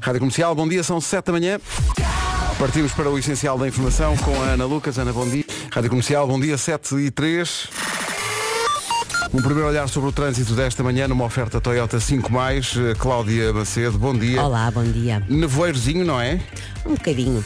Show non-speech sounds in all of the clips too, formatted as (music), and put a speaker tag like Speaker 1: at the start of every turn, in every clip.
Speaker 1: Rádio Comercial, bom dia, são 7 da manhã. Partimos para o essencial da informação com a Ana Lucas. Ana, bom dia. Rádio Comercial, bom dia, 7 e 3. Um primeiro olhar sobre o trânsito desta manhã numa oferta Toyota 5 Mais. eh, Cláudia Macedo, bom dia.
Speaker 2: Olá, bom dia.
Speaker 1: Nevoeirozinho, não é?
Speaker 2: Um bocadinho.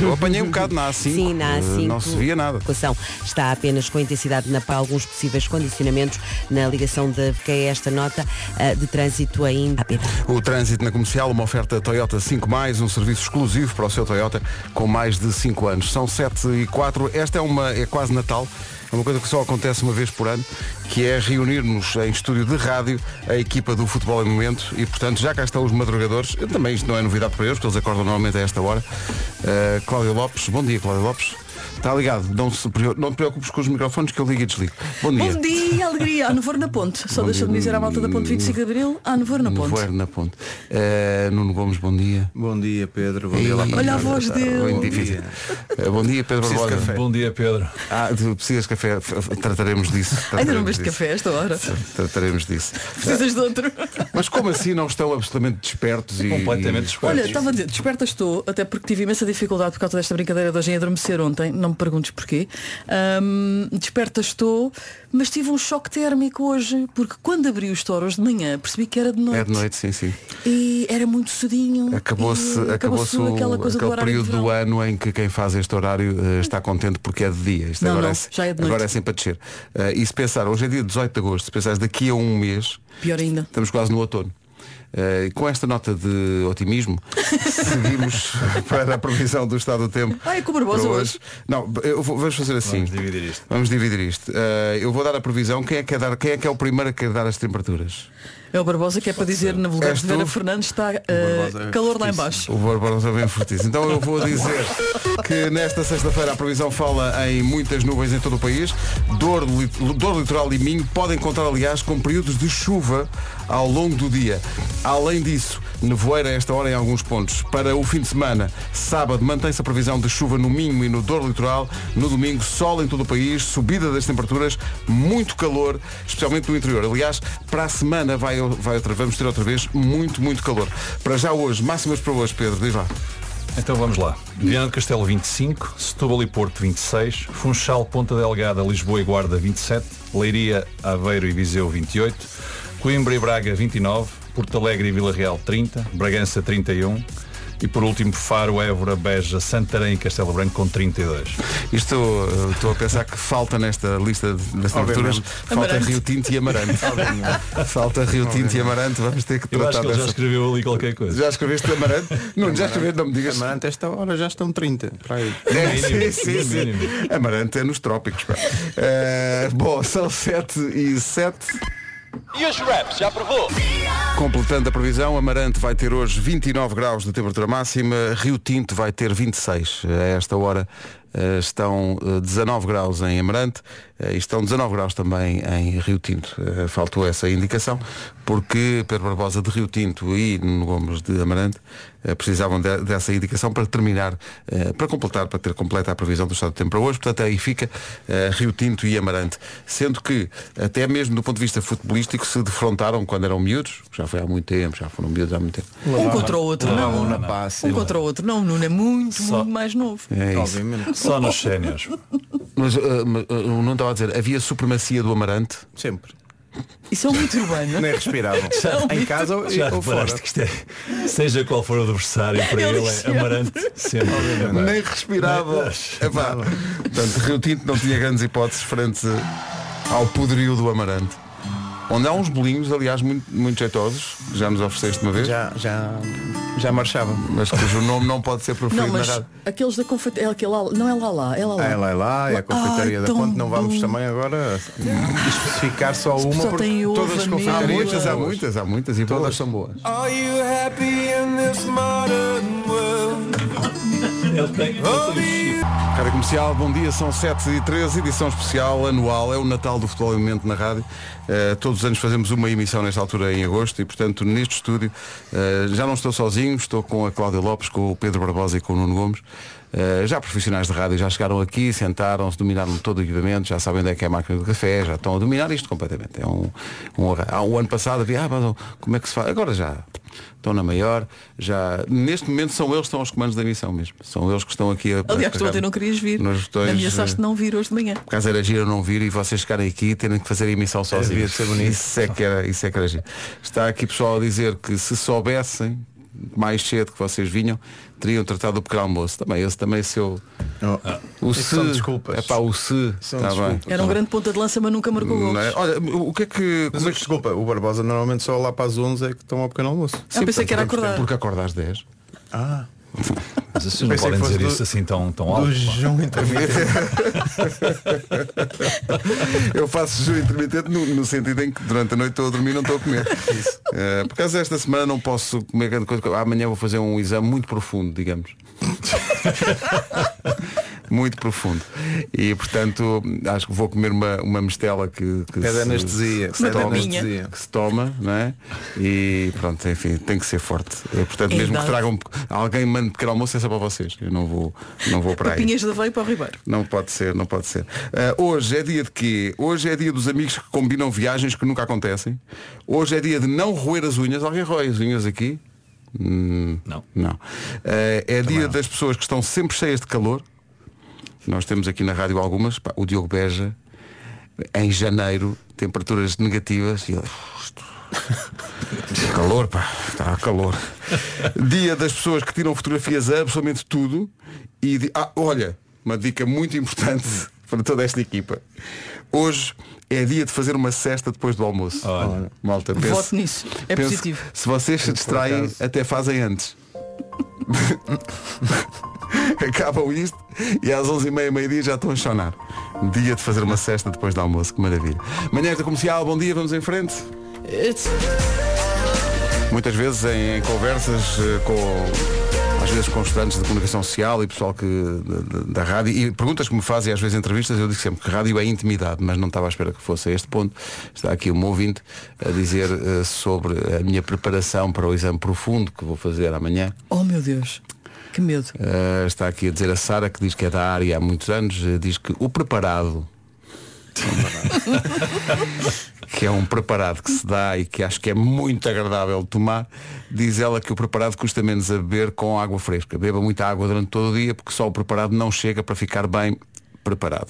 Speaker 1: Eu apanhei um bocado na A5.
Speaker 2: Sim, na
Speaker 1: Eh,
Speaker 2: A5.
Speaker 1: Não se via nada.
Speaker 2: Locação. Está apenas com intensidade na para alguns possíveis condicionamentos na ligação de que é esta nota eh, de trânsito ainda. rápida.
Speaker 1: O trânsito na comercial, uma oferta Toyota 5, um serviço exclusivo para o seu Toyota com mais de 5 anos. São 7 e 4. Esta é uma é quase Natal. É uma coisa que só acontece uma vez por ano, que é reunirmos em estúdio de rádio a equipa do Futebol em Momento e, portanto, já cá estão os madrugadores. Eu Também isto não é novidade para eles, porque eles acordam normalmente a esta hora. Uh, Cláudio Lopes, bom dia, Cláudio Lopes. Está ligado, não, se pre- não te preocupes com os microfones que eu ligo e desligo. Bom dia.
Speaker 3: Bom dia, alegria. Há nevoeiro na ponte. Só
Speaker 1: Bom
Speaker 3: deixa-me
Speaker 1: dia.
Speaker 3: dizer à malta da ponte 25 de Abril. Há nevoeiro na ponte.
Speaker 1: Nevoeiro na ponte. Uh, Nuno Gomes, bom dia.
Speaker 4: Bom dia, Pedro. Bom
Speaker 1: Ei,
Speaker 4: dia, Lamarca.
Speaker 3: Olha a voz
Speaker 1: Tá,
Speaker 3: dele.
Speaker 1: bem
Speaker 4: Bom
Speaker 1: difícil.
Speaker 4: dia.
Speaker 1: Eh, Bom dia, Pedro
Speaker 4: Preciso de
Speaker 1: Barbosa.
Speaker 4: café.
Speaker 5: Bom dia, Pedro.
Speaker 1: Ah, tu precisas de café? F- f- Trataremos disso.
Speaker 3: Ainda não
Speaker 1: trataremos
Speaker 3: bebeste
Speaker 1: disso.
Speaker 3: café a esta hora.
Speaker 1: Trataremos disso.
Speaker 3: Precisas de outro.
Speaker 1: Mas como assim não estão absolutamente despertos e.
Speaker 5: Completamente desperto.
Speaker 3: Olha, estava a dizer, desperta estou, até porque tive imensa dificuldade por causa desta brincadeira de hoje em adormecer ontem, não me perguntes porquê. Ahm, desperta estou, mas tive um choque térmico hoje, porque quando abri os toros de manhã percebi que era de noite.
Speaker 1: É de noite, sim, sim.
Speaker 3: E era muito cedinho.
Speaker 1: Acabou-se
Speaker 3: e
Speaker 1: acabou
Speaker 3: acabou-se aquela coisa do
Speaker 1: aquele
Speaker 3: horário de
Speaker 1: período
Speaker 3: verão.
Speaker 1: do ano em que quem faz este horário eh, está contente porque é de dia. Isto
Speaker 3: Não,
Speaker 1: agora
Speaker 3: não,
Speaker 1: é,
Speaker 3: já é de
Speaker 1: agora
Speaker 3: noite.
Speaker 1: é sempre a descer. Eh, e se pensar, hoje é dia 18 de agosto, se pensares daqui a um mês,
Speaker 3: Pior ainda.
Speaker 1: Estamos quase no outono. Eh, e com esta nota de otimismo,
Speaker 3: (laughs)
Speaker 1: seguimos para a previsão do estado do tempo.
Speaker 3: Ah, é com o Barbosa
Speaker 1: para
Speaker 3: hoje.
Speaker 1: Não, eu vou, vamos fazer assim.
Speaker 5: Vamos dividir isto.
Speaker 1: Vamos dividir isto. Eh, eu vou dar a previsão. Quem é que é, dar, quem é que é o primeiro a quer dar as temperaturas?
Speaker 3: É o Barbosa que é para dizer na vulgar
Speaker 1: És
Speaker 3: de Vera
Speaker 1: tu?
Speaker 3: Fernandes está ah,
Speaker 4: Barbosa é
Speaker 3: calor lá em
Speaker 4: fortíssimo.
Speaker 3: baixo.
Speaker 1: O Barbosa vem fortíssimo. Então eu vou dizer que nesta sexta-feira a previsão fala em muitas nuvens em todo o país. Dor, lit- Dor Litoral e Minho podem contar, aliás, com períodos de chuva ao longo do dia. Além disso, nevoeira a esta hora em alguns pontos. Para o fim de semana, sábado, mantém-se a previsão de chuva no Minho e no Dor Litoral. No domingo, sol em todo o país, subida das temperaturas, muito calor, especialmente no interior. Aliás, para a semana vai, vai outra, vamos ter outra vez muito, muito calor. Para já hoje, máximas para hoje, Pedro, diz lá.
Speaker 5: Então vamos lá. Viana do Castelo 25, Setúbal e Porto 26, Funchal, Ponta Delgada, Lisboa e Guarda 27, Leiria, Aveiro e Viseu 28, Coimbra e Braga 29, Porto Alegre e Vila Real 30, Bragança 31 e por último Faro, Évora, Beja, Santarém e Castelo Branco com 32.
Speaker 1: Isto eh, estou a pensar que falta nesta lista de- das temperaturas.
Speaker 4: Obviamente.
Speaker 1: Falta
Speaker 3: Amarante.
Speaker 1: Rio Tinto e Amarante. falta Rio Tinto e Amarante. Vamos ter que
Speaker 5: Eu acho
Speaker 1: tratar
Speaker 5: que ele já
Speaker 1: dessa.
Speaker 5: escreveu ali qualquer coisa.
Speaker 1: Já escreveste
Speaker 4: (laughs)
Speaker 1: Amarante? Não, já escreveste, não me digas.
Speaker 4: Amarante, esta hora já estão 30. Para aí.
Speaker 1: (laughs) (laughs) É,
Speaker 5: Mínimo,
Speaker 1: sim, sim, sim.
Speaker 5: mínimo.
Speaker 1: Amarante é nos trópicos. pá. Eh, bom, são 7 e 7.
Speaker 6: E os raps, já provou?
Speaker 1: Completando a previsão, Amarante vai ter hoje 29 graus de temperatura máxima, Rio Tinto vai ter 26. A esta hora eh, estão eh, 19 graus em Amarante eh, e estão 19 graus também em Rio Tinto. Eh, Faltou essa indicação porque Pedro Barbosa de Rio Tinto e Nuno Gomes de Amarante eh, precisavam de- dessa indicação para terminar, eh, para completar, para ter completa a previsão do estado do tempo para hoje. Portanto, aí fica eh, Rio Tinto e Amarante. Sendo que, até mesmo do ponto de vista futebolístico, se defrontaram quando eram miúdos, já foi há muito tempo, já foram miúdos há muito tempo.
Speaker 3: Um contra o outro, não.
Speaker 4: Lavavam na passa.
Speaker 3: Um contra o outro, não, o Nuno é muito,
Speaker 5: Só-
Speaker 3: muito mais novo.
Speaker 1: É isso.
Speaker 4: Obviamente.
Speaker 5: Só nos séniores.
Speaker 1: Mas eh, mas, eh, o Nuno estava a dizer, havia supremacia do Amarante.
Speaker 4: Sempre.
Speaker 3: Isso é um muito urbano.
Speaker 4: Nem respiravam. em casa ou,
Speaker 5: Já
Speaker 4: ou fora.
Speaker 5: reparaste que isto é, seja qual for o adversário, para
Speaker 3: Ele
Speaker 5: ele é
Speaker 3: sempre.
Speaker 5: amarante sempre.
Speaker 1: Nem respirava. Epá. Portanto, Rio Tinto não tinha grandes hipóteses frente ao poderio do Amarante. Onde há uns bolinhos, aliás, muito, muito jeitosos, que já nos ofereceste uma vez,
Speaker 4: Já, já, já marchavam.
Speaker 1: mas cujo nome não pode ser proferido
Speaker 3: Não, mas
Speaker 1: na rádio.
Speaker 3: aqueles da confeitaria, aquele lá, não é lá lá, é lá lá.
Speaker 4: Ah, é lá, é lá, é a confeitaria
Speaker 3: Ai,
Speaker 4: da
Speaker 3: tão
Speaker 4: ponte. Não vamos
Speaker 3: bom.
Speaker 4: também agora especificar só uma,
Speaker 3: Só
Speaker 4: porque
Speaker 3: tem ovo,
Speaker 4: todas as
Speaker 3: amigo.
Speaker 1: Há
Speaker 4: confeitarias
Speaker 1: muitas,
Speaker 4: são
Speaker 1: há
Speaker 4: boas.
Speaker 1: muitas, há muitas e
Speaker 4: Todas
Speaker 1: boas.
Speaker 4: são
Speaker 3: é-
Speaker 4: boas.
Speaker 5: Ele tem, ele tem um chip.
Speaker 1: Rádio Comercial, bom dia, são 7 e 13 edição especial anual, é o Natal do Futebol em Momento na Rádio. Eh, todos os anos fazemos uma emissão nesta altura em agosto e, portanto, neste estúdio eh, já não estou sozinho, estou com a Cláudia Lopes, com o Pedro Barbosa e com o Nuno Gomes. Eh, já profissionais de rádio já chegaram aqui, sentaram-se, dominaram todo o equipamento, já sabem onde é que é a máquina de café, já estão a dominar isto completamente. É um, um, horror. Há um ano passado havia, ah, mas como é que se faz? Agora já estão na maior, já. Neste momento são eles que estão aos comandos da emissão mesmo. São eles que estão aqui a.
Speaker 3: Aliás, tu
Speaker 1: a-
Speaker 3: ontem não querias vir.
Speaker 1: Nos botões,
Speaker 3: Ameaçaste não vir hoje de manhã.
Speaker 1: por causa era giro eu não vir e vocês chegarem aqui e terem que fazer a emissão sozinhos.
Speaker 4: Devia ser bonito.
Speaker 1: Isso é que era, isso é que era giro. Está aqui pessoal a dizer que se soubessem mais cedo que vocês vinham, teriam tratado o pequeno almoço. Também esse também se eu. O
Speaker 4: Oh. Isso
Speaker 1: se,
Speaker 4: são desculpas.
Speaker 1: É pá, o se.
Speaker 4: São
Speaker 1: tá
Speaker 4: desculpas.
Speaker 1: bem.
Speaker 3: Era um grande ponta de lança, mas nunca marcou
Speaker 1: Não
Speaker 3: gols.
Speaker 1: é? Olha, o que é que.
Speaker 4: Mas, desculpa, o Barbosa normalmente só lá para as 11 é que estão ao pequeno almoço. Ah.
Speaker 3: Eu pensei que era
Speaker 1: portanto,
Speaker 3: acordar.
Speaker 1: Porque acorda às 10.
Speaker 5: Mas vocês não
Speaker 4: Pensei
Speaker 5: podem
Speaker 4: que fosse
Speaker 5: dizer
Speaker 4: do-
Speaker 5: isso assim tão, tão alto.
Speaker 4: Do
Speaker 5: pá.
Speaker 4: jejum intermitente.
Speaker 1: (laughs) Eu faço jejum intermitente no, no sentido em que durante a noite estou a dormir e não estou a
Speaker 4: (laughs)
Speaker 1: comer. Eh, por causa desta semana não posso comer grande coisa. Amanhã vou fazer um exame muito profundo, digamos. (laughs) muito profundo. E portanto acho que vou comer uma, uma mistela que, que
Speaker 4: É de anestesia.
Speaker 1: que se
Speaker 4: É de
Speaker 1: toma,
Speaker 4: anestesia.
Speaker 1: que se toma, não é? E pronto, enfim, tem que ser forte. Eh, portanto,
Speaker 3: É
Speaker 1: mesmo que
Speaker 3: verdade.
Speaker 1: tragam alguém mande pequeno almoço, é só para vocês. Eu não vou, não vou para aí.
Speaker 3: Papinhas de veio para o Ribeiro.
Speaker 1: Não pode ser, não pode ser. Ah, hoje é dia de quê? Hoje é dia dos amigos que combinam viagens que nunca acontecem. Hoje é dia de não roer as unhas. Alguém roe as unhas aqui? Hum,
Speaker 5: Não.
Speaker 1: Não. Ah, é dia das pessoas que estão sempre cheias de calor. Nós temos aqui na rádio algumas. Pá, o Diogo Beja, em janeiro, temperaturas negativas. E ele, "Isto- é Calor, pá, está a calor. Dia das pessoas que tiram fotografias a absolutamente tudo e di- ah, olha, uma dica muito importante (laughs) para toda esta equipa. Hoje é dia de fazer uma cesta depois do almoço.
Speaker 5: Olha.
Speaker 1: Malta, pense,
Speaker 3: Voto nisso. É
Speaker 1: pense
Speaker 3: positivo.
Speaker 1: que Se vocês se distraem,
Speaker 4: acaso.
Speaker 1: até fazem antes. (laughs) Acabam isto e às 11h30, meio-dia já estão a chonar. Dia de fazer uma cesta depois do almoço, que maravilha. Manhãs da comercial, bom dia, vamos em frente. Muitas vezes em, em conversas eh, com às vezes com estudantes de comunicação social e pessoal que, da- da da rádio e perguntas que me fazem às vezes em entrevistas, eu digo sempre que rádio é intimidade, mas não estava à espera que fosse a este ponto. Está aqui um ouvinte a dizer eh, sobre a minha preparação para o exame profundo que vou fazer amanhã.
Speaker 3: Oh meu Deus. Que medo.
Speaker 1: Eh, está aqui a dizer a Sara, que diz que é da área há muitos anos, eh, diz que
Speaker 3: (laughs)
Speaker 1: o preparado. que é um preparado que se dá e que acho que é muito agradável de tomar, diz ela que o preparado custa menos a beber com água fresca. Beba muita água durante todo o dia porque só o preparado não chega para ficar bem preparado.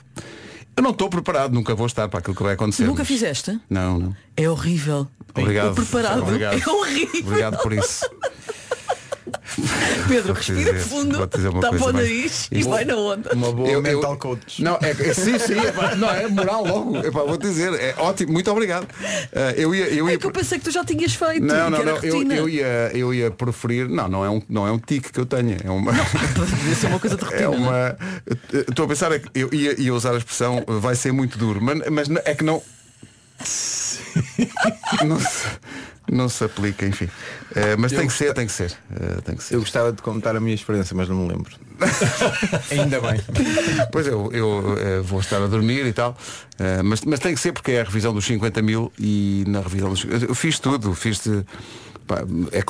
Speaker 1: Eu não estou preparado, nunca vou estar para aquilo que vai acontecer.
Speaker 3: Nunca
Speaker 1: mas-
Speaker 3: fizeste?
Speaker 1: Não, não.
Speaker 3: É horrível.
Speaker 1: Obrigado.
Speaker 3: O preparado
Speaker 1: Obrigado.
Speaker 3: é horrível.
Speaker 1: Obrigado por
Speaker 3: (laughs)
Speaker 1: isso.
Speaker 3: Pedro,
Speaker 1: Vou-te
Speaker 3: respira
Speaker 1: dizer-
Speaker 3: fundo,
Speaker 1: vou-te dizer uma
Speaker 3: tapa
Speaker 1: coisa
Speaker 3: o
Speaker 1: mais.
Speaker 3: nariz e
Speaker 1: Isto-
Speaker 3: vai na onda.
Speaker 4: Uma boa
Speaker 1: Eu- eu-
Speaker 4: mental coach.
Speaker 1: Não, é, é- sim, sim, é pá, não,
Speaker 4: (laughs)
Speaker 1: é moral logo. É pá, vou te dizer, é ótimo, muito obrigado. Ah, eu ia, eu ia
Speaker 3: É que eu pensei que tu já tinhas feito.
Speaker 1: Não,
Speaker 3: que
Speaker 1: não,
Speaker 3: era
Speaker 1: não, eu,
Speaker 3: rotina.
Speaker 1: eu ia, eu ia preferir. Não, não é um, não é um tique que eu tenho, é uma
Speaker 3: (laughs) Devia ser uma coisa de rotina.
Speaker 1: é
Speaker 3: não
Speaker 1: uma eh, estou a pensar é que eu ia, ia usar a expressão vai ser muito duro, mas, mas não- é que
Speaker 3: (laughs)
Speaker 1: não não se, não se aplica, enfim. Eh, mas tem que ser, tem que ser. eh, tem que ser.
Speaker 4: Eu gostava de contar a minha experiência, mas não me lembro. Ainda bem.
Speaker 1: Pois eu, eu eh, vou estar a dormir e tal, eh, mas, mas tem que ser porque é a revisão dos 50 mil e na revisão dos. Eu fiz tudo, fiz de, pá,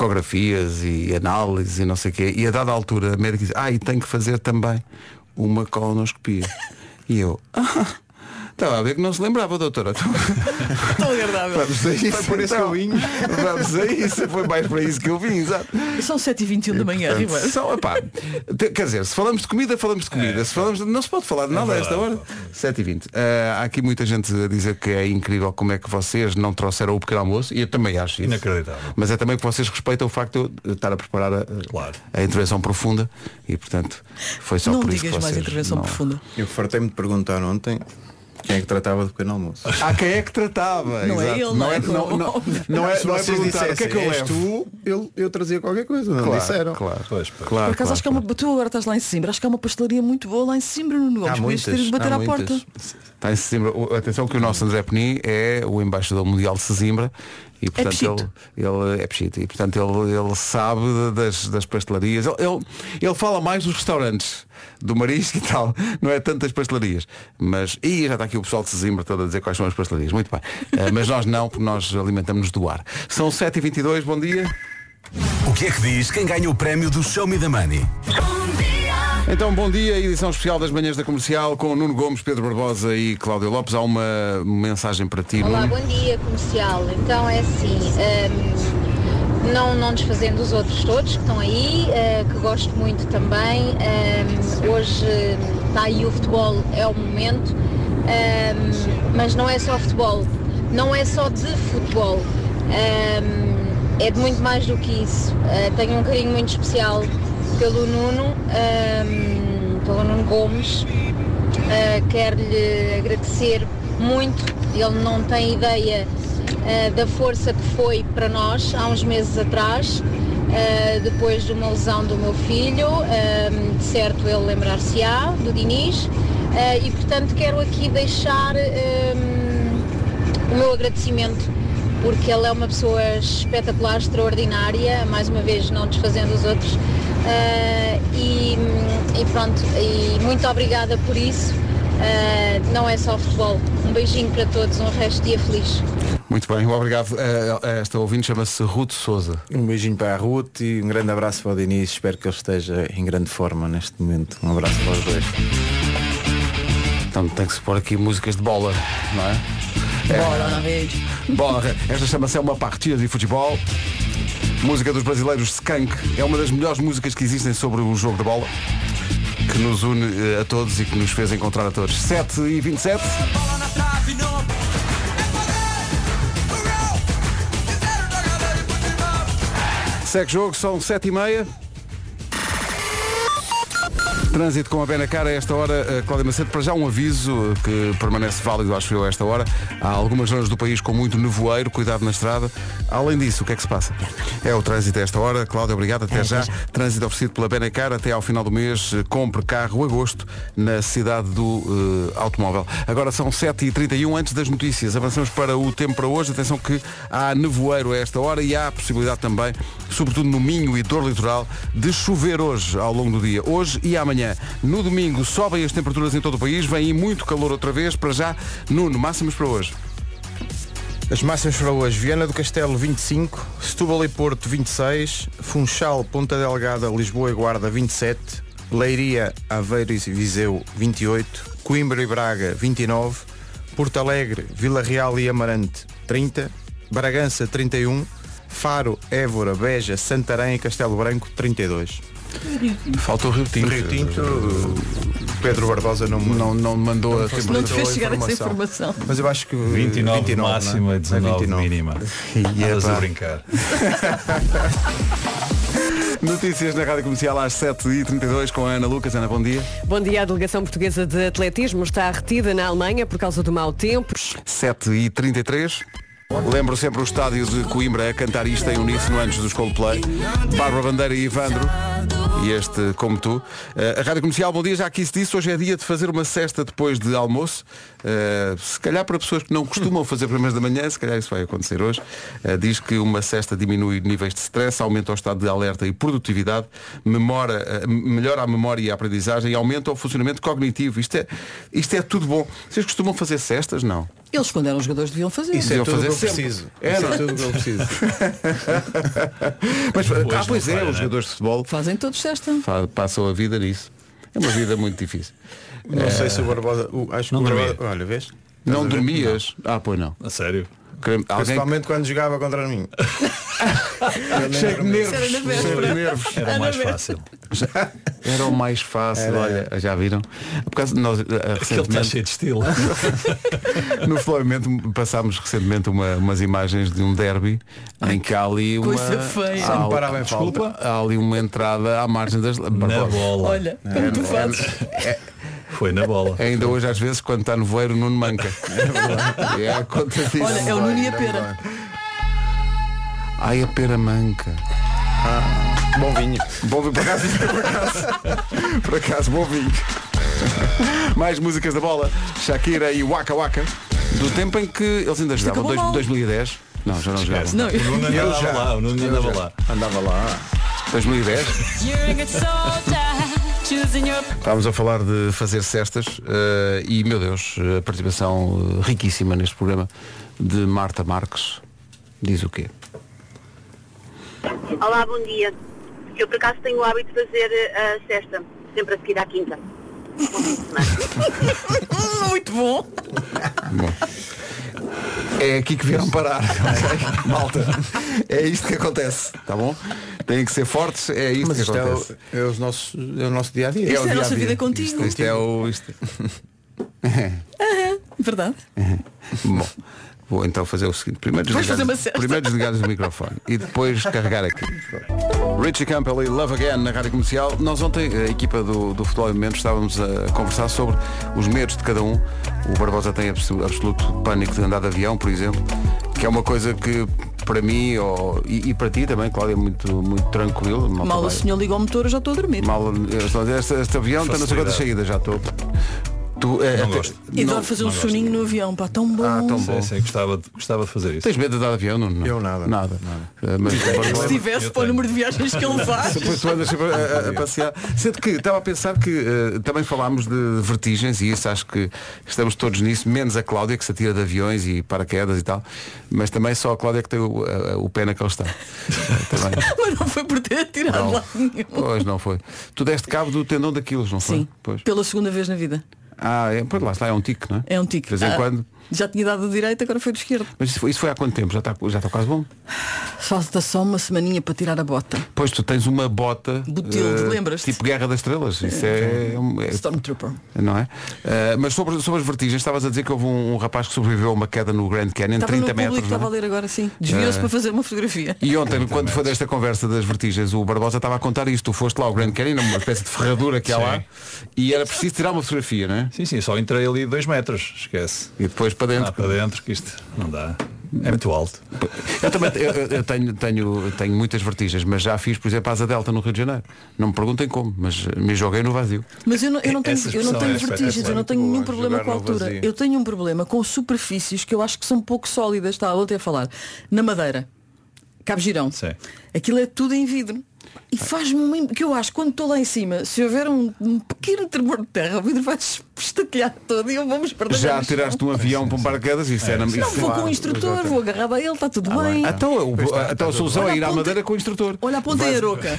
Speaker 1: ecografias e análises e não sei o quê. E a dada altura a médica diz, ah, e tem que fazer também uma colonoscopia. E eu, ah, estava a ver que não se lembrava, doutora. Então,
Speaker 3: é? Tão agradável.
Speaker 1: (laughs) Vamos a isso. então.
Speaker 4: Foi por isso que eu vim.
Speaker 1: Vamos a isso, foi mais para isso que eu vim, exato.
Speaker 3: São 7h21 da manhã,
Speaker 1: Portanto,
Speaker 3: Ribeiro.
Speaker 1: são, epá, te- quer dizer, se falamos de comida, falamos de comida. se falamos de- não se pode falar de
Speaker 4: é
Speaker 1: nada a esta hora. 7h20. Ah, há aqui muita gente a dizer que é incrível como é que vocês não trouxeram o pequeno almoço. E eu também acho isso.
Speaker 5: Inacreditável.
Speaker 1: Mas é também que vocês respeitam o facto de eu estar a preparar a,
Speaker 5: assim, Claro.
Speaker 1: a intervenção profunda. E portanto, foi só
Speaker 3: Não
Speaker 1: por isso
Speaker 3: digas
Speaker 1: que
Speaker 3: mais
Speaker 1: vocês
Speaker 3: intervenção
Speaker 1: não-
Speaker 3: profunda.
Speaker 4: Eu fartei-me de perguntar ontem quem é que tratava do pequeno almoço.
Speaker 1: Há quem é que tratava.
Speaker 3: Não é
Speaker 1: exato.
Speaker 3: ele,
Speaker 1: não
Speaker 3: não
Speaker 1: é
Speaker 3: é
Speaker 1: não-
Speaker 3: (laughs) como-
Speaker 1: não- não é-
Speaker 4: Se
Speaker 1: não é
Speaker 4: vocês
Speaker 1: perguntar o que é que eu
Speaker 4: dissessem, "És
Speaker 1: levo.
Speaker 4: tu, eu, eu trazia qualquer coisa, não é?
Speaker 1: Claro,
Speaker 4: disseram.
Speaker 1: Claro.
Speaker 5: Pois, pois.
Speaker 1: claro,
Speaker 3: Por acaso
Speaker 1: claro,
Speaker 3: acho que há uma. Tu agora estás lá em Simbra, acho que há uma pastelaria muito boa lá em Simbra, no Gomes. Podias ter de bater
Speaker 4: há
Speaker 3: à
Speaker 4: muitas.
Speaker 3: porta.
Speaker 1: Está em Sesimbra. O- Atenção que o nosso André Penin é o embaixador mundial de Sesimbra E portanto
Speaker 3: pechito.
Speaker 1: ele, ele é pechito. E portanto ele, ele sabe de- das, das pastelarias. Ele, ele, ele fala mais dos restaurantes, do marisco e tal. Não é tanto das pastelarias. Mas. E já está aqui o pessoal de Sesimbra todo a dizer quais são as pastelarias. Muito bem. Eh, mas nós não, porque nós alimentamos-nos do ar. São 7h22, bom dia.
Speaker 7: O que é que diz quem ganha o prémio do Show Me the Money?
Speaker 1: Então, bom dia, edição especial das manhãs da comercial com Nuno Gomes, Pedro Barbosa e Cláudio Lopes. Há uma mensagem para ti,
Speaker 8: Olá,
Speaker 1: Nuno.
Speaker 8: bom dia comercial. Então é assim, hum, não, não desfazendo os outros todos que estão aí, eh, que gosto muito também. hum, hoje hum, está aí o futebol, é o momento, hum, mas não é só futebol, não é só de futebol. hum, é de muito mais do que isso. Eh, tenho um carinho muito especial pelo Nuno, hum, pelo Nuno Gomes, Uh, Quero-lhe agradecer muito. Ele não tem ideia uh, da força que foi para nós há uns meses atrás, uh, depois de uma lesão do meu filho. Um, de certo, ele lembrar-se-á do Diniz. Uh, e, portanto, quero aqui deixar eh, um, o meu agradecimento porque ele é uma pessoa espetacular, extraordinária, mais uma vez não desfazendo os outros. Ah, e, e pronto, e muito obrigada por isso. Ah, não é só futebol. Um beijinho para todos, um resto de dia feliz.
Speaker 1: Muito bem, obrigado. Eh, Esta ouvinte chama-se Ruth Souza.
Speaker 4: Um beijinho para a Ruth e um grande abraço para o Diniz. Espero que ele esteja em grande forma neste momento. Um abraço para os dois.
Speaker 1: Então tem que se pôr aqui músicas de bola, não é?
Speaker 3: Bola na rede.
Speaker 1: Bola. Esta chama-se É uma partida de futebol. Música dos brasileiros Skank. É uma das melhores músicas que existem sobre o jogo de bola. Que nos une eh, a todos e que nos fez encontrar a todos. 7 e 27. Segue jogo, são 7 e meia. Trânsito com a Benacar a esta hora, eh, Cláudia Macedo, para já um aviso eh, que permanece válido, acho eu, a esta hora. Há algumas zonas do país com muito nevoeiro, cuidado na estrada. Além disso, o que é que se passa? É o trânsito a esta hora. Cláudia, obrigado. É, Até já. Trânsito oferecido pela Benacar até ao final do mês. eh, Compre carro agosto na cidade do eh, automóvel. Agora são 7h31 antes das notícias. Avançamos para o tempo para hoje. Atenção que há nevoeiro a esta hora e há a possibilidade também, sobretudo no Minho e dor litoral, de chover hoje ao longo do dia. Hoje e amanhã. No domingo sobem as temperaturas em todo o país, vem aí muito calor outra vez. Para já, Nuno, máximos para hoje.
Speaker 4: As máximas para hoje, Viana do Castelo 25, Setúbal e Porto 26, Funchal, Ponta Delgada, Lisboa e Guarda 27, Leiria, Aveiro e Viseu 28, Coimbra e Braga 29, Porto Alegre, Vila Real e Amarante 30, Bragança 31, Faro, Évora, Beja, Santarém e Castelo Branco 32.
Speaker 1: Falta o Rio Tinto.
Speaker 4: Rio Tinto, Pedro Barbosa não, me-
Speaker 1: Não, não mandou a
Speaker 4: Não
Speaker 3: Não
Speaker 1: temperatura.
Speaker 3: te
Speaker 4: dou
Speaker 3: fez
Speaker 4: a
Speaker 3: chegar essa
Speaker 4: informação.
Speaker 3: informação.
Speaker 4: mas eu acho que
Speaker 5: 29,
Speaker 4: 29 não é?
Speaker 5: máxima
Speaker 4: É
Speaker 5: e 19
Speaker 4: 29.
Speaker 5: mínima.
Speaker 1: E é
Speaker 5: Andas
Speaker 1: pá.
Speaker 5: a brincar.
Speaker 1: (laughs) Notícias na Rádio Comercial às 7h32 com a Ana Lucas. Ana, bom dia.
Speaker 9: Bom dia, a delegação portuguesa de atletismo está retida na Alemanha por causa do mau tempo.
Speaker 1: 7h33. Lembro sempre o estádio de Coimbra a cantar isto em uníssono antes dos Coldplay. Bárbara Bandeira e Ivandro. E este Como Tu. Eh, a Rádio Comercial, bom dia, já aqui se disse, hoje é dia de fazer uma cesta depois de almoço. Eh, se calhar para pessoas que não costumam fazer primeiras da manhã, se calhar isso vai acontecer hoje. Eh, diz que uma cesta diminui níveis de stress, aumenta o estado de alerta e produtividade, memora, eh, melhora a memória e a aprendizagem e aumenta o funcionamento cognitivo. Isto é, isto é tudo bom. Vocês costumam fazer cestas? Não.
Speaker 3: Eles quando eram jogadores deviam fazer.
Speaker 1: Isso é
Speaker 4: Tudo o que eu
Speaker 1: Fazer
Speaker 4: preciso.
Speaker 1: É,
Speaker 4: Isso
Speaker 1: não?
Speaker 4: é tudo o que eu preciso.
Speaker 1: Mas, ah,
Speaker 5: não
Speaker 1: pois é,
Speaker 5: falha,
Speaker 1: os
Speaker 5: né?
Speaker 1: jogadores de futebol
Speaker 3: Fazem todos sexta.
Speaker 1: fa- passam a vida nisso. É uma vida muito difícil. É.
Speaker 4: Não sei se o Barbosa. o- acho que
Speaker 5: Não
Speaker 4: o
Speaker 5: dormia.
Speaker 4: Barbosa- Olha, vês?
Speaker 1: Não
Speaker 4: Estás a ver?
Speaker 1: dormias? Ah, pois não.
Speaker 5: A sério.
Speaker 1: Creme- Alguém
Speaker 4: Principalmente quando jogava contra mim.
Speaker 1: cheio de nervos.
Speaker 3: Era na
Speaker 1: Cheio de nervos.
Speaker 5: Era o mais fácil.
Speaker 1: Era o mais fácil, olha, já viram? Por causa de nós, eh,
Speaker 5: Aquele está
Speaker 1: recentemente,
Speaker 5: cheio de estilo.
Speaker 1: (laughs) no Flamengo passámos recentemente uma- umas imagens de um derby em que há ali uma.
Speaker 3: coisa feia.
Speaker 1: Há,
Speaker 4: Não parava em falta.
Speaker 1: é, desculpa, há ali uma entrada à margem das. É.
Speaker 5: Na bola.
Speaker 3: Olha, como tu fazes.
Speaker 5: Foi na bola.
Speaker 1: Ainda hoje às vezes quando está no voeiro Nuno manca. (laughs)
Speaker 5: (laughs)
Speaker 1: É, a conta disso.
Speaker 3: Olha, é o Nuno e a Pera.
Speaker 1: Ai, a pera manca.
Speaker 4: Bom vinho.
Speaker 1: ah, Bom vinho, por acaso, (laughs) por acaso, por acaso, bom vinho. Mais músicas da bola, Shakira e Waka Waka. Do tempo em que eles ainda ajudavam,
Speaker 3: acabou
Speaker 1: dois-
Speaker 3: mal.
Speaker 1: 2010. Não, já não jogava.
Speaker 3: Não,
Speaker 5: O Nuno
Speaker 4: Eu
Speaker 5: andava
Speaker 4: já.
Speaker 5: lá, o Nuno
Speaker 4: Eu
Speaker 5: andava
Speaker 4: já.
Speaker 5: lá.
Speaker 4: Andava lá.
Speaker 1: 2010. Estávamos a falar de fazer cestas eh, e, meu Deus, a participação eh, riquíssima neste programa de Marta Marques. Diz o quê?
Speaker 10: Olá, bom dia. Eu por acaso tenho o hábito de fazer eh, a sexta, sempre a seguir à
Speaker 2: (laughs)
Speaker 10: quinta.
Speaker 3: muito bom.
Speaker 1: Bom. É aqui que vieram
Speaker 4: (laughs)
Speaker 1: parar, ok? Malta. É isto que acontece, tá bom? Têm que ser fortes, é isto
Speaker 4: Mas
Speaker 1: que
Speaker 4: isto é
Speaker 1: acontece.
Speaker 4: o, é os nossos- é o nosso dia a dia.
Speaker 3: Isto
Speaker 1: o
Speaker 3: é a
Speaker 1: dia-a-dia.
Speaker 3: nossa vida contigo.
Speaker 1: Isto, isto é o.
Speaker 4: (laughs)
Speaker 1: Isto...
Speaker 3: Verdade.
Speaker 1: Bom, vou então fazer o seguinte. Primeiro
Speaker 3: Vamos
Speaker 1: desligar,
Speaker 3: fazer uma cesta.
Speaker 1: primeiro desligar o microfone e depois carregar aqui. Richie Campbell e Love Again na Rádio Comercial. Nós ontem, a equipa do, do Futebol em Momento, estávamos a conversar sobre os medos de cada um. O Barbosa tem abso- absoluto pânico de andar de avião, por exemplo, que é uma coisa que para mim ou- e, e para ti também, Cláudia, é muito, muito tranquilo. Malta
Speaker 3: Mal o
Speaker 1: vai-
Speaker 3: senhor liga ao motor, eu já estou a dormir.
Speaker 1: Mal, eu estou a dizer, este, este avião está na segunda saída, já estou. Tu, é,
Speaker 5: Não
Speaker 1: até-
Speaker 5: gosto.
Speaker 3: E
Speaker 1: não-
Speaker 3: adoro fazer um soninho no avião, pá, tão bom.
Speaker 1: Ah, tão bom.
Speaker 5: Sei, sei, gostava de, gostava de fazer isso.
Speaker 1: Tens medo de dar de avião, Nuno? não?
Speaker 4: Eu nada.
Speaker 1: Nada. Eh, mas
Speaker 3: Se tivesse
Speaker 5: Eu
Speaker 3: para o
Speaker 5: tenho.
Speaker 3: número de viagens que ele faz.
Speaker 1: depois tu andas sempre a, a- a passear. Sendo que estava a pensar que eh, também falámos de vertigens e isso acho que estamos todos nisso, menos a Cláudia que se atira de aviões e paraquedas e tal. Mas também só a Cláudia que tem o, a- o pé
Speaker 3: (laughs)
Speaker 1: naquele estado. Eh, também.
Speaker 3: Mas não foi por ter atirado
Speaker 1: Não.
Speaker 3: lá nenhum.
Speaker 1: Pois não foi. Tu deste cabo do tendão daquilo, não foi?
Speaker 3: Sim,
Speaker 1: Pois.
Speaker 3: pela segunda vez na vida.
Speaker 1: Ah, é, pois lá está, é um tique, não é?
Speaker 3: É um tique.
Speaker 1: De vez em
Speaker 3: Ah,
Speaker 1: quando.
Speaker 3: Já tinha dado de direita, agora foi de esquerda.
Speaker 1: Mas isso foi, isso foi há quanto tempo? Já está já está quase bom?
Speaker 3: Falta só uma semaninha para tirar a bota.
Speaker 1: Pois tu tens uma bota.
Speaker 3: Botilde,
Speaker 1: eh,
Speaker 3: lembras-te?
Speaker 1: Tipo Guerra das Estrelas. Isso é, é um- é-
Speaker 3: Stormtrooper.
Speaker 1: não é? Eh, mas sobre, sobre as vertigens, estavas a dizer que houve um, um rapaz que sobreviveu a uma queda no Grand Canyon,
Speaker 3: Estava no
Speaker 1: 30
Speaker 3: público,
Speaker 1: metros. não é?
Speaker 3: estava a ler agora, sim. Desviou-se para fazer uma fotografia.
Speaker 1: E ontem, quando foi desta conversa das vertigens, o Barbosa estava a contar isto. Tu foste lá ao Grand Canyon, uma espécie de ferradura que há lá,
Speaker 5: Sim.
Speaker 1: e era preciso tirar uma fotografia, não é?
Speaker 5: Sim, sim, só entrei ali dois metros, esquece.
Speaker 1: E depois para
Speaker 5: Lá
Speaker 1: dentro.
Speaker 5: para dentro que isto não dá. É muito alto.
Speaker 1: Eu também eu, eu- eu tenho, tenho, eu tenho muitas vertigens, mas já fiz, por exemplo, a Asa Delta no Rio de Janeiro. Não me perguntem como, mas me joguei no vazio.
Speaker 3: Mas eu não, eu não tenho,
Speaker 5: Essa
Speaker 3: eu não
Speaker 5: expressão
Speaker 3: tenho
Speaker 5: é
Speaker 3: vertigens, eu não
Speaker 5: espetacular.
Speaker 3: tenho nenhum
Speaker 4: Muito boa,
Speaker 3: problema com a
Speaker 4: jogar no
Speaker 3: altura.
Speaker 4: vazio.
Speaker 3: Eu tenho um problema com superfícies que eu acho que são pouco sólidas. Estava ontem a falar. Na madeira, Cabo Girão.
Speaker 5: Sim.
Speaker 3: Aquilo é tudo em vidro. E faz-me uma im- que eu acho, quando estou lá em cima, se houver um, um pequeno tremor de terra, o vidro vai se estaquear todo e eu vou-me perder.
Speaker 1: Já tiraste um avião para um paraquedas, isso é era
Speaker 3: é, Não,
Speaker 1: isso-
Speaker 3: vou com o instrutor, vou agarrado a ele, está tudo bem.
Speaker 1: Então, o- então a solução
Speaker 3: Olha
Speaker 1: é
Speaker 3: a
Speaker 1: ir à
Speaker 3: ponta-
Speaker 1: madeira com o instrutor.
Speaker 3: Olha a ponta da Aroca.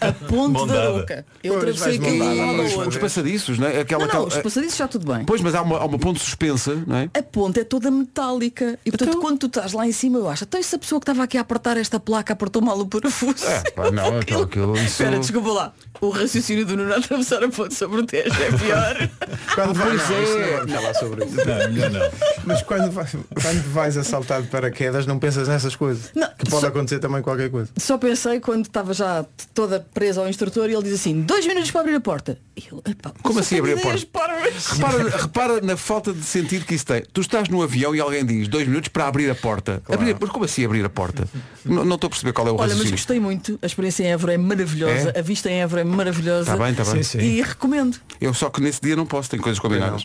Speaker 3: A, a ponte da
Speaker 5: Bondada.
Speaker 3: Aroca. Eu
Speaker 4: Pois,
Speaker 3: atravessei
Speaker 4: vais
Speaker 3: aquilo de um
Speaker 4: mandar.
Speaker 3: lado
Speaker 4: Vamos
Speaker 3: ao
Speaker 1: Os
Speaker 3: outro.
Speaker 1: passadiços, não é? Aquela,
Speaker 3: Não, não, os
Speaker 1: aquela-
Speaker 3: passadiços já tudo bem.
Speaker 1: Pois, mas há uma, há uma ponte suspensa,
Speaker 3: (laughs)
Speaker 1: não é?
Speaker 3: A ponte é toda metálica. E portanto,
Speaker 1: Então?
Speaker 3: quando tu estás lá em cima, eu acho, até essa pessoa que estava aqui a apertar esta placa apertou mal o parafuso. (laughs)
Speaker 1: É, pá, não, então aquilo- isso-
Speaker 3: Espera, desculpa lá. O raciocínio do Nuno a atravessar a ponte sobre o Tejo é
Speaker 5: (laughs)
Speaker 3: pior.
Speaker 4: Quando vai,
Speaker 1: Pois
Speaker 4: não,
Speaker 1: é.
Speaker 4: isso não vamos falar sobre isso.
Speaker 5: Não, melhor não.
Speaker 4: Mas quando, vai- quando vais assaltar de paraquedas não pensas nessas coisas.
Speaker 3: Não,
Speaker 4: que pode
Speaker 3: só-
Speaker 4: acontecer também qualquer coisa.
Speaker 3: Só pensei quando estava já t- toda presa ao instrutor e ele diz assim, dois minutos para abrir a porta. E eu, epá,
Speaker 1: Como
Speaker 3: só
Speaker 1: assim
Speaker 3: tenho
Speaker 1: abrir a
Speaker 3: ideias parvas.
Speaker 1: Repara, repara na falta de sentido que isso tem. Tu estás no avião e alguém diz dois minutos para abrir a porta. Abrir, mas como assim abrir a porta? Não não estou a perceber qual é o
Speaker 3: Olha, mas
Speaker 1: raciocínio.
Speaker 3: gostei muito. A experiência em Évora é maravilhosa.
Speaker 1: É?
Speaker 3: A vista em Évora é maravilhosa.
Speaker 1: Está bem, está bem.
Speaker 5: Sim, sim.
Speaker 3: E recomendo.
Speaker 1: Eu só que nesse dia não posso, tenho coisas combinadas.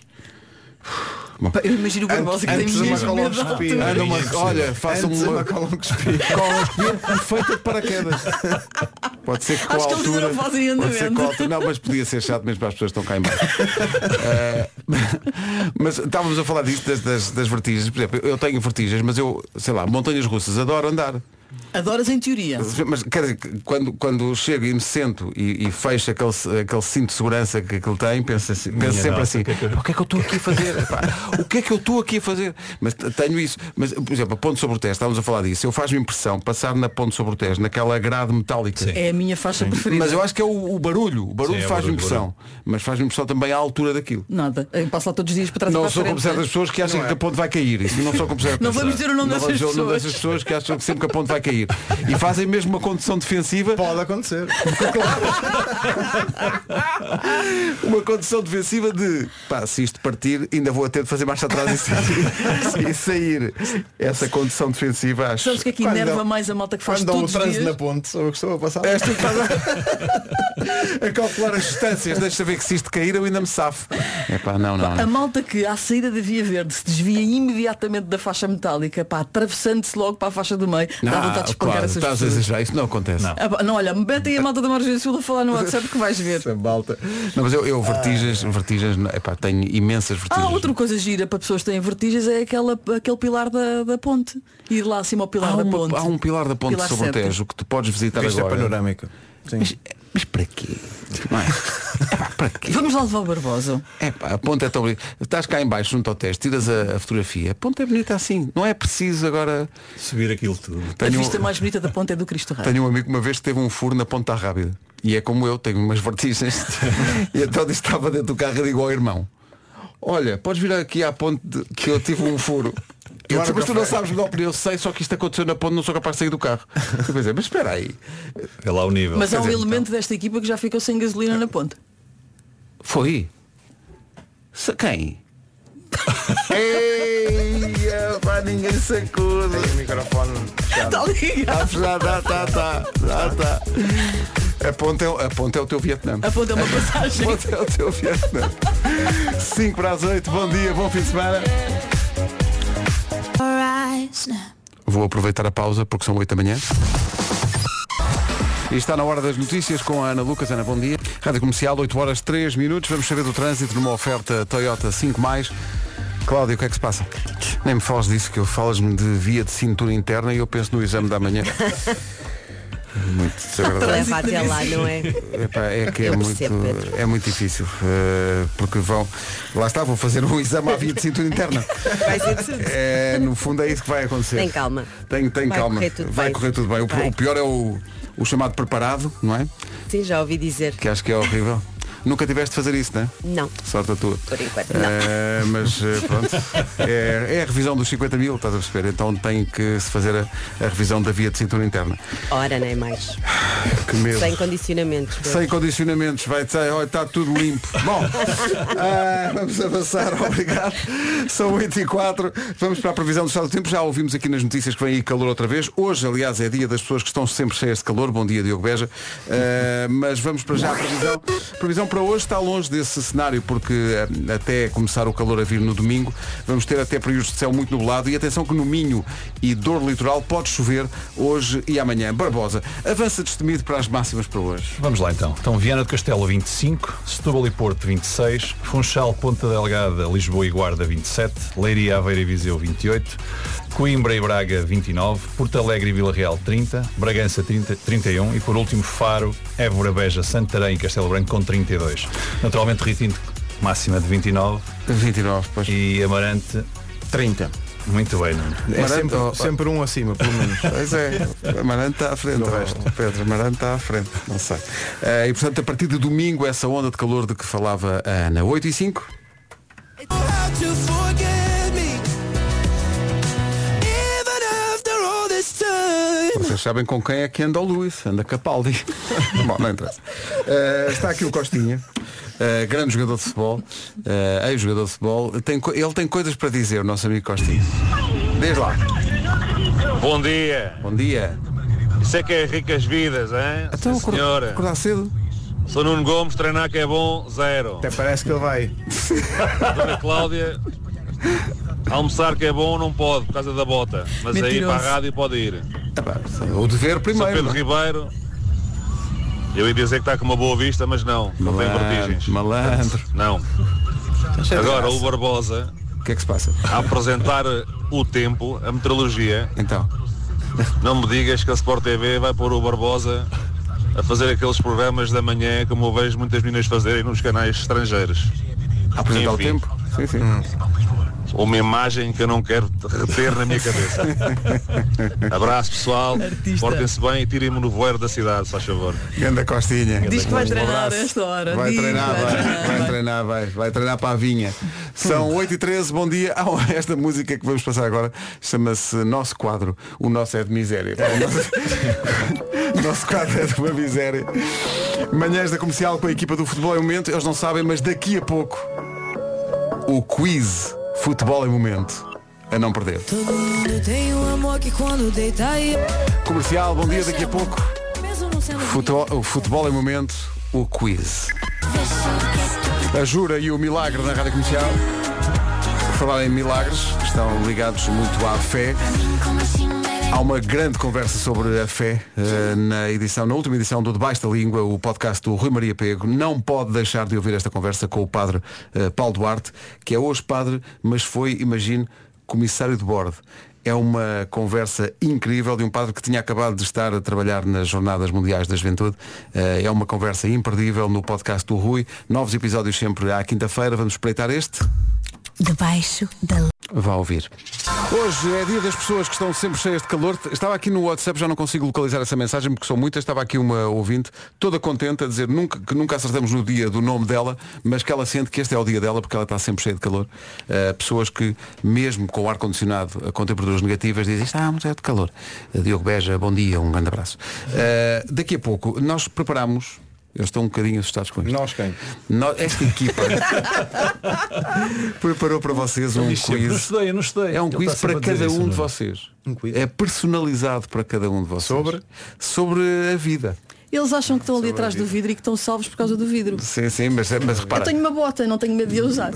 Speaker 3: Pá, Eu imagino o Barbosa que tem
Speaker 4: antes de
Speaker 3: mesmo
Speaker 4: uma
Speaker 3: medo de
Speaker 4: coloscopia.
Speaker 3: altura.
Speaker 1: Anda uma-
Speaker 5: Sim.
Speaker 1: olha, façam
Speaker 4: Antes
Speaker 1: uma
Speaker 4: uma colonoscopia.
Speaker 1: coloscopia feita de paraquedas. Pode ser que com a
Speaker 3: Acho que eles ainda
Speaker 1: altura.
Speaker 3: não fazem
Speaker 1: pode ser
Speaker 3: andamento.
Speaker 1: com a altura- Não, mas podia ser chato mesmo para as pessoas que estão cá em baixo.
Speaker 3: (laughs)
Speaker 1: Eh, (laughs) mas estávamos a falar disto das, das, das vertigens. Por exemplo, eu tenho vertigens, mas eu, sei lá, montanhas russas, adoro andar.
Speaker 3: Adoras em teoria.
Speaker 1: Mas quer dizer, que quando, quando chego e me sento e, e fecho aquele, aquele cinto de segurança que, que ele tem, penso, assim- penso sempre
Speaker 5: nossa,
Speaker 1: assim,
Speaker 5: o que é que eu-
Speaker 1: o que é que eu estou aqui a fazer? Epá, o que é que eu estou aqui a fazer? Mas t- tenho isso. Mas, por exemplo, a ponte sobre o teste, estávamos a falar disso, eu faz-me impressão passar na ponte sobre o teste, naquela grade metálica.
Speaker 3: É a minha faixa preferida.
Speaker 1: Mas eu acho que é o, o barulho, o barulho
Speaker 5: Sim, é o
Speaker 1: faz-me
Speaker 5: barulho, o
Speaker 1: impressão. Mas faz-me impressão também a altura daquilo.
Speaker 3: Nada. Eu passo lá todos os dias para trás e
Speaker 1: Não
Speaker 3: para a
Speaker 1: sou como
Speaker 3: frente.
Speaker 4: é?
Speaker 1: é. certas pessoas que acham que a ponte vai cair. Isso não sou como certas
Speaker 3: Não
Speaker 1: pessoas.
Speaker 3: vamos dizer o nome
Speaker 1: Não
Speaker 3: dessas
Speaker 1: vamos dizer o nome
Speaker 3: pessoas.
Speaker 1: dessas pessoas que acham que sempre que a ponte vai vai cair. E fazem mesmo uma condução defensiva.
Speaker 4: Pode acontecer.
Speaker 1: (laughs) uma condução defensiva de pá, se isto partir, ainda vou a ter de fazer marcha atrás e
Speaker 3: (laughs)
Speaker 1: sair. e sair. Essa condução defensiva acho.
Speaker 3: Sabes o que é que
Speaker 4: Quando
Speaker 3: enerva
Speaker 4: dá-
Speaker 3: mais a malta que faz
Speaker 4: Quando dá um
Speaker 3: todos os
Speaker 4: transe
Speaker 3: dias?
Speaker 4: na ponte, sou eu que estou a passar.
Speaker 1: És tu que estás a... a calcular as distâncias, deixa ver que se isto cair eu ainda me safo. É pá, não, não.
Speaker 3: A
Speaker 1: não.
Speaker 3: malta que à saída da Via Verde se desvia imediatamente da faixa metálica, pá, atravessando-se logo para a faixa do meio, dá vontade de
Speaker 1: Ah,
Speaker 3: espancar
Speaker 1: claro,
Speaker 3: essas
Speaker 1: estás a
Speaker 3: pessoas.
Speaker 1: exagerar, isso não acontece.
Speaker 5: Não.
Speaker 3: Ah, pá, não, olha, metem a malta da Margem Sul a falar no
Speaker 4: (laughs)
Speaker 3: WhatsApp que vais ver.
Speaker 4: Essa malta.
Speaker 1: Não, mas eu, eu vertigens, vertigens, epá, tenho imensas vertigens.
Speaker 3: Ah, outra coisa gira para pessoas que têm vertigens é aquela, aquele pilar da, da ponte. Ir lá acima ao pilar
Speaker 1: Há,
Speaker 3: da
Speaker 1: uma-
Speaker 3: ponte.
Speaker 1: há um pilar da ponte
Speaker 3: Pilar
Speaker 1: sobre
Speaker 3: sete.
Speaker 1: o Tejo que tu podes visitar
Speaker 4: Vista
Speaker 1: agora.
Speaker 4: panorâmica. Sim.
Speaker 1: Mas, mas para quê? Não é? (laughs) Epá, para quê?
Speaker 3: Vamos lá levar o Barbosa.
Speaker 1: Epá, a ponte é tão bonita. Estás cá em baixo junto ao teste, tiras a, a fotografia. A ponte é bonita assim. Não é preciso agora.
Speaker 5: Subir aquilo tudo.
Speaker 3: A
Speaker 1: Tenho, um-
Speaker 3: vista mais bonita da ponte é do Cristo Rei.
Speaker 1: tenho um amigo que uma vez teve um furo na ponta rápida. E é como eu, tenho umas vertigens.
Speaker 5: (laughs)
Speaker 1: e então disse, estava dentro do carro e digo ao irmão. Olha, podes vir aqui à ponte de- que eu tive um furo. Eu disse, mas tu não sabes não, eu sei, só que isto aconteceu na ponte, não sou capaz de sair do carro. Eu pensei, mas espera aí,
Speaker 5: É lá o nível.
Speaker 3: Mas há
Speaker 5: Quer
Speaker 3: um
Speaker 5: dizer,
Speaker 3: elemento desta equipa que já ficou sem gasolina na ponte.
Speaker 1: Foi. Se- Quem? Eia, pá, ninguém sacuda.
Speaker 4: O microfone.
Speaker 3: Está ligado.
Speaker 1: (laughs) Já tá, tá, tá,
Speaker 5: Ah,
Speaker 1: já tá. A ponta é, o- a ponta é o teu Vietnã.
Speaker 3: A
Speaker 1: A
Speaker 3: ponte é uma passagem.
Speaker 1: ponta é o teu Vietnã. 5 para as 8, bom dia, bom fim de semana. Vou aproveitar a pausa porque são 8 da manhã. E está na hora das notícias com a Ana Lucas. Ana, bom dia. Rádio Comercial, 8 horas 3 minutos. Vamos saber do trânsito numa oferta Toyota 5. Cláudio, o que é que se passa? Nem me fales disso, que eu falas-me de via de cintura interna e eu penso no exame da manhã. Muito desagradável.
Speaker 2: Leva até lá, não é?
Speaker 1: é Epá, é que é
Speaker 2: Eu
Speaker 1: muito,
Speaker 2: percebo, Pedro.
Speaker 1: é muito difícil. eh, porque vão. Lá está, vão fazer um exame à via de cintura interna.
Speaker 2: Vai ser tudo.
Speaker 1: É, no fundo é isso que vai acontecer.
Speaker 2: Tem calma.
Speaker 1: Tem, tem
Speaker 2: Vai
Speaker 1: calma.
Speaker 2: correr tudo
Speaker 1: vai
Speaker 2: bem.
Speaker 1: correr tudo bem. O,
Speaker 2: Vai.
Speaker 1: o pior é o, o chamado preparado, não é?
Speaker 2: Sim, já ouvi dizer.
Speaker 1: Que acho que é horrível. Nunca tiveste de fazer isso, não é?
Speaker 2: Não.
Speaker 1: Sorte a tua.
Speaker 2: Por enquanto, não.
Speaker 1: Eh, mas eh, pronto. É, é a revisão dos 50 mil, estás a perceber? Então tem que se fazer a, a revisão da via de cintura interna.
Speaker 2: Ora, nem mais.
Speaker 1: Ah, Que medo.
Speaker 2: Sem condicionamentos. Pedro.
Speaker 1: Sem condicionamentos, vai dizer, olha, está tudo limpo. Bom, ah, vamos avançar, (laughs) obrigado. São 8 e 4, vamos para a previsão do estado do tempo. Já ouvimos aqui nas notícias que vem aí calor outra vez. Hoje, aliás, é dia das pessoas que estão sempre cheias de calor. Bom dia, Diogo Beja. Ah, mas vamos para já a previsão. A previsão para hoje está longe desse cenário, porque ah, até começar o calor a vir no domingo, vamos ter até períodos de céu muito nublado. E atenção que no Minho e dor litoral pode chover hoje e amanhã. Barbosa, avança destemido para as máximas para hoje.
Speaker 5: Vamos lá então. Então, Viana do Castelo 25, Setúbal e Porto 26, Funchal, Ponta Delgada, Lisboa e Guarda 27, Leiria, Aveira e Viseu 28, Coimbra e Braga 29, Porto Alegre e Vila Real 30, Bragança 30, 31 e por último Faro, Évora, Beja, Santarém e Castelo Branco com 32. Naturalmente Retinto máxima de 29
Speaker 1: 29, pois.
Speaker 5: e Amarante
Speaker 4: 30.
Speaker 5: muito bem, Nuno.
Speaker 4: É
Speaker 1: Marante,
Speaker 4: sempre,
Speaker 1: ó, ó.
Speaker 4: sempre um acima, pelo menos.
Speaker 1: Pois é, Amarante está à frente,
Speaker 4: Do
Speaker 1: ó,
Speaker 4: resto.
Speaker 1: Pedro, Amarante está à frente, não sei. Eh, e portanto, a partir de domingo, essa onda de calor de que falava a Ana. 8 e 5? Vocês sabem com quem é que anda o Luís, anda Capaldi. (laughs) Bom, não interessa. Eh, está aqui o Costinha, eh, grande jogador de futebol, eh, ex-jogador de futebol. Tem co- ele tem coisas para dizer, o nosso amigo Costinha. Desde lá.
Speaker 11: Bom dia,
Speaker 1: Bom dia.
Speaker 11: isso é que é ricas vidas, hein?
Speaker 1: Então,
Speaker 11: Sim,
Speaker 1: acorda-
Speaker 11: senhora.
Speaker 1: acordar cedo?
Speaker 11: Sou Nuno Gomes, treinar que é bom, zero.
Speaker 4: Até parece que ele vai.
Speaker 11: Dona Cláudia, almoçar que é bom, não pode, por causa da bota. Mas aí
Speaker 3: Mentiroso.
Speaker 11: para a rádio pode ir.
Speaker 1: Ah, O dever
Speaker 11: São
Speaker 1: primeiro. é?
Speaker 11: Pedro Ribeiro, eu ia dizer que está com uma boa vista, mas não, não tem vertigens.
Speaker 1: malandro.
Speaker 11: Não.
Speaker 1: Tá
Speaker 11: Agora, o Barbosa,
Speaker 1: O que é que se passa?
Speaker 11: a apresentar o tempo, a meteorologia,
Speaker 1: Então,
Speaker 11: Não me digas que a Sport TV vai pôr o Barbosa a fazer aqueles programas da manhã como eu vejo muitas meninas fazerem nos canais estrangeiros.
Speaker 1: apresentar o
Speaker 11: Enfim. Hum.
Speaker 1: tempo? Sim, sim.
Speaker 11: uma imagem que eu não quero reter na minha cabeça.
Speaker 1: (laughs)
Speaker 11: (laughs) Abraço pessoal,
Speaker 3: Artista.
Speaker 11: portem-se bem e tirem-me no voeiro da cidade, se faz favor.
Speaker 1: Ganda Costinha.
Speaker 3: Diz que vai
Speaker 1: Um
Speaker 3: treinar a
Speaker 1: abraço.
Speaker 3: esta hora.
Speaker 1: Vai
Speaker 3: Diz,
Speaker 1: treinar,
Speaker 3: vai
Speaker 1: vai, vai treinar, vai, vai treinar para a vinha.
Speaker 3: Hum.
Speaker 1: São 8 e 13 bom dia. Ah, esta música que vamos passar agora chama-se Nosso Quadro, o nosso é de
Speaker 3: (laughs)
Speaker 1: miséria. O nosso, nosso quadro é de uma miséria. Manhãs da comercial com a equipa do futebol em momento, eles não sabem, mas daqui a pouco o quiz Futebol em Momento. A não perder.
Speaker 12: Todo mundo tem um amor que quando deita aí.
Speaker 1: Comercial, bom dia, daqui a pouco.
Speaker 12: Mesmo não sendo
Speaker 1: Futebol, o futebol em momento, o quiz. A Jura e o Milagre na Rádio Comercial. Por Falar em milagres, que estão ligados muito à fé. Há uma grande conversa sobre a fé eh, na edição, na última edição do Debaixo da Língua, o podcast do Rui Maria Pego. Não pode deixar de ouvir esta conversa com o padre eh, Paulo Duarte, que é hoje padre, mas foi, imagino, comissário de bordo. É uma conversa incrível de um padre que tinha acabado de estar a trabalhar nas Jornadas Mundiais da Juventude. Eh, É uma conversa imperdível no podcast do Rui. Novos episódios sempre à quinta-feira. Vamos espreitar este.
Speaker 12: Debaixo da
Speaker 1: Vá ouvir. Hoje é dia das pessoas que estão sempre cheias de calor. Estava aqui no WhatsApp, já não consigo localizar essa mensagem porque são muitas. Estava aqui uma ouvinte, toda contente, a dizer nunca, que nunca acertamos no dia do nome dela, mas que ela sente que este é o dia dela porque ela está sempre cheia de calor. Eh, pessoas que, mesmo com o ar-condicionado a- com temperaturas negativas, dizem está muito é de calor. Eh, Diogo Beja, bom dia, um grande abraço. Eh, daqui a pouco, nós preparamos. Eu estou um bocadinho assustados com isto. Nós quem? esta (laughs) equipa preparou para vocês um
Speaker 5: Ele diz sempre,
Speaker 1: quiz.
Speaker 5: "Não estudei, eu não estudei."
Speaker 1: É um
Speaker 5: Ele
Speaker 1: quiz
Speaker 5: está sempre
Speaker 1: para
Speaker 5: a dizer
Speaker 1: cada
Speaker 5: isso,
Speaker 1: um
Speaker 5: não
Speaker 1: de
Speaker 5: é?
Speaker 1: vocês. É personalizado para cada um de vocês. Sobre? Sobre a vida.
Speaker 3: Eles acham que estão ali atrás do vidro e que estão salvos por causa do vidro.
Speaker 1: Sim, sim, mas, mas repara.
Speaker 3: Eu tenho uma bota, não tenho medo de a usar.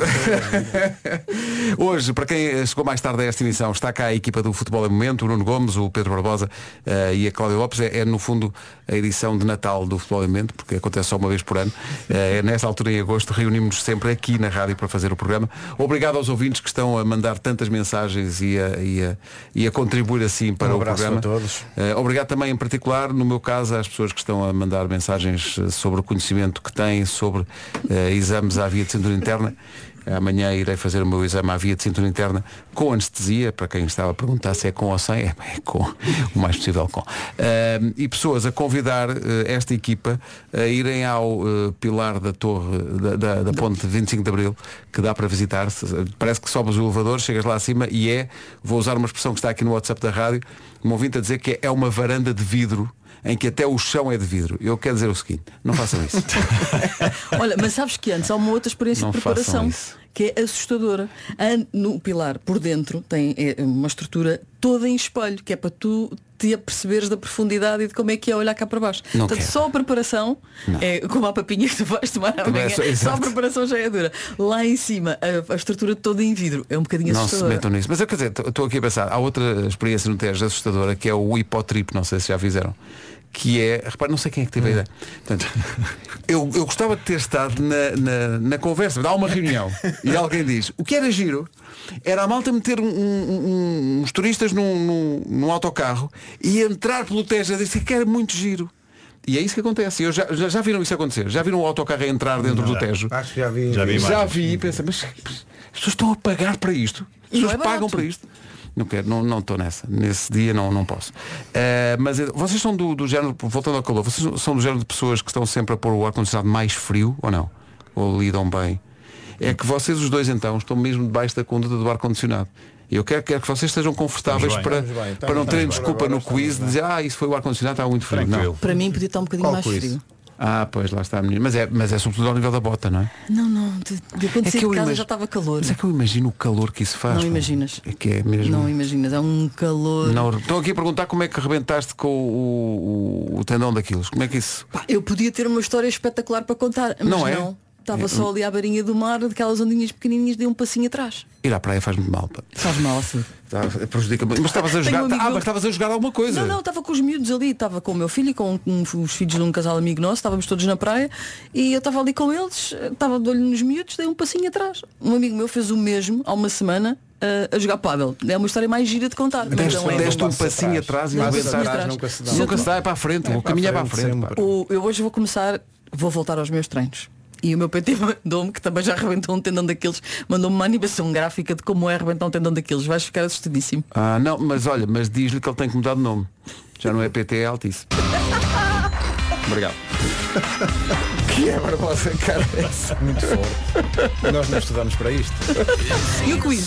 Speaker 1: Hoje, para quem eh, chegou mais tarde a esta emissão, está cá a equipa do Futebol em Momento, o Nuno Gomes, o Pedro Barbosa eh, e a Cláudia Lopes. É, é, no fundo, a edição de Natal do Futebol em Momento, porque acontece só uma vez por ano. Eh, é nesta altura, em agosto, reunimos-nos sempre aqui na rádio para fazer o programa. Obrigado aos ouvintes que estão a mandar tantas mensagens e a, e a- e a contribuir assim para
Speaker 4: Um
Speaker 1: o
Speaker 4: abraço
Speaker 1: programa.
Speaker 4: a todos.
Speaker 1: Eh, obrigado também, em particular, no meu caso, às pessoas que estão a mandar mensagens eh, sobre o conhecimento que têm, sobre eh, exames à via de cintura interna. Amanhã irei fazer o meu exame à via de cintura interna com anestesia, para quem estava a perguntar se é com ou sem, é, é com, o mais possível com. Eh, e pessoas a convidar eh, esta equipa a irem ao eh, pilar da torre, da, da- da ponte 25 de Abril, que dá para visitar. Se- se- Parece que sobes o elevador, chegas lá acima e é, vou usar uma expressão que está aqui no WhatsApp da rádio, um ouvinte a dizer que é uma varanda de vidro em que até o chão é de vidro. Eu quero dizer o seguinte, não façam isso.
Speaker 3: Olha, mas sabes que antes há uma outra experiência
Speaker 1: Não
Speaker 3: de
Speaker 1: façam
Speaker 3: preparação
Speaker 1: isso.
Speaker 3: que é assustadora. An- No pilar, por dentro, tem é, uma estrutura toda em espelho, que é para tu te aperceberes da profundidade e de como é que é olhar cá para baixo.
Speaker 1: Não
Speaker 3: Portanto,
Speaker 1: quero.
Speaker 3: só a preparação, é como a papinha que tu vais tomar
Speaker 1: Também é
Speaker 3: amanhã, só
Speaker 1: só-
Speaker 3: a
Speaker 1: exato.
Speaker 3: preparação já é dura. Lá em cima, a, a estrutura toda em vidro. É um bocadinho
Speaker 1: Não se
Speaker 3: assustadora.
Speaker 1: metam nisso. Mas eu quer dizer, estou aqui a pensar, há outra experiência no Tejo assustadora que é o hipotrip, não sei se já fizeram. Que é, repare, não sei quem é que teve a
Speaker 3: Hum.
Speaker 1: ideia. Portanto, eu, eu gostava de ter estado na, na, na conversa, dá uma
Speaker 3: (laughs)
Speaker 1: reunião e alguém diz, o que era giro era a malta meter um- um- um- uns turistas num, num, num autocarro e entrar pelo Tejo a dizer que era muito giro. E é isso que acontece. Eu já, já, já viram isso acontecer? Já viram o autocarro a entrar dentro do Tejo?
Speaker 4: Acho que já vi.
Speaker 1: Já vi, e pensa, mas as pessoas estão a pagar para isto? As
Speaker 4: E não
Speaker 1: pessoas
Speaker 4: é barato.
Speaker 1: pagam para isto? Não quero, não não estou nessa. Nesse dia não, não posso. Eh, mas eh, vocês são do, do género, voltando ao calor, vocês são do género de pessoas que estão sempre a pôr o ar-condicionado mais frio ou não? Ou lidam bem? É que vocês os dois então estão mesmo debaixo da conduta do ar-condicionado. Eu quero, quero que vocês estejam confortáveis
Speaker 4: Estamos bem.
Speaker 1: para,
Speaker 4: Estamos bem, estamos
Speaker 1: para não
Speaker 4: bem.
Speaker 1: terem
Speaker 4: Por
Speaker 1: desculpa
Speaker 4: agora
Speaker 1: no quiz de dizer, ah, isso foi o ar-condicionado, está muito frio. Não.
Speaker 3: Para mim podia estar um bocadinho mais frio.
Speaker 1: Ah, pois lá está a menina. Mas é, mas é sobretudo ao nível da bota, não é?
Speaker 3: Não, não, de, de quando
Speaker 1: É que
Speaker 3: saí de
Speaker 1: eu
Speaker 3: casa
Speaker 1: imag-
Speaker 3: já estava calor.
Speaker 1: Mas é que eu imagino o calor que isso faz.
Speaker 3: Não
Speaker 1: pá.
Speaker 3: imaginas.
Speaker 1: É que é mesmo.
Speaker 3: Não imaginas, é um calor.
Speaker 1: Não, estão aqui a perguntar como é que arrebentaste com o, o- o tendão daquilo. Como é que isso.
Speaker 3: Pá, eu podia ter uma história espetacular para contar, mas
Speaker 1: Não
Speaker 3: não.
Speaker 1: é?
Speaker 3: Estava
Speaker 1: É,
Speaker 3: só
Speaker 1: hum.
Speaker 3: ali à beirinha do mar, daquelas ondinhas pequenininhas, dei um passinho atrás.
Speaker 1: Ir à praia faz muito mal. Pá.
Speaker 3: Faz mal, assim.
Speaker 1: Prejudica muito. Mas estavas a
Speaker 3: Tenho
Speaker 1: jogar.
Speaker 3: um amigo
Speaker 1: ah,
Speaker 3: meu-
Speaker 1: mas estavas a jogar alguma coisa.
Speaker 3: Não, não, estava com os miúdos ali, estava com o meu filho e com um- os filhos de um casal amigo nosso, estávamos todos na praia e eu estava ali com eles, estava de olho nos miúdos, dei um passinho atrás. Um amigo meu fez o mesmo há uma semana ah, a jogar pádel. É uma história mais gira de contar.
Speaker 1: Deste,
Speaker 3: Então é-
Speaker 1: deste um passinho atrás, e
Speaker 3: Não,
Speaker 1: arrebentaste.
Speaker 3: passinho atrás nunca se dá.
Speaker 1: Então, É, Nunca se dá, é para a frente. o caminho é para a frente. pá.
Speaker 3: O- eu hoje vou começar, vou voltar aos meus treinos. E o meu PT mandou-me, que também já arrebentou um tendão daqueles, mandou-me uma animação gráfica de como é arrebentar um tendão daqueles. Vais ficar assustadíssimo.
Speaker 1: Ah, não, mas olha, mas diz-lhe que ele tem que mudar de nome. Já não é PT, é (laughs) Altice. Obrigado. que é Barbosa,
Speaker 2: (laughs)
Speaker 1: cara?
Speaker 12: (laughs)
Speaker 1: Muito forte. Nós não estudamos para isto.
Speaker 3: E o quiz?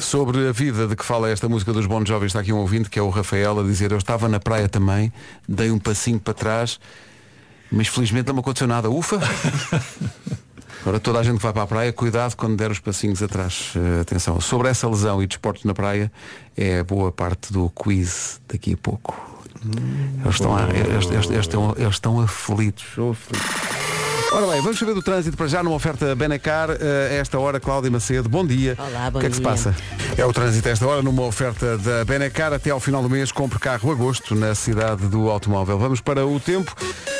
Speaker 1: Sobre a vida de que fala esta música dos Bons Jovens, está aqui um ouvinte que é o Rafael a dizer eu estava na praia também, dei um passinho para trás, mas felizmente não me aconteceu nada. Ufa! Agora toda a gente que vai para a praia, cuidado quando der os passinhos atrás. Eh, atenção. Sobre essa lesão e desportos na praia, é boa parte do quiz daqui a pouco. Eles estão, a- eles- eles- eles estão- eles estão aflitos. Estão aflitos. Ora bem, vamos saber do trânsito para já numa oferta Benacar. eh, A esta hora, Cláudia Macedo, bom dia.
Speaker 2: Olá, bom
Speaker 1: O que é que se
Speaker 2: dia.
Speaker 1: passa? É o trânsito a esta hora numa oferta da Benacar. Até ao final do mês, compre carro a gosto na cidade do automóvel. Vamos para o tempo.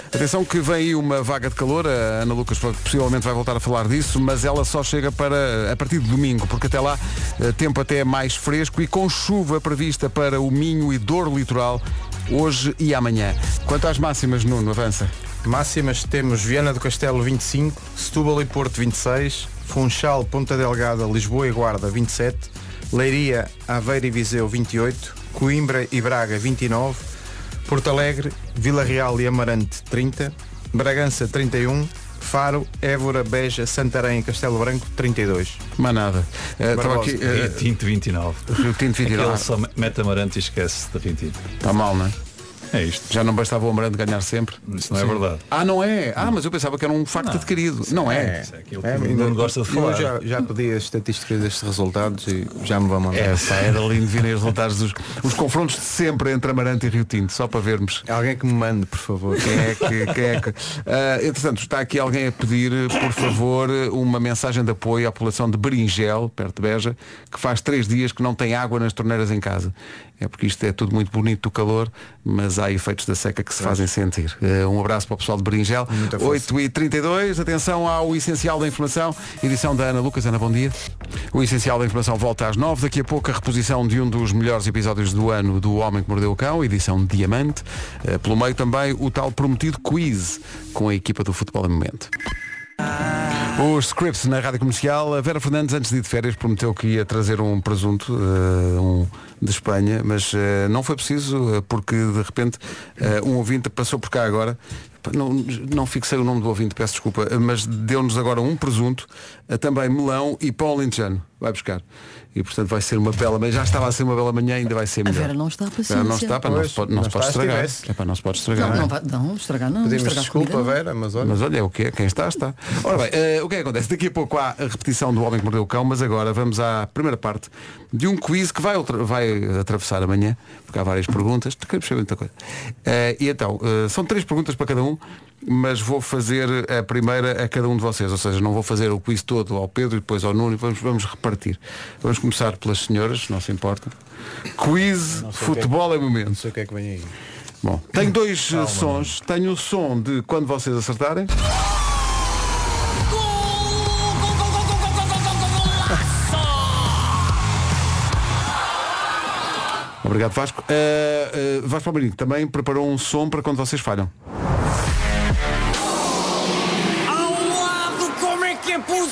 Speaker 1: Atenção que vem aí uma vaga de calor. A Ana Lucas possivelmente vai voltar a falar disso, mas ela só chega para a partir de domingo, porque até lá eh, tempo até mais fresco e com chuva prevista para o Minho e Douro Litoral hoje e amanhã. Quanto às máximas, Nuno, avança.
Speaker 4: Máximas temos Viana do Castelo 25, Setúbal e Porto 26, Funchal, Ponta Delgada, Lisboa e Guarda 27, Leiria, Aveiro e Viseu 28, Coimbra e Braga 29, Porto Alegre, Vila Real e Amarante 30, Bragança 31, Faro, Évora, Beja, Santarém e Castelo Branco 32.
Speaker 1: Mais nada. Eh, estava
Speaker 4: Barbosa.
Speaker 1: aqui, eh,
Speaker 5: Rio Tinto 29.
Speaker 1: Rio Tinto 29.
Speaker 5: Aquele só mete amarante e esquece de Rio Tinto.
Speaker 1: Está mal, não é?
Speaker 5: É isto.
Speaker 1: Já não bastava o Amarante ganhar sempre.
Speaker 5: Isso não
Speaker 1: Sim.
Speaker 5: é verdade.
Speaker 1: Ah, não é? Ah, mas eu pensava que era um facto adquirido. Não é?
Speaker 5: Isso é aquilo que o Nuno gosta de falar.
Speaker 4: Eu já, já pedi as estatísticas destes resultados e já me vão mandar.
Speaker 1: É, pá, era lindo virem os resultados dos os confrontos de sempre entre Amarante e Rio Tinto, só para vermos.
Speaker 4: É Alguém que me mande, por favor.
Speaker 1: Quem é que. Quem é que... Ah, entretanto, está aqui alguém a pedir, por favor, uma mensagem de apoio à população de Berinjel, perto de Beja, que faz três dias que não tem água nas torneiras em casa. É porque isto é tudo muito bonito do calor, mas há efeitos da seca que se fazem sentir. Ah, um abraço para o pessoal de Berinjel.
Speaker 4: Muita força.
Speaker 1: 8 e 32 atenção ao Essencial da Informação, edição da Ana Lucas. Ana, bom dia. O Essencial da Informação volta às 9. Daqui a pouco a reposição de um dos melhores episódios do ano do Homem que Mordeu o Cão, edição Diamante. Eh, Pelo meio também o tal prometido quiz com a equipa do Futebol em Momento. Os scripts na Rádio Comercial, a Vera Fernandes, antes de ir de férias, prometeu que ia trazer um presunto eh, um de Espanha, mas eh, não foi preciso, eh, porque de repente eh, um ouvinte passou por cá agora. Pá, Não, não fixei o nome do ouvinte, peço desculpa, eh, mas deu-nos agora um presunto, eh, também melão e pão alentejano. Vai buscar. E portanto vai ser uma bela manhã. Já estava a ser uma bela manhã, ainda vai ser
Speaker 3: A
Speaker 1: melhor.
Speaker 3: Vera não está a
Speaker 1: Ah,
Speaker 3: paciência.
Speaker 1: não está, pá, não, se pode, não
Speaker 4: não
Speaker 1: se pode
Speaker 4: está, se
Speaker 1: estragar.
Speaker 4: tivesse.
Speaker 1: É, pá, não se pode estragar.
Speaker 3: Não,
Speaker 1: é?
Speaker 3: não, vai- não, estragar não.
Speaker 4: Pedimos
Speaker 3: estragar
Speaker 4: desculpa,
Speaker 3: comida, não.
Speaker 4: Vera, mas olha.
Speaker 1: Mas olha, é o que é, quem está, está. Ora bem, eh, o que é que acontece? Daqui a pouco há a repetição do Homem que Mordeu o Cão, mas agora vamos à primeira parte de um quiz que vai, outra- vai atravessar amanhã, porque há várias perguntas, queremos saber muita coisa. Eh, e então, eh, são três perguntas para cada um, mas vou fazer a primeira a cada um de vocês, ou seja, não vou fazer o quiz todo ao Pedro e depois ao Nuno, e vamos, vamos repartir. Vamos começar pelas senhoras, se não se importa. Quiz,
Speaker 4: Não sei o que é que-
Speaker 1: futebol em
Speaker 4: Não
Speaker 1: momento.
Speaker 4: sei o que é que vem aí.
Speaker 1: Bom, tenho dois eh, sons. Tenho o som de quando
Speaker 3: (laughs)
Speaker 1: vocês acertarem. Obrigado Vasco. Eh, eh, Vasco Palmeirinho também preparou um som para quando vocês falham.
Speaker 3: (laughs)
Speaker 13: um Como é que é possível?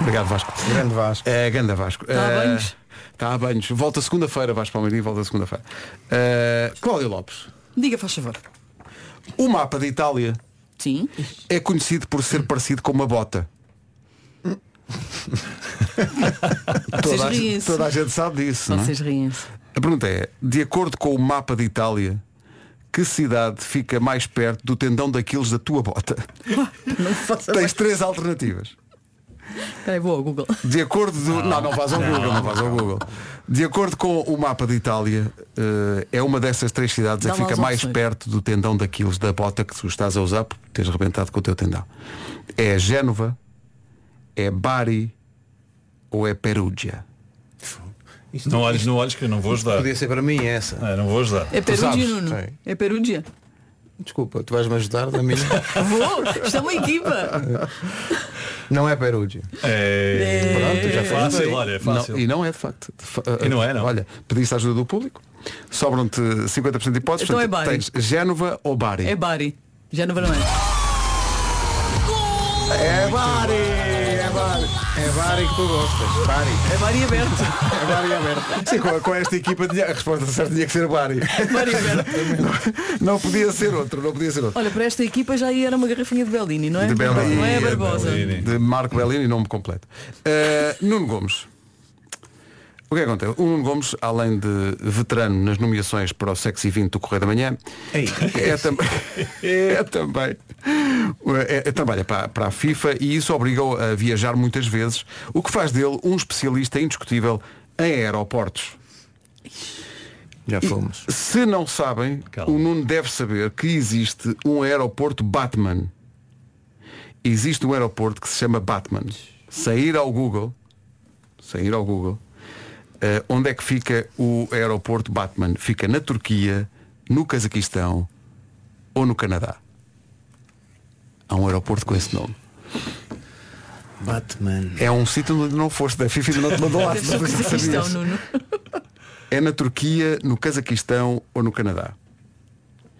Speaker 1: Obrigado Vasco.
Speaker 4: Grande Vasco.
Speaker 1: É, Ganda Vasco.
Speaker 3: Tá a
Speaker 1: Eh,
Speaker 3: banhos?
Speaker 1: Tá a banhos. Volta segunda-feira, Vasco Palmeirinho, volta segunda-feira. Eh, Cláudio Lopes.
Speaker 3: Diga, faz favor.
Speaker 1: O mapa da Itália
Speaker 3: Sim.
Speaker 1: é conhecido por ser parecido com uma bota.
Speaker 3: Vocês
Speaker 1: toda, a, gente-
Speaker 3: riem-se.
Speaker 1: toda a gente sabe disso. não é?
Speaker 3: Vocês
Speaker 1: (laughs)
Speaker 3: riem-se.
Speaker 1: A pergunta é, de acordo com o mapa de Itália, que cidade fica mais perto do tendão daqueles da tua bota?
Speaker 3: Não faça
Speaker 1: Tens
Speaker 3: mais.
Speaker 1: três alternativas.
Speaker 3: Peraí, vou ao Google.
Speaker 1: De acordo do... Não, não vais ao Google, não vais ao Google. De acordo com o mapa de Itália, eh, é uma dessas três cidades a que
Speaker 3: Dá lá
Speaker 1: fica
Speaker 3: as
Speaker 1: mais
Speaker 3: opções.
Speaker 1: perto do tendão daqueles da bota que tu estás a usar porque tens rebentado com o teu tendão. É Génova, é Bari ou é Perugia?
Speaker 4: Isto-
Speaker 5: Não olhes,
Speaker 4: isto
Speaker 5: não olhes que eu não vou ajudar.
Speaker 4: Podia ser para mim essa.
Speaker 5: Ah, não vou ajudar.
Speaker 3: É
Speaker 1: sabes,
Speaker 3: Perugia, Nuno.
Speaker 4: sim.
Speaker 3: É Perugia. (laughs)
Speaker 4: Desculpa, tu vais-me ajudar da minha.
Speaker 3: Vou, isto é uma equipa.
Speaker 4: Não é Perugia.
Speaker 5: É...
Speaker 1: Pronto, já
Speaker 5: é
Speaker 1: foi.
Speaker 5: fácil, olha, é fácil.
Speaker 1: Não, e não é de facto. De fa-
Speaker 5: E não é, não.
Speaker 1: Olha, pediste a ajuda do público, sobram-te 50% de hipóteses.
Speaker 3: Então é
Speaker 1: portanto,
Speaker 3: Bari.
Speaker 1: tens Génova ou Bari.
Speaker 3: É Bari. Já não é.
Speaker 4: É Bari! É Bari! É Bari que tu gostas. Bari.
Speaker 3: É Bari aberto.
Speaker 4: É Bari aberto.
Speaker 1: Sim, com, com esta equipa tinha- a resposta certa tinha que ser Bari.
Speaker 3: Bari aberto.
Speaker 1: (laughs) Não, não podia ser outro, não podia ser outro.
Speaker 3: Olha, para esta equipa já ia era uma garrafinha de Bellini, não é?
Speaker 1: de Bellini,
Speaker 3: Não é a Barbosa.
Speaker 1: De Marco Bellini, nome completo. Uh, Nuno Gomes. O que é que acontece? O Nuno Gomes, além de veterano nas nomeações para o Sexy 20 do Correio da Manhã, é, tam- é também é, é- trabalha para, para a FIFA e isso obrigou a viajar muitas vezes, o que faz dele um especialista indiscutível em aeroportos.
Speaker 4: Já fomos.
Speaker 1: Se não sabem, o Nuno deve saber que existe um aeroporto Batman. Existe um aeroporto que se chama Batman. Sair ao Google, sair ao Google, eh, onde é que fica o aeroporto Batman? Fica na Turquia, no Cazaquistão ou no Canadá? Há um aeroporto com esse nome.
Speaker 4: Batman.
Speaker 1: É um sítio onde não foste, da FIFA ainda não te mandou
Speaker 3: (laughs)
Speaker 1: lá.
Speaker 3: Deve ser o
Speaker 1: não sei se
Speaker 3: Cazaquistão,
Speaker 1: sabias.
Speaker 3: Nuno.
Speaker 1: É na Turquia, no Cazaquistão ou no Canadá?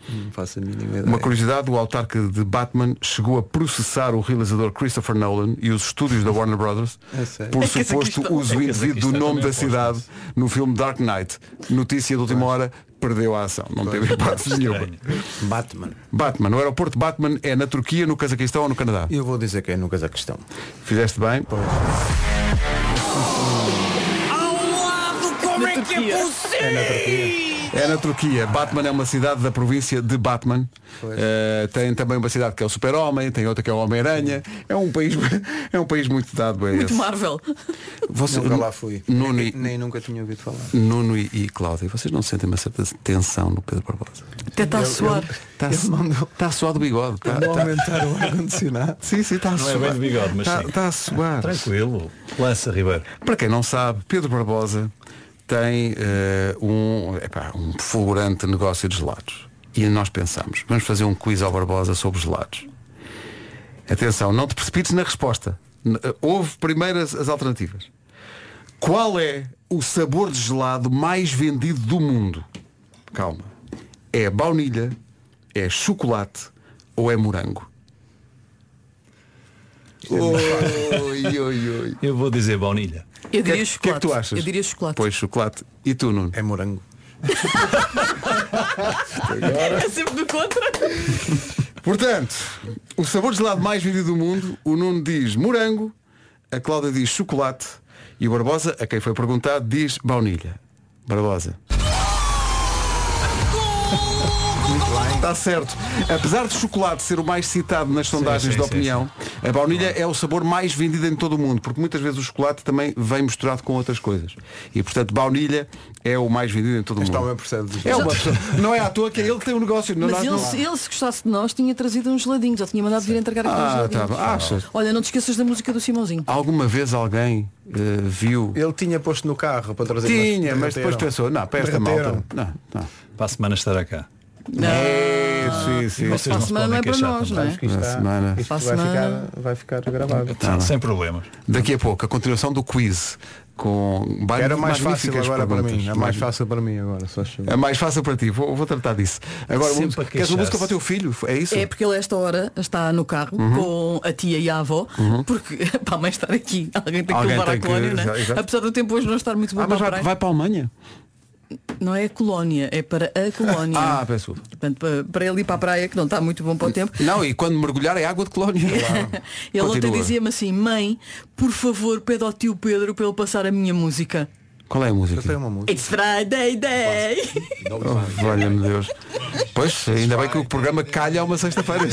Speaker 4: Não faço a mínima ideia.
Speaker 1: Uma curiosidade, o autarca de Batman chegou a processar o realizador Christopher Nolan e os estúdios da Warner Brothers
Speaker 4: É sério?
Speaker 1: por
Speaker 4: É que
Speaker 1: suposto
Speaker 4: Cazaquistão-
Speaker 1: uso
Speaker 4: é
Speaker 1: indevido do
Speaker 4: Cazaquistão
Speaker 1: nome da
Speaker 4: também
Speaker 1: cidade no filme Dark Knight. Notícia de última hora, perdeu a ação. Não teve hipótese nenhuma.
Speaker 4: Batman.
Speaker 1: Batman, o aeroporto Batman é na Turquia, no Cazaquistão ou no Canadá?
Speaker 4: Eu vou dizer que é no Cazaquistão.
Speaker 1: Fizeste bem?
Speaker 13: um Como é que é possível?
Speaker 1: É na Turquia. Batman é uma cidade da província de Batman. Eh, tem também uma cidade que é o Super-Homem, tem outra que é o Homem-Aranha. É um país (laughs) é um país muito dado a
Speaker 3: Muito
Speaker 1: esse.
Speaker 3: Marvel.
Speaker 1: Você-
Speaker 4: nunca lá fui.
Speaker 1: Nuno
Speaker 4: nem,
Speaker 1: e-
Speaker 4: nem nunca tinha ouvido falar.
Speaker 1: Nuno e, e Cláudia, vocês não sentem uma certa tensão no Pedro Barbosa?
Speaker 3: Até está a suar.
Speaker 1: Está tá a suar do bigode. Está
Speaker 4: Vou aumentar o ar-condicionado.
Speaker 1: Sim, sim, está a
Speaker 5: Não é
Speaker 1: suar.
Speaker 5: bem de bigode, mas
Speaker 1: Tá-
Speaker 5: sim.
Speaker 1: tá a suar.
Speaker 5: Tranquilo. Lança, Ribeiro.
Speaker 1: Para quem não sabe, Pedro Barbosa tem eh, um, epá, um fulgurante negócio de gelados. E nós pensamos, vamos fazer um quiz ao Barbosa sobre gelados. Atenção, não te precipites na resposta. N- eh, Ouve primeiro as, as alternativas. Qual é o sabor de gelado mais vendido do mundo? Calma. É baunilha, é chocolate ou é morango? Oi, oi, oi.
Speaker 5: Eu vou dizer baunilha.
Speaker 3: Eu diria
Speaker 1: que,
Speaker 3: chocolate.
Speaker 1: que é que tu achas?
Speaker 3: Eu diria chocolate.
Speaker 1: Pois chocolate. E tu, Nuno?
Speaker 4: É morango.
Speaker 3: É sempre do contra.
Speaker 1: (laughs) Portanto, o sabor de gelado mais vendido do mundo, o Nuno diz morango, a Cláudia diz chocolate e o Barbosa, a quem foi perguntado, diz baunilha. Barbosa. Está certo. Apesar de chocolate ser o mais citado nas sondagens
Speaker 5: sim,
Speaker 1: de
Speaker 5: sim,
Speaker 1: opinião, a baunilha é o sabor mais vendido em todo o mundo, porque muitas vezes o chocolate também vem misturado com outras coisas. E portanto, baunilha é o mais vendido em todo o mundo.
Speaker 4: Está bem percebe.
Speaker 1: É uma pessoa. Não é à toa que é ele que tem um negócio. Não,
Speaker 3: Mas
Speaker 1: nós
Speaker 3: ele,
Speaker 1: não-
Speaker 3: se- ele, se gostasse de nós, tinha trazido uns geladinhos. Ou tinha mandado vir entregar aqueles
Speaker 1: Ah, tá
Speaker 3: geladinhos.
Speaker 1: bem. Achas?
Speaker 3: Olha, não te esqueças da música do Simãozinho.
Speaker 1: Alguma vez alguém eh, viu.
Speaker 4: Ele tinha posto no carro para trazer
Speaker 1: Tinha, mas depois pensou, não, para esta malta. Não, não.
Speaker 5: Para a semana estará cá.
Speaker 3: Não.
Speaker 1: É, sim, sim.
Speaker 3: Mas para a
Speaker 5: não se
Speaker 3: semana não é
Speaker 5: podem
Speaker 3: para
Speaker 5: queixar
Speaker 3: nós, não
Speaker 5: também.
Speaker 3: é?
Speaker 1: Na semana.
Speaker 4: Isto
Speaker 3: Para a
Speaker 4: vai
Speaker 3: semana-
Speaker 4: ficar, vai ficar gravado.
Speaker 5: Tá, sem problemas.
Speaker 1: Daqui a pouco, a continuação do quiz. Com várias
Speaker 4: Era mais fácil
Speaker 1: magníficas
Speaker 4: agora para
Speaker 1: perguntas.
Speaker 4: mim. É mais fácil para mim agora, só chegou.
Speaker 1: É mais fácil para ti, vou, vou tratar disso. Agora,
Speaker 5: Sempre
Speaker 1: música-
Speaker 5: a
Speaker 1: queres
Speaker 5: queixar-se.
Speaker 1: uma música para o teu filho? É isso? Uhum.
Speaker 3: É porque ele a esta hora está no carro com a tia e a avó, porque (laughs) para a mãe estar aqui, alguém tem que
Speaker 1: Alguém
Speaker 3: levar
Speaker 1: tem
Speaker 3: à
Speaker 1: que-
Speaker 3: colónia, não
Speaker 1: exa-
Speaker 3: é?
Speaker 1: exato.
Speaker 3: Apesar do tempo hoje não estar muito bom
Speaker 1: Ah,
Speaker 3: para
Speaker 1: mas
Speaker 3: a
Speaker 1: vai,
Speaker 3: praia.
Speaker 1: vai para a Alemanha?
Speaker 3: Não é a colónia, é para a colónia.
Speaker 1: Ah, peço. desculpa.
Speaker 3: Portanto, para, para ele ir para a praia, que não está muito bom para o tempo.
Speaker 1: Não, e quando mergulhar é água de colónia.
Speaker 3: (laughs) Ele ontem
Speaker 1: Continua.
Speaker 3: dizia-me assim, mãe, por favor, pede ao tio Pedro para ele passar a minha música.
Speaker 1: Qual é a música?
Speaker 4: Eu tenho uma música.
Speaker 3: It's Friday
Speaker 5: (laughs)
Speaker 3: Day!
Speaker 1: Oh, Valha-me Deus. Pois, ainda bem que o programa calha a uma sexta-feira.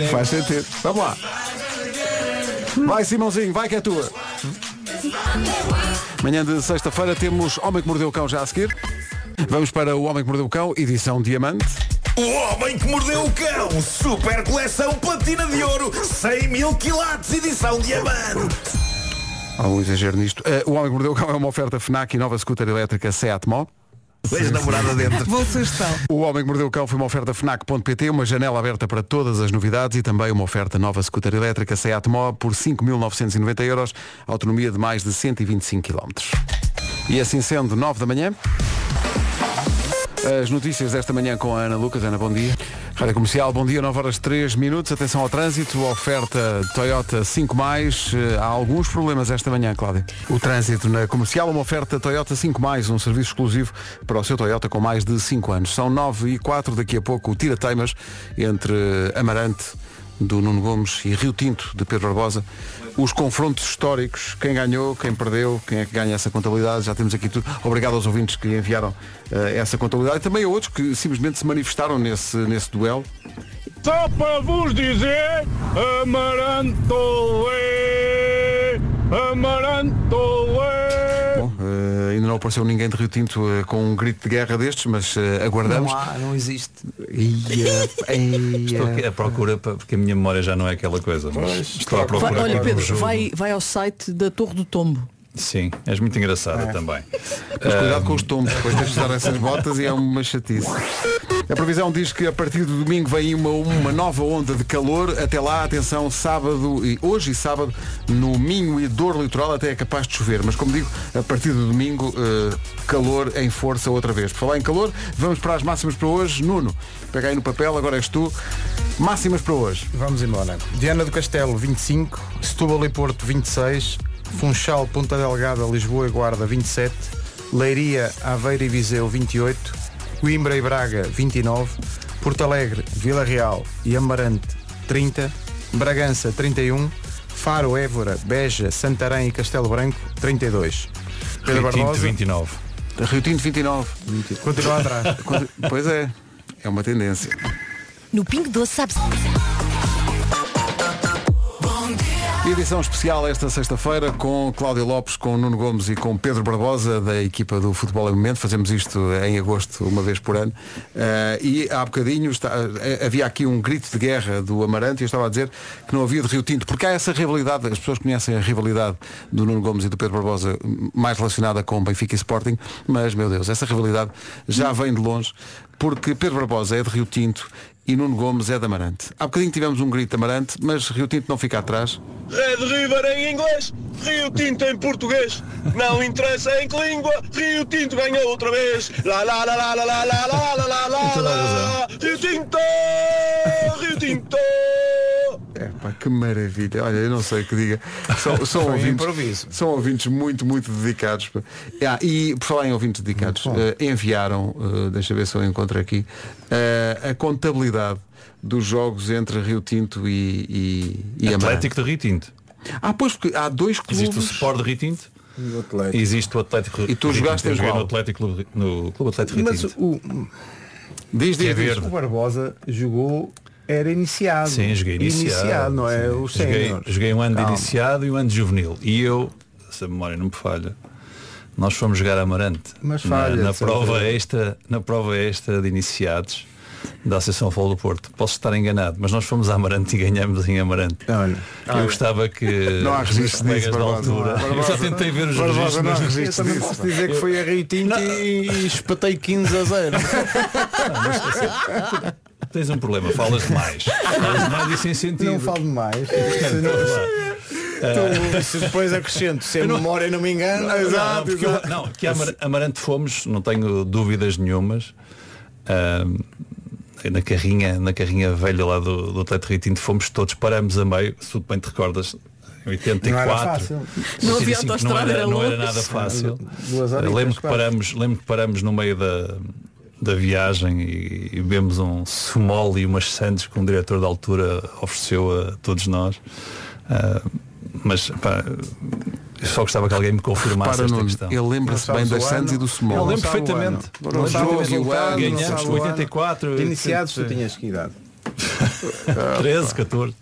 Speaker 4: É
Speaker 1: Faz sentido. Vamos lá. Vai Simãozinho, vai que é tua. Manhã de sexta-feira temos Homem que Mordeu o Cão já a seguir. Vamos para o Homem que Mordeu o Cão, edição Diamante.
Speaker 7: O homem que mordeu o cão. Super coleção platina de ouro. 100 mil quilates. Edição diamante.
Speaker 1: Há um exagero nisto. Eh, o Homem que Mordeu o Cão é uma oferta FNAC e nova scooter elétrica Seat Mó.
Speaker 7: Ex-namorada dentro.
Speaker 1: Boa sugestão. O Homem que Mordeu o Cão foi uma oferta FNAC.pt, uma janela aberta para todas as novidades e também uma oferta nova scooter elétrica Seat Mó por 5.990 euros, autonomia de mais de 125 km. E assim sendo, 9 da manhã. As notícias desta manhã com a Ana Lucas. Ana, bom dia. Rádio Comercial, bom dia, 9 horas 3 minutos. Atenção ao trânsito, oferta Toyota 5 mais. Eh, Há alguns problemas esta manhã, Cláudia. O trânsito na comercial, uma oferta Toyota 5 mais, um serviço exclusivo para o seu Toyota com mais de 5 anos. São 9 e 4, daqui a pouco o tira-teimas entre Amarante do Nuno Gomes e Rio Tinto de Pedro Barbosa. Os confrontos históricos, quem ganhou, quem perdeu, quem é que ganha essa contabilidade, já temos aqui tudo. Obrigado aos ouvintes que enviaram eh, essa contabilidade e também a outros que simplesmente se manifestaram nesse, nesse duelo.
Speaker 13: Só para vos dizer, Amaranto é, Amaranto é.
Speaker 1: Bom, eh, ainda não apareceu ninguém de Rio Tinto eh, com um grito de guerra destes, mas eh, aguardamos.
Speaker 14: Não há, não existe.
Speaker 5: Estou aqui à procura pa- porque a minha memória já não é aquela coisa. Mas estou à procura.
Speaker 3: Vai- olha,
Speaker 5: agora do
Speaker 3: Pedro,
Speaker 5: jogo.
Speaker 3: vai, vai ao site da Torre do Tombo.
Speaker 5: Sim, és muito engraçada
Speaker 1: É.
Speaker 5: também.
Speaker 1: Mas cuidado
Speaker 5: Ah,
Speaker 1: com os tombos, depois tens de usar
Speaker 5: (laughs)
Speaker 1: essas botas e é uma chatice. A previsão diz que a partir do domingo vem uma, uma nova onda de calor. Até lá, atenção, sábado e hoje e sábado, no Minho e Dor Litoral até é capaz de chover. Mas como digo, a partir do domingo, eh, calor em força outra vez. Por falar em calor, vamos para as máximas para hoje. Nuno, pega aí no papel, agora és tu. Máximas para hoje.
Speaker 4: Vamos embora. Diana do Castelo, 25. Setúbal e Porto, 26. Funchal, Ponta Delgada, Lisboa e Guarda, 27. Leiria, Aveiro e Viseu, 28. Coimbra e Braga, 29. Porto Alegre, Vila Real e Amarante, 30. Bragança, 31. Faro, Évora, Beja, Santarém e Castelo Branco, 32.
Speaker 1: um,
Speaker 5: Rio Tinto, 29.
Speaker 1: Rio Tinto, 29.
Speaker 4: Continua atrás.
Speaker 1: Conti- Pois é, é uma tendência.
Speaker 12: No Pingo Doce, sabes?
Speaker 1: Edição especial esta sexta-feira com Cláudio Lopes, com Nuno Gomes e com Pedro Barbosa da equipa do Futebol em Momento. Fazemos isto em agosto, uma vez por ano. Eh, e há bocadinho está- eh, havia aqui um grito de guerra do Amarante e eu estava a dizer que não havia de Rio Tinto, porque há essa rivalidade, as pessoas conhecem a rivalidade do Nuno Gomes e do Pedro Barbosa mais relacionada com Benfica e Sporting, mas meu Deus, essa rivalidade já vem de longe, porque Pedro Barbosa é de Rio Tinto e Nuno Gomes é de Amarante. Há bocadinho tivemos um grito de Amarante, mas Rio Tinto não fica atrás.
Speaker 13: Red É River em inglês, Rio Tinto em português. Não interessa em que língua, Rio Tinto ganha outra vez. Lá lá lá lá lá lá lá lá lá lá lá lá. Rio Tinto, Rio
Speaker 3: (laughs)
Speaker 13: Tinto.
Speaker 1: Epá, É, que maravilha. Olha, eu não sei o que diga.
Speaker 5: (laughs)
Speaker 1: São, são
Speaker 4: Foi um
Speaker 1: ouvintes,
Speaker 4: improviso.
Speaker 1: são ouvintes muito, muito dedicados. pá. Ah, e por falar em ouvintes dedicados, eh, enviaram, eh, deixa eu ver se eu encontro aqui, eh, a contabilidade dos jogos entre Rio Tinto e, e, e Amarante.
Speaker 5: Atlético de Rio Tinto.
Speaker 1: Ah, pois, porque há dois clubes.
Speaker 5: Existe o Sport de Rio Tinto. Existe o Atlético
Speaker 1: E tu
Speaker 5: Rio Tinto.
Speaker 1: jogaste
Speaker 5: Eu
Speaker 1: em
Speaker 5: joguei
Speaker 1: qual?
Speaker 5: no Atlético Clube- no Clube Atlético Rio
Speaker 14: Mas
Speaker 5: Tinto.
Speaker 14: o,
Speaker 1: Diz,
Speaker 5: Que é
Speaker 14: o
Speaker 5: verde.
Speaker 14: Barbosa jogou, era iniciado.
Speaker 5: Sim, joguei iniciado.
Speaker 14: não é?
Speaker 5: Sim.
Speaker 14: O
Speaker 5: joguei,
Speaker 14: sénior.
Speaker 5: joguei um ano de
Speaker 14: Calma.
Speaker 5: iniciado e um ano de juvenil. E eu, se a memória não me falha, nós fomos jogar a Amarante.
Speaker 14: Mas
Speaker 5: na-
Speaker 14: falha,
Speaker 5: na,
Speaker 14: de
Speaker 5: prova
Speaker 14: certeza.
Speaker 5: esta, na prova esta de iniciados da Associação Futebol do Porto. Posso estar enganado, mas nós fomos a Amarante e ganhamos em Amarante. eu
Speaker 14: Ah,
Speaker 1: olha.
Speaker 5: gostava que
Speaker 1: Não há
Speaker 5: os meus
Speaker 1: registro
Speaker 5: colegas
Speaker 1: disso,
Speaker 5: da
Speaker 1: Barbosa.
Speaker 5: altura. Eu
Speaker 1: Barbosa,
Speaker 5: só tentei ver os
Speaker 1: Barbosa,
Speaker 5: registros.
Speaker 1: não há
Speaker 5: mas-
Speaker 1: registro
Speaker 14: Eu também posso dizer que foi a Rio Tinto e, e espatei 15 a
Speaker 5: (laughs)
Speaker 14: 0.
Speaker 5: Tens um problema,
Speaker 14: (laughs)
Speaker 5: falas demais. falas demais e sem sentido. Ah.
Speaker 14: Não falo mais. Se não- Tu, se Então, depois acrescento, se a memória não me engana.
Speaker 5: Não, não, porque eu- não, que a Amar- Amarante fomos, não tenho dúvidas nenhumas. Ahm, na carrinha, na carrinha velha lá do, do Atlético Rio Tinto fomos todos, paramos a meio, se tudo bem te recordas, em 84.
Speaker 14: Não era fácil.
Speaker 5: Não
Speaker 14: Não
Speaker 5: havia
Speaker 14: havia
Speaker 5: não
Speaker 14: autoestrada,
Speaker 5: era,
Speaker 14: era
Speaker 5: não era
Speaker 14: longe.
Speaker 5: nada fácil.
Speaker 14: Duas horas e
Speaker 5: Lembro
Speaker 14: três
Speaker 5: que,
Speaker 14: quartos.
Speaker 5: paramos, lembro que paramos no meio da, da viagem e, e bebemos um sumol e umas sandes que um diretor da altura ofereceu a todos nós. Ah, mas pá, eu só gostava que alguém me confirmasse
Speaker 1: Repara,
Speaker 5: esta
Speaker 1: Nuno,
Speaker 5: questão.
Speaker 1: ele lembra-se Não bem sabes das o sandes ano. e do sumol.
Speaker 5: Eu lembro
Speaker 1: Não sabe o
Speaker 5: perfeitamente.
Speaker 1: ano. Não sabe o resultado, não
Speaker 5: Ganhamos
Speaker 1: sabe o ano.
Speaker 5: 84.
Speaker 14: Iniciados, tu tinhas que idade.
Speaker 5: 13, 14.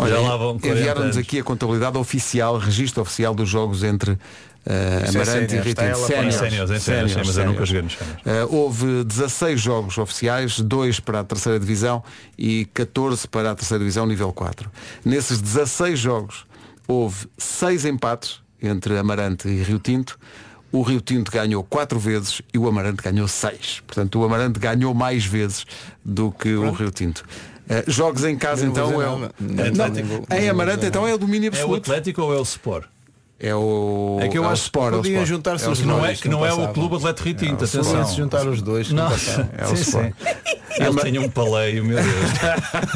Speaker 1: Olha,
Speaker 5: Já lá vão 40
Speaker 1: enviaram-nos
Speaker 5: anos.
Speaker 1: aqui a contabilidade oficial, registro oficial dos jogos entre eh,
Speaker 5: Isso é
Speaker 1: Amarante e
Speaker 5: séniores, está
Speaker 1: Ritinho.
Speaker 5: ela para séniores, é séniores, sim, mas eu nunca joguei nos séniores.
Speaker 1: Eh, houve 16 jogos oficiais, 2 para a terceira divisão e 14 para a terceira divisão nível 4. Nesses 16 jogos houve 6 empates entre Amarante e Rio Tinto, o Rio Tinto ganhou quatro vezes e o Amarante ganhou seis. Portanto, o Amarante ganhou mais vezes do que o Rio Tinto. Eh, jogos em casa
Speaker 5: Eu não
Speaker 1: então
Speaker 5: vou
Speaker 1: é
Speaker 5: dizer
Speaker 1: o...
Speaker 5: nada.
Speaker 1: Não,
Speaker 5: Não, não vou- não
Speaker 1: em
Speaker 5: vou
Speaker 1: Amarante
Speaker 5: dizer
Speaker 1: então
Speaker 5: nada.
Speaker 1: é o domínio
Speaker 5: É o
Speaker 1: absoluto.
Speaker 5: Atlético ou é o Sport?
Speaker 1: É o
Speaker 5: É que eu
Speaker 1: o
Speaker 5: acho que
Speaker 1: Sport, é o
Speaker 5: podiam
Speaker 1: Sport.
Speaker 5: juntar-se
Speaker 1: o
Speaker 5: os dois,
Speaker 1: Sport.
Speaker 5: não é- que não não é o passava. Clube Atlético Rio Tinto,
Speaker 1: É o
Speaker 5: atenção.
Speaker 1: Sport.
Speaker 5: juntar os dois,
Speaker 1: Não.
Speaker 5: não
Speaker 1: passava. É o
Speaker 5: Sim,
Speaker 1: Sport.
Speaker 5: sim. Ele tem um paleio, meu
Speaker 1: (laughs)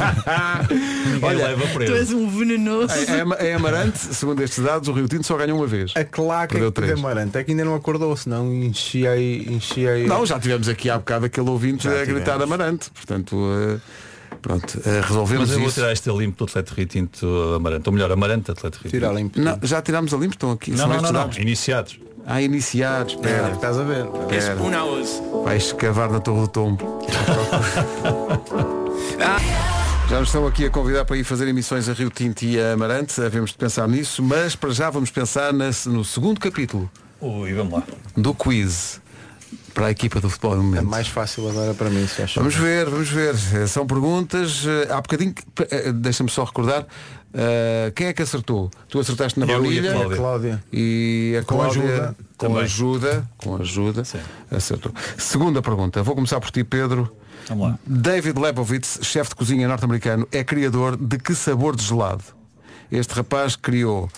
Speaker 5: Deus. Olha, leva
Speaker 3: (laughs) Tu és
Speaker 5: preso.
Speaker 3: um venenoso.
Speaker 5: É,
Speaker 1: Em, em é Amarante, segundo estes dados, o Rio Tinto só ganhou uma vez.
Speaker 14: A claca
Speaker 1: Perdeu
Speaker 14: de
Speaker 1: três.
Speaker 14: Amarante é que ainda não acordou, senão enchia aí, enchia aí.
Speaker 1: Não, já tivemos aqui há bocado aquele ouvinte
Speaker 14: Já
Speaker 1: a gritar
Speaker 14: tivemos.
Speaker 1: Amarante. Portanto, eh, pronto, eh, resolvemos
Speaker 5: Mas eu vou
Speaker 1: isso.
Speaker 5: tirar este limpo do Atlético Rio Tinto Amarante. Ou melhor, Amarante Atlético Rio Tinto.
Speaker 1: Não, já tirámos a limpo, estão aqui.
Speaker 5: Não,
Speaker 1: são
Speaker 5: não,
Speaker 1: estes
Speaker 5: não, não.
Speaker 1: dados.
Speaker 5: Iniciados.
Speaker 1: Ah, iniciados, espera.
Speaker 14: É, estás a ver.
Speaker 1: Espera. Vais cavar na Torre do Tombo.
Speaker 14: (laughs)
Speaker 1: Já nos estão aqui a convidar para ir fazer emissões a Rio Tinto e a Amarante, havemos de pensar nisso, mas para já vamos pensar na- no segundo capítulo
Speaker 5: Ui, vamos lá.
Speaker 1: do quiz para a equipa do futebol do momento.
Speaker 14: É Mais fácil agora para mim, se acho.
Speaker 1: Vamos ver, vamos ver. Eh, São perguntas. eh, Há bocadinho, que- eh, deixa-me só recordar, eh, quem é que acertou? Tu acertaste na
Speaker 14: Eu e a
Speaker 1: baunilha.
Speaker 14: Cláudia. é Cláudia.
Speaker 1: E a
Speaker 14: Com
Speaker 1: Cláudia,
Speaker 14: ajuda.
Speaker 1: Com
Speaker 14: Também.
Speaker 1: ajuda. Com ajuda. Acertou. Segunda pergunta. Vou começar por ti, Pedro.
Speaker 5: Vamos lá.
Speaker 1: David Lebovitz, chefe de cozinha norte-americano, é criador de que sabor de gelado? Este rapaz criou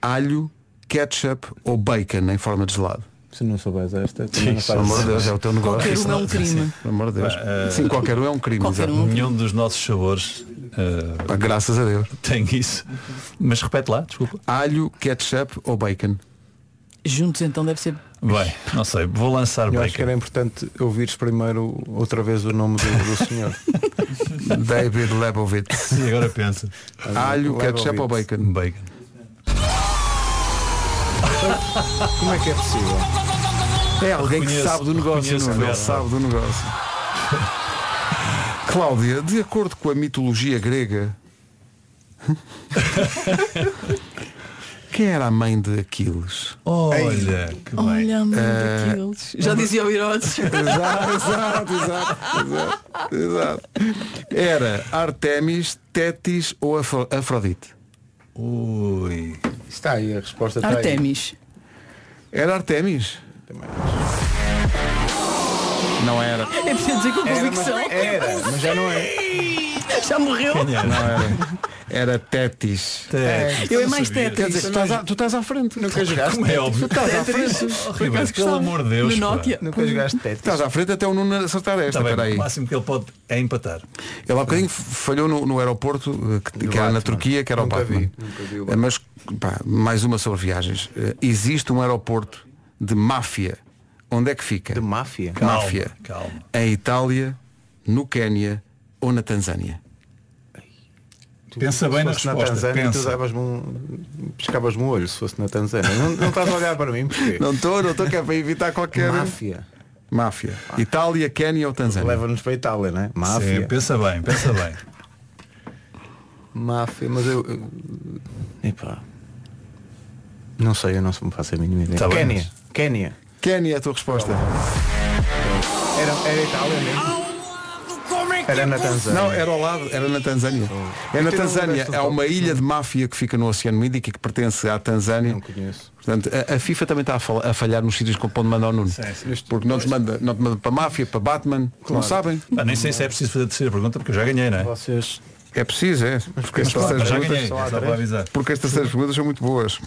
Speaker 1: alho, ketchup ou bacon em forma de gelado?
Speaker 14: Se não souberes esta, também não
Speaker 1: Pelo
Speaker 14: fazes.
Speaker 1: amor de Deus, é o teu negócio.
Speaker 5: um
Speaker 1: Pelo amor de Deus. Sim, qualquer um é um crime. exato.
Speaker 5: Ah,
Speaker 1: Ah,
Speaker 5: Nenhum dos nossos sabores. ah,
Speaker 1: graças a Deus.
Speaker 5: Tem isso. Mas repete lá, desculpa.
Speaker 1: Alho, ketchup ou bacon?
Speaker 3: Juntos então deve ser.
Speaker 5: Bem, não sei, vou lançar
Speaker 14: Eu acho
Speaker 5: bacon.
Speaker 14: que era importante ouvires primeiro outra vez o nome do, do
Speaker 1: (laughs)
Speaker 14: senhor.
Speaker 1: David
Speaker 5: (laughs)
Speaker 1: Lebovitz.
Speaker 5: E agora pensa.
Speaker 1: Alho, ketchup ou bacon?
Speaker 5: Bacon.
Speaker 14: Como é que é possível?
Speaker 1: É alguém que
Speaker 14: Reconheço-
Speaker 1: sabe do negócio,
Speaker 14: reconheço
Speaker 1: não é?
Speaker 14: bem.
Speaker 1: Ele sabe
Speaker 5: (laughs)
Speaker 1: do negócio. Cláudia, de acordo com a
Speaker 5: (laughs)
Speaker 1: mitologia grega, quem era a mãe de Aquiles?
Speaker 5: Olha, que bem.
Speaker 3: Olha, a mãe
Speaker 1: Eh,
Speaker 3: daqueles. Já dizia o Herodes.
Speaker 1: Exato, (laughs) exato, exato, exato, exato. Era Artemis, Tétis ou Afro- Afrodite?
Speaker 5: Ui.
Speaker 14: Está aí a resposta. está aí.
Speaker 3: Artemis.
Speaker 1: Era Artemis? Não era.
Speaker 3: É preciso dizer com
Speaker 14: Era,
Speaker 3: convicção.
Speaker 14: mas- era, mas já não é.
Speaker 3: Já morreu.
Speaker 1: Não era. Era Tétis.
Speaker 3: Eu é mais Tétis.
Speaker 1: Quer dizer, tu estás à, tu estás à frente. Nunca
Speaker 14: jogaste
Speaker 5: Como é Tétis?
Speaker 1: Tu
Speaker 5: óbvio.
Speaker 1: estás à
Speaker 5: Tétis.
Speaker 1: frente.
Speaker 5: Oh,
Speaker 1: Por acaso
Speaker 5: Ribeiro, pelo
Speaker 1: gostava.
Speaker 5: amor de Deus, No pá. Nokia.
Speaker 14: Nunca jogaste Tétis.
Speaker 1: Estás à frente até o Nuno acertar esta.
Speaker 5: Está Tá bem,
Speaker 1: peraí.
Speaker 5: o máximo que ele pode é empatar.
Speaker 1: Ele há bocadinho falhou no, no aeroporto, eh, que, que era na Turquia, que era
Speaker 5: Nunca
Speaker 1: o Batman.
Speaker 5: vi, nunca vi o
Speaker 1: Eh, Mas, pá, mais uma sobre viagens. Eh, Existe um aeroporto de máfia. Onde é que fica? De
Speaker 14: máfia?
Speaker 5: Calma,
Speaker 1: máfia.
Speaker 5: calma.
Speaker 1: Em Itália, no Quénia ou na Tanzânia?
Speaker 5: Pensa bem
Speaker 14: se
Speaker 5: na
Speaker 14: fosse na
Speaker 5: resposta,
Speaker 14: Tanzânia,
Speaker 5: pensa.
Speaker 14: tu davas-me um... piscavas-me o olho se fosse na Tanzânia. Não, não estás a
Speaker 4: (laughs)
Speaker 14: olhar para mim, porquê?
Speaker 1: Não estou, não estou, que é para evitar qualquer...
Speaker 14: Máfia.
Speaker 1: Máfia. Itália, Quénia ou Tanzânia?
Speaker 14: Leva-nos para a Itália, não é? Máfia.
Speaker 5: Sim, pensa bem, pensa bem.
Speaker 14: Máfia, mas eu. eu- Epá. Não sei, eu não me faço a mínima ideia.
Speaker 5: Tá bem,
Speaker 14: Quénia.
Speaker 5: mas-
Speaker 14: Quénia.
Speaker 1: Quénia é a tua resposta.
Speaker 14: Era, era Itália mesmo.
Speaker 13: um é
Speaker 14: Era na Tanzânia.
Speaker 1: Não, era ao lado, era na Tanzânia.
Speaker 5: Oh.
Speaker 1: É na
Speaker 14: Eu tenho
Speaker 1: Tanzânia,
Speaker 14: um
Speaker 1: há uma ilha de máfia que fica no Oceano Índico e que pertence à Tanzânia. Não
Speaker 14: conheço.
Speaker 1: Portanto, a, a FIFA também está a, fal- a falhar nos sítios com onde manda o Nuno. Porque não te manda, não te manda para máfia, para Batman, não sabem.
Speaker 5: Pá, nem sei se é preciso fazer a terceira pergunta porque eu já ganhei, não é?
Speaker 14: Vocês.
Speaker 1: É preciso, é. Porque
Speaker 5: Mas pronto,
Speaker 1: as terceiras
Speaker 5: já
Speaker 1: perguntas-
Speaker 5: ganhei, é só há só para três. avisar.
Speaker 1: Porque as terceiras perguntas são muito boas.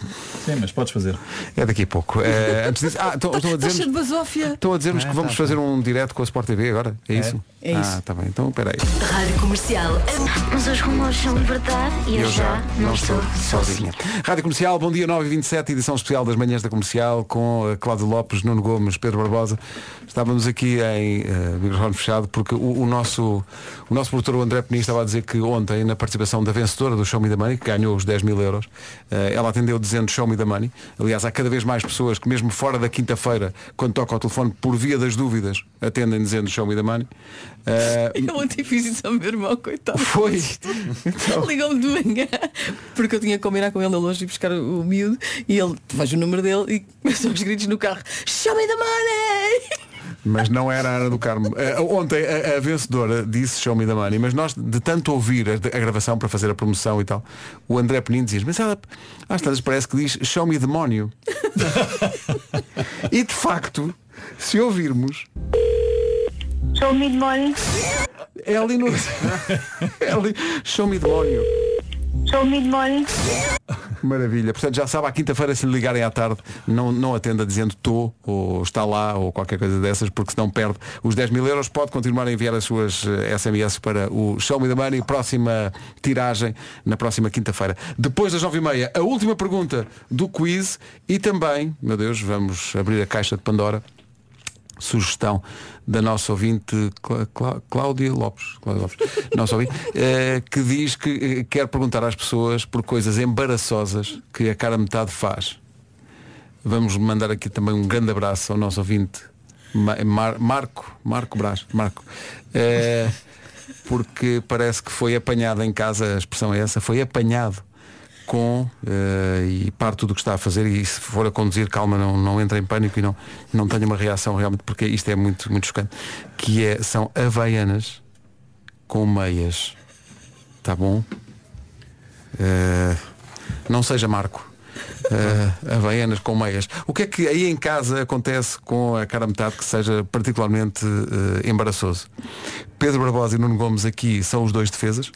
Speaker 5: Sim, mas podes fazer.
Speaker 1: É daqui a pouco. Eh, antes disso, ah, estão estão a
Speaker 3: Estás cheio de
Speaker 1: dizer-nos
Speaker 3: basófia.
Speaker 1: estão a dizer-nos que vamos
Speaker 3: tá,
Speaker 1: fazer um direto com a Sport TV agora?
Speaker 5: Ah, tá,
Speaker 1: É,
Speaker 5: É.
Speaker 1: isso?
Speaker 3: É isso.
Speaker 1: Ah, está bem. Então, espera aí.
Speaker 12: Rádio Comercial. Mas os rumores são verdade e eu já não estou sozinha.
Speaker 1: Rádio Comercial, bom dia 9 e 27 edição especial das manhãs da comercial com eh, Cláudio Lopes, Nuno Gomes, Pedro Barbosa. Estávamos aqui em eh, microfone fechado porque o, o nosso, o nosso produtor o André Penin estava a dizer que ontem, na participação da vencedora do Show Me the Money, que ganhou os 10 mil euros, eh, ela atendeu dizendo Show Me the Money. Aliás, há cada vez mais pessoas que, mesmo fora da quinta-feira, quando toca ao telefone, por via das dúvidas, atendem dizendo Show Me the Money. Eh,
Speaker 3: Eu ontem fiz É isso ao meu irmão, coitado.
Speaker 1: Foi.
Speaker 3: (laughs) Ligou-me de manhã, porque eu tinha que combinar com ele longe e buscar o o miúdo e ele faz o número dele e começam os gritos no carro. Chama da money!
Speaker 1: Mas não era a Ana do Carmo. Eh, ontem a, a vencedora disse Show Me the Money, mas nós, de tanto ouvir a, a gravação para fazer a promoção e tal, o André Penin dizia, mas ela às tantas parece que diz Show Me Demónio. (laughs) e de facto, se ouvirmos.
Speaker 10: Show me demónio.
Speaker 1: É ali no. (laughs) é ali. Show me demónio.
Speaker 10: Show me demónio.
Speaker 1: Maravilha. Portanto, já sabe, à quinta-feira, se lhe ligarem à tarde, não, não atenda dizendo estou, ou está lá, ou qualquer coisa dessas, porque senão perde os 10 mil euros. Pode continuar a enviar as suas eh, SMS para o Show Me the Money. Próxima tiragem, na próxima quinta-feira. Depois das 9h30, a última pergunta do quiz e também, meu Deus, vamos abrir a caixa de Pandora. Sugestão da nossa ouvinte Clá- Clá- Cláudia Lopes, Cláudia Lopes (laughs) nossa ouvinte, eh, que diz que eh, quer perguntar às pessoas por coisas embaraçosas que a cara metade faz. Vamos mandar aqui também um grande abraço ao nosso ouvinte Ma- Mar- Marco, Marco Brás, Marco. Eh, porque parece que foi apanhado em casa, a expressão é essa, foi apanhado com eh, e parte tudo o que está a fazer e se for a conduzir calma não, não entra em pânico e não, não tenha uma reação realmente porque isto é muito, muito chocante que é, são havaianas com meias tá bom Eh, não seja Marco Eh, Havaianas com meias o que é que aí em casa acontece com a cara a metade que seja particularmente eh, embaraçoso Pedro Barbosa e Nuno Gomes aqui são os dois defesas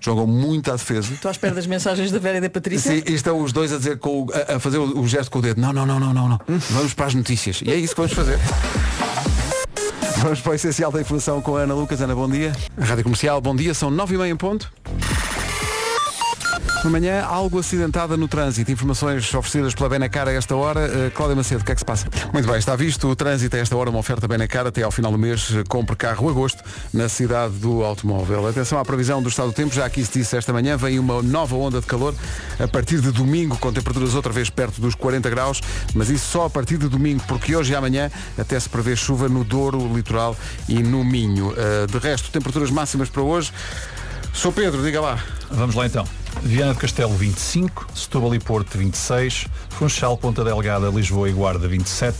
Speaker 1: jogam muito à defesa
Speaker 3: Estou à espera das mensagens da Vera e da Patrícia.
Speaker 1: Sim, e estão os dois a, dizer com o- a, a fazer o, o gesto com o dedo. Não, não, não, não, não, não. Vamos para as notícias. E é isso que vamos fazer. Vamos para o essencial da informação com a Ana Lucas. Ana, bom dia. Rádio Comercial, bom dia. São nove e meia em ponto. Amanhã, algo acidentada no trânsito. Informações oferecidas pela Benacar a esta hora. Eh, Cláudia Macedo, o que é que se passa? Muito bem, está visto o trânsito a esta hora, uma oferta Benacar até ao final do mês. eh, Compre carro agosto na cidade do automóvel. Atenção à previsão do estado do tempo, já aqui se disse esta manhã, vem uma nova onda de calor a partir de domingo, com temperaturas outra vez perto dos 40 graus, mas isso só a partir de domingo, porque hoje e amanhã até se prevê chuva no Douro, litoral e no Minho. Eh, de resto, temperaturas máximas para hoje. Sou Pedro, diga lá.
Speaker 5: Vamos lá então. Viana do Castelo 25, Setúbal e Porto 26, Funchal, Ponta Delgada, Lisboa e Guarda 27,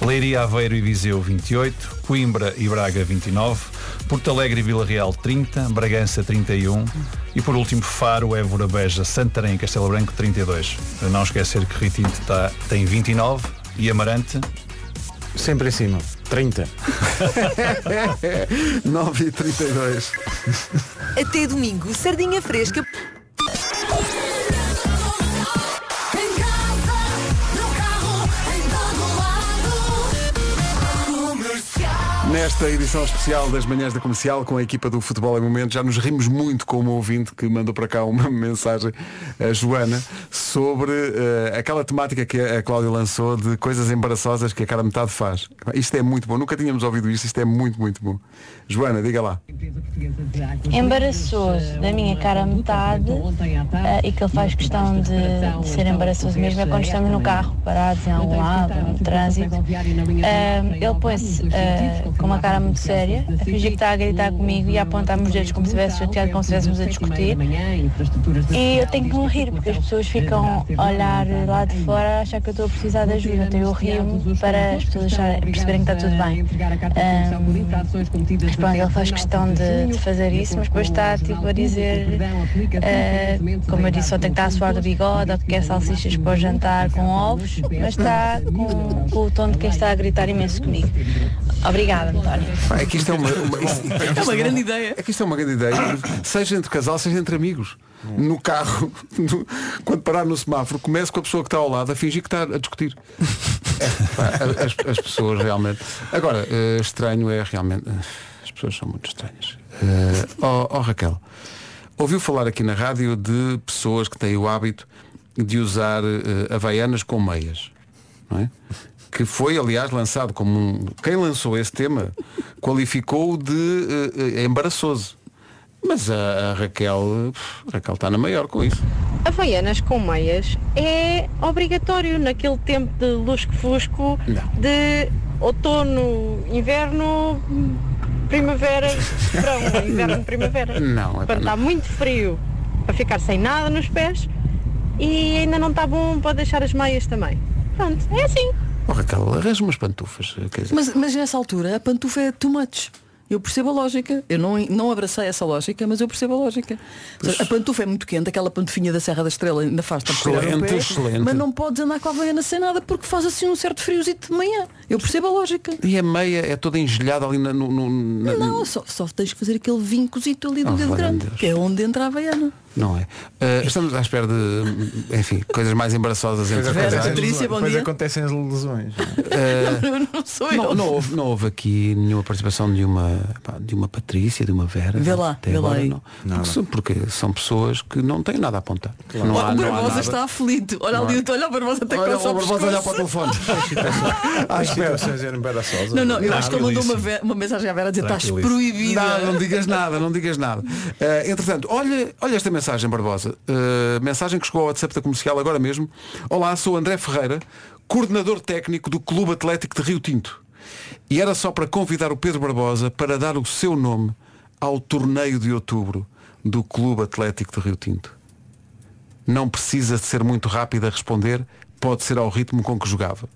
Speaker 5: Leiria, Aveiro e Viseu 28, Coimbra e Braga 29, Porto Alegre e Vila Real 30, Bragança 31 e por último Faro, Évora, Beja, Santarém e Castelo Branco 32. Para não esquecer que Ritinte tá, tem 29 e Amarante
Speaker 14: Sempre em cima. 30.
Speaker 1: (laughs) 9 e 32
Speaker 15: Até domingo, sardinha fresca.
Speaker 1: Nesta edição especial das manhãs da comercial com a equipa do Futebol em Momento, já nos rimos muito com uma ouvinte que mandou para cá uma (laughs) mensagem, a Joana, sobre eh, aquela temática que a Cláudia lançou de coisas embaraçosas que a cara metade faz. Isto é muito bom, nunca tínhamos ouvido isto, isto é muito, muito bom. Joana, diga lá.
Speaker 16: Embaraçoso da minha cara a metade eh, e que ele faz questão de, de ser embaraçoso mesmo é quando estamos no carro parados em algum lado, no trânsito. Eh, ele põe-se eh, com uma cara muito séria, a fingir que está a gritar comigo e a apontar-me os dedos como se estivesse chateado, como se estivéssemos a discutir. E eu tenho que me rir, porque as pessoas ficam a olhar lá de fora a achar que eu estou a precisar de ajuda. Então eu rio-me para as pessoas acharem- perceberem que está tudo bem. Ahm, mas pronto, ele faz questão de, de fazer isso, mas depois está tipo a dizer, ah, como eu disse, só tem que estar a suar do bigode, ou que quer salsichas para o jantar com ovos, mas está com, com o tom de quem está a gritar imenso comigo. Obrigada, António.
Speaker 1: Pá, É que isto é uma, uma- isto- é que isto
Speaker 3: grande ideia.
Speaker 1: É que isto é uma grande ideia, seja entre casal, seja entre amigos. No carro, no- quando parar no semáforo, comece com a pessoa que está ao lado a fingir que está a discutir. É, pá, as, as pessoas realmente. Agora, eh, estranho é realmente. As pessoas são muito estranhas. Eh, ó ó, Raquel, ouviu falar aqui na rádio de pessoas que têm o hábito de usar eh, havaianas com meias? não é? que foi, aliás, lançado como um... Quem lançou esse tema qualificou-o de eh, eh, embaraçoso. Mas a, a Raquel, pff, a Raquel está na maior com isso.
Speaker 17: Havaianas com meias é obrigatório naquele tempo de lusco-fusco de outono, inverno, primavera,
Speaker 1: (laughs)
Speaker 17: verão, inverno, primavera.
Speaker 1: Não, é
Speaker 17: Quando está muito frio para ficar sem nada nos pés e ainda não está bom para deixar as meias também. Pronto, é assim.
Speaker 1: Oh, Raquel, arranja umas pantufas. eh, quer dizer.
Speaker 3: Mas, mas nessa altura a pantufa é too much. Eu percebo a lógica. Eu não, não abracei essa lógica, mas eu percebo a lógica. Ou seja, A pantufa é muito quente, aquela pantufinha da Serra da Estrela ainda faz temporal
Speaker 1: Excelente,
Speaker 3: no é pé,
Speaker 1: excelente.
Speaker 3: Mas não podes andar com a veiana sem nada porque faz assim um certo friozito de manhã. Eu percebo a lógica.
Speaker 1: E a meia é toda engelhada ali na, no, no- na-
Speaker 3: Não, só, só tens que fazer aquele vincozito ali do
Speaker 1: Oh,
Speaker 3: dedo
Speaker 1: valha-me
Speaker 3: grande, que é onde entra a Havaiana.
Speaker 1: Não é? Ah, estamos à espera de, enfim, coisas mais embaraçosas entre
Speaker 3: Vera,
Speaker 1: casais.
Speaker 3: Patrícia, bom
Speaker 14: Depois
Speaker 3: dia.
Speaker 14: acontecem as
Speaker 1: (laughs)
Speaker 14: lesões.
Speaker 1: Ah,
Speaker 3: Eu não sou
Speaker 1: não,
Speaker 3: eu.
Speaker 1: não houve, não houve aqui nenhuma participação de uma, pá, de uma Patrícia, de uma Vera.
Speaker 3: Vê lá,
Speaker 1: até
Speaker 3: vê lá
Speaker 1: agora,
Speaker 3: aí.
Speaker 1: Não. Porque, são, porque são pessoas que não têm nada a apontar. Não há-
Speaker 3: o
Speaker 1: não há
Speaker 3: Barbosa
Speaker 1: nada.
Speaker 3: está aflito. Olha
Speaker 1: Não
Speaker 3: ali,
Speaker 1: há-
Speaker 3: olha o Barbosa até
Speaker 1: Olha,
Speaker 3: que
Speaker 1: o Barbosa olhar para o telefone.
Speaker 3: (laughs)
Speaker 14: Há situações embaraçosas.
Speaker 3: Não, é? não, eu acho que ele mandou uma,
Speaker 1: Tranquilíssimo.
Speaker 3: ve- uma mensagem à Vera a dizer estás
Speaker 1: Tranquilíssimo.
Speaker 3: proibida.
Speaker 1: é Não, não digas nada, não digas nada. Eh, entretanto, olha, olha esta mensagem, Barbosa. Eh, mensagem que chegou ao WhatsApp da comercial agora mesmo. Olá, sou André Ferreira, coordenador técnico do Clube Atlético de Rio Tinto. E era só para convidar o Pedro Barbosa para dar o seu nome ao torneio de outubro do Clube Atlético de Rio Tinto. Não precisa de ser muito rápido a responder, pode ser ao ritmo com que jogava.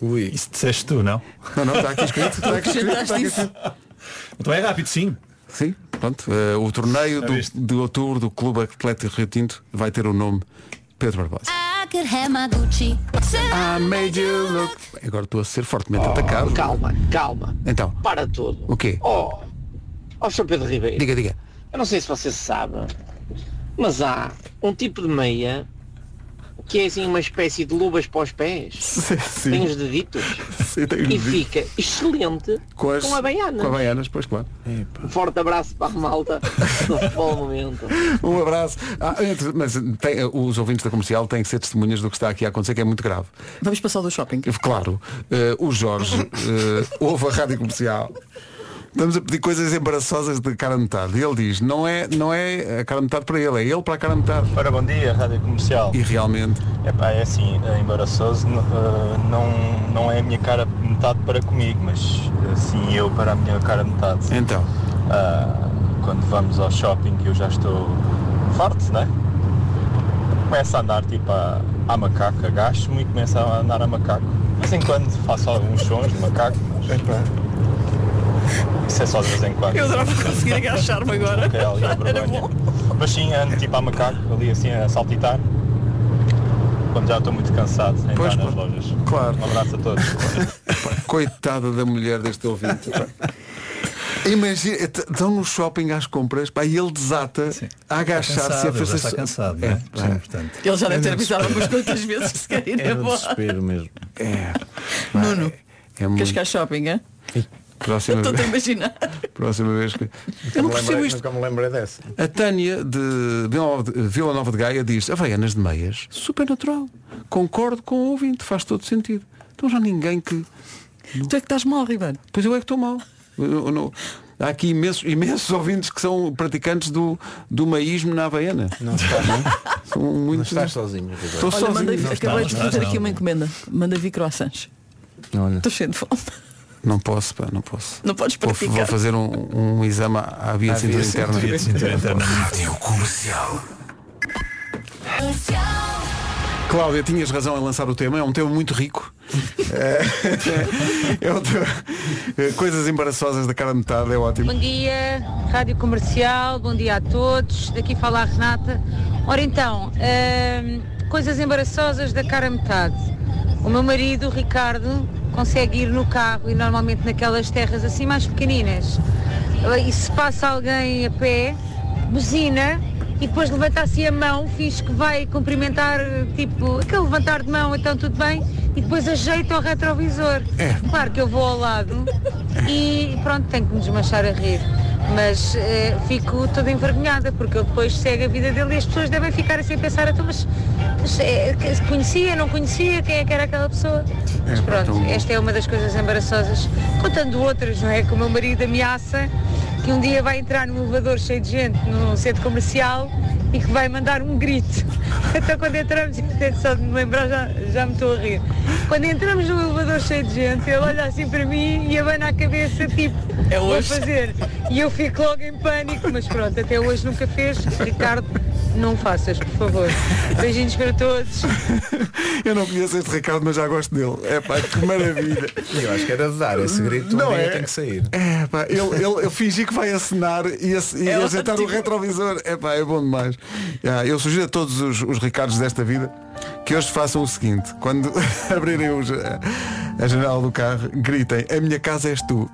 Speaker 14: Ui.
Speaker 5: Isso disseste tu, não?
Speaker 1: Não, não, está aqui escrito, está aqui escrito, está aqui escrito.
Speaker 5: Então é rápido, sim.
Speaker 1: Sim, pronto. eh, o torneio
Speaker 5: Já
Speaker 1: do,
Speaker 5: viste?
Speaker 1: de outubro do Clube Atlético Rio Tinto vai ter o nome Pedro Barbosa.
Speaker 12: I could have my Gucci.
Speaker 1: I made you look. Agora estou a ser fortemente atacado.
Speaker 18: Oh, Calma, calma.
Speaker 1: Então,
Speaker 18: Para tudo.
Speaker 1: o quê?
Speaker 18: Oh, oh Sr. Pedro Ribeiro.
Speaker 1: Diga, diga.
Speaker 18: Eu não sei se você sabe, mas há um tipo de meia que é assim uma espécie de luvas para os pés.
Speaker 1: (laughs) sim.
Speaker 18: Tem os deditos.
Speaker 1: (laughs) Sim, tem os
Speaker 18: e
Speaker 1: deditos.
Speaker 18: fica excelente com,
Speaker 1: as-
Speaker 18: a baiana.
Speaker 1: Com a Baianas, pois claro.
Speaker 18: Um forte abraço para a
Speaker 1: (laughs)
Speaker 18: malta do futebol momento.
Speaker 1: Um abraço. Ah, entre- mas tem- os ouvintes da comercial têm que ser testemunhas do que está aqui a acontecer, que é muito grave.
Speaker 3: Vamos passar do shopping.
Speaker 1: Claro, eh, o Jorge eh, ouve a rádio comercial. Estamos a pedir coisas embaraçosas de cara a metade. E ele diz, não é, não é a cara a metade para ele, é ele para a cara a metade.
Speaker 19: Ora, bom dia, Rádio Comercial.
Speaker 1: E realmente.
Speaker 19: Epá, é assim, é embaraçoso, n- eh, não, não é a minha cara metade para comigo, mas assim eu para a minha cara metade. Ah,
Speaker 1: Então.
Speaker 19: quando vamos ao shopping eu já estou farto, né? Começo a andar tipo a, a macaco, agacho-me e começo a andar a macaco. De vez em quando faço alguns sons de macaco, mas isso é só de vez em quando.
Speaker 3: Eu adorava conseguir agachar-me agora.
Speaker 19: Ok, ali é vergonha. Mas sim, ando tipo a macaco, ali assim a saltitar. Quando já estou muito cansado em
Speaker 1: Pois,
Speaker 19: andar nas lojas.
Speaker 1: Claro.
Speaker 19: Um abraço a todos.
Speaker 1: Coitada da mulher deste ouvinte. pá. Imagina, et- estão no shopping às compras pá, e ele desata a agachar-se
Speaker 5: cansado,
Speaker 1: a
Speaker 5: já está cansado, não é?
Speaker 1: pá.
Speaker 5: Sim, portanto.
Speaker 3: Ele já deve
Speaker 1: É
Speaker 3: ter avisado
Speaker 1: no desespero.
Speaker 3: algumas quantas vezes que se quer ir
Speaker 1: É no
Speaker 3: embora.
Speaker 1: desespero
Speaker 14: mesmo.
Speaker 1: É.
Speaker 3: Nuno, então
Speaker 1: É muito-
Speaker 3: queres cá shopping, é?
Speaker 1: Próxima
Speaker 3: Estou-te a
Speaker 1: vez,
Speaker 3: imaginar.
Speaker 1: próxima vez que.
Speaker 14: Eu não percebo isto. Nunca me lembrei dessa.
Speaker 1: A Tânia de Vila Nova de- Vila Nova de Gaia diz Havaianas de meias, super natural. Concordo com o ouvinte, faz todo sentido. Então já ninguém que.
Speaker 3: Tu é que estás mal, Ribeiro.
Speaker 1: Pois eu é que estou mal. Eu- eu não- Há aqui imensos, imensos (laughs) ouvintes que são praticantes do, do maísmo na Havaiana. Não estás, não? São muitos. Não
Speaker 14: estás sozinho, Ribeiro.
Speaker 1: Estou
Speaker 3: Olha,
Speaker 1: sozinho.
Speaker 3: mandei,
Speaker 1: é. Não
Speaker 3: acabei
Speaker 1: estás,
Speaker 3: de
Speaker 1: não
Speaker 3: fazer
Speaker 1: estás,
Speaker 3: aqui
Speaker 1: não.
Speaker 3: uma encomenda. Manda vir croissants.
Speaker 1: Olha,
Speaker 3: Estou cheio de fome. (laughs)
Speaker 1: não posso, pá, não posso.
Speaker 3: Não podes
Speaker 1: Vou-
Speaker 3: praticar.
Speaker 1: Vou fazer um, um exame à à via
Speaker 5: À
Speaker 1: de
Speaker 5: via
Speaker 1: cintura
Speaker 5: de
Speaker 1: interna.
Speaker 5: cintura- via de cintura interna.
Speaker 1: Rádio comercial. (laughs) Cláudia, tinhas razão em lançar o tema, é um tema muito rico. É, (laughs) é um tema- é, Coisas embaraçosas da cara metade, é ótimo.
Speaker 20: Bom dia, Rádio Comercial, bom dia a todos. Daqui fala a Renata. Ora então, hum, coisas embaraçosas da cara a metade. O meu marido, o Ricardo, consegue ir no carro e normalmente naquelas terras assim mais pequeninas. E se passa alguém a pé, buzina e depois levanta assim a mão, finge que vai cumprimentar, tipo, aquele levantar de mão, então tudo bem, e depois ajeita o retrovisor. Claro que eu vou ao lado e pronto, tenho que me desmanchar a rir. Mas eh, fico toda envergonhada porque ele depois segue a vida dele e as pessoas devem ficar assim a pensar, então, mas, mas, eh, que- conhecia, não conhecia, quem é que era aquela pessoa? Mas
Speaker 12: pá,
Speaker 20: pronto,
Speaker 12: tão-
Speaker 20: esta é uma das coisas embaraçosas. Contando outras, não é? Que o meu marido ameaça que um dia vai entrar num elevador cheio de gente num centro comercial e que vai mandar um grito. (laughs) Então quando entramos, só de me lembrar já, já me estou a rir. Quando entramos num elevador cheio de gente, ele olha assim para mim e abana a cabeça tipo,
Speaker 3: É
Speaker 20: vou
Speaker 3: hoje."
Speaker 20: fazer. E eu fico logo em pânico, mas pronto, até hoje nunca fez. Ricardo, Não faças, por favor. Beijinhos para todos.
Speaker 1: Eu não conheço este Ricardo, mas já gosto dele. É pá, que maravilha.
Speaker 4: Eu acho que era de
Speaker 1: Ah,
Speaker 4: dar esse grito.
Speaker 1: Não
Speaker 4: um dia
Speaker 1: é?
Speaker 4: tem que sair.
Speaker 1: É pá, ele, ele, eu fingi que vai acenar e, ace-
Speaker 13: É
Speaker 1: e
Speaker 4: Ela,
Speaker 1: ajeitar o (laughs)
Speaker 4: tipo-
Speaker 1: retrovisor. É pá, é bom demais. Ah, eu sugiro a todos os, os Ricardos desta vida que hoje façam o seguinte. Quando (laughs) abrirem os- a, a janela do carro, gritem, a minha casa és tu.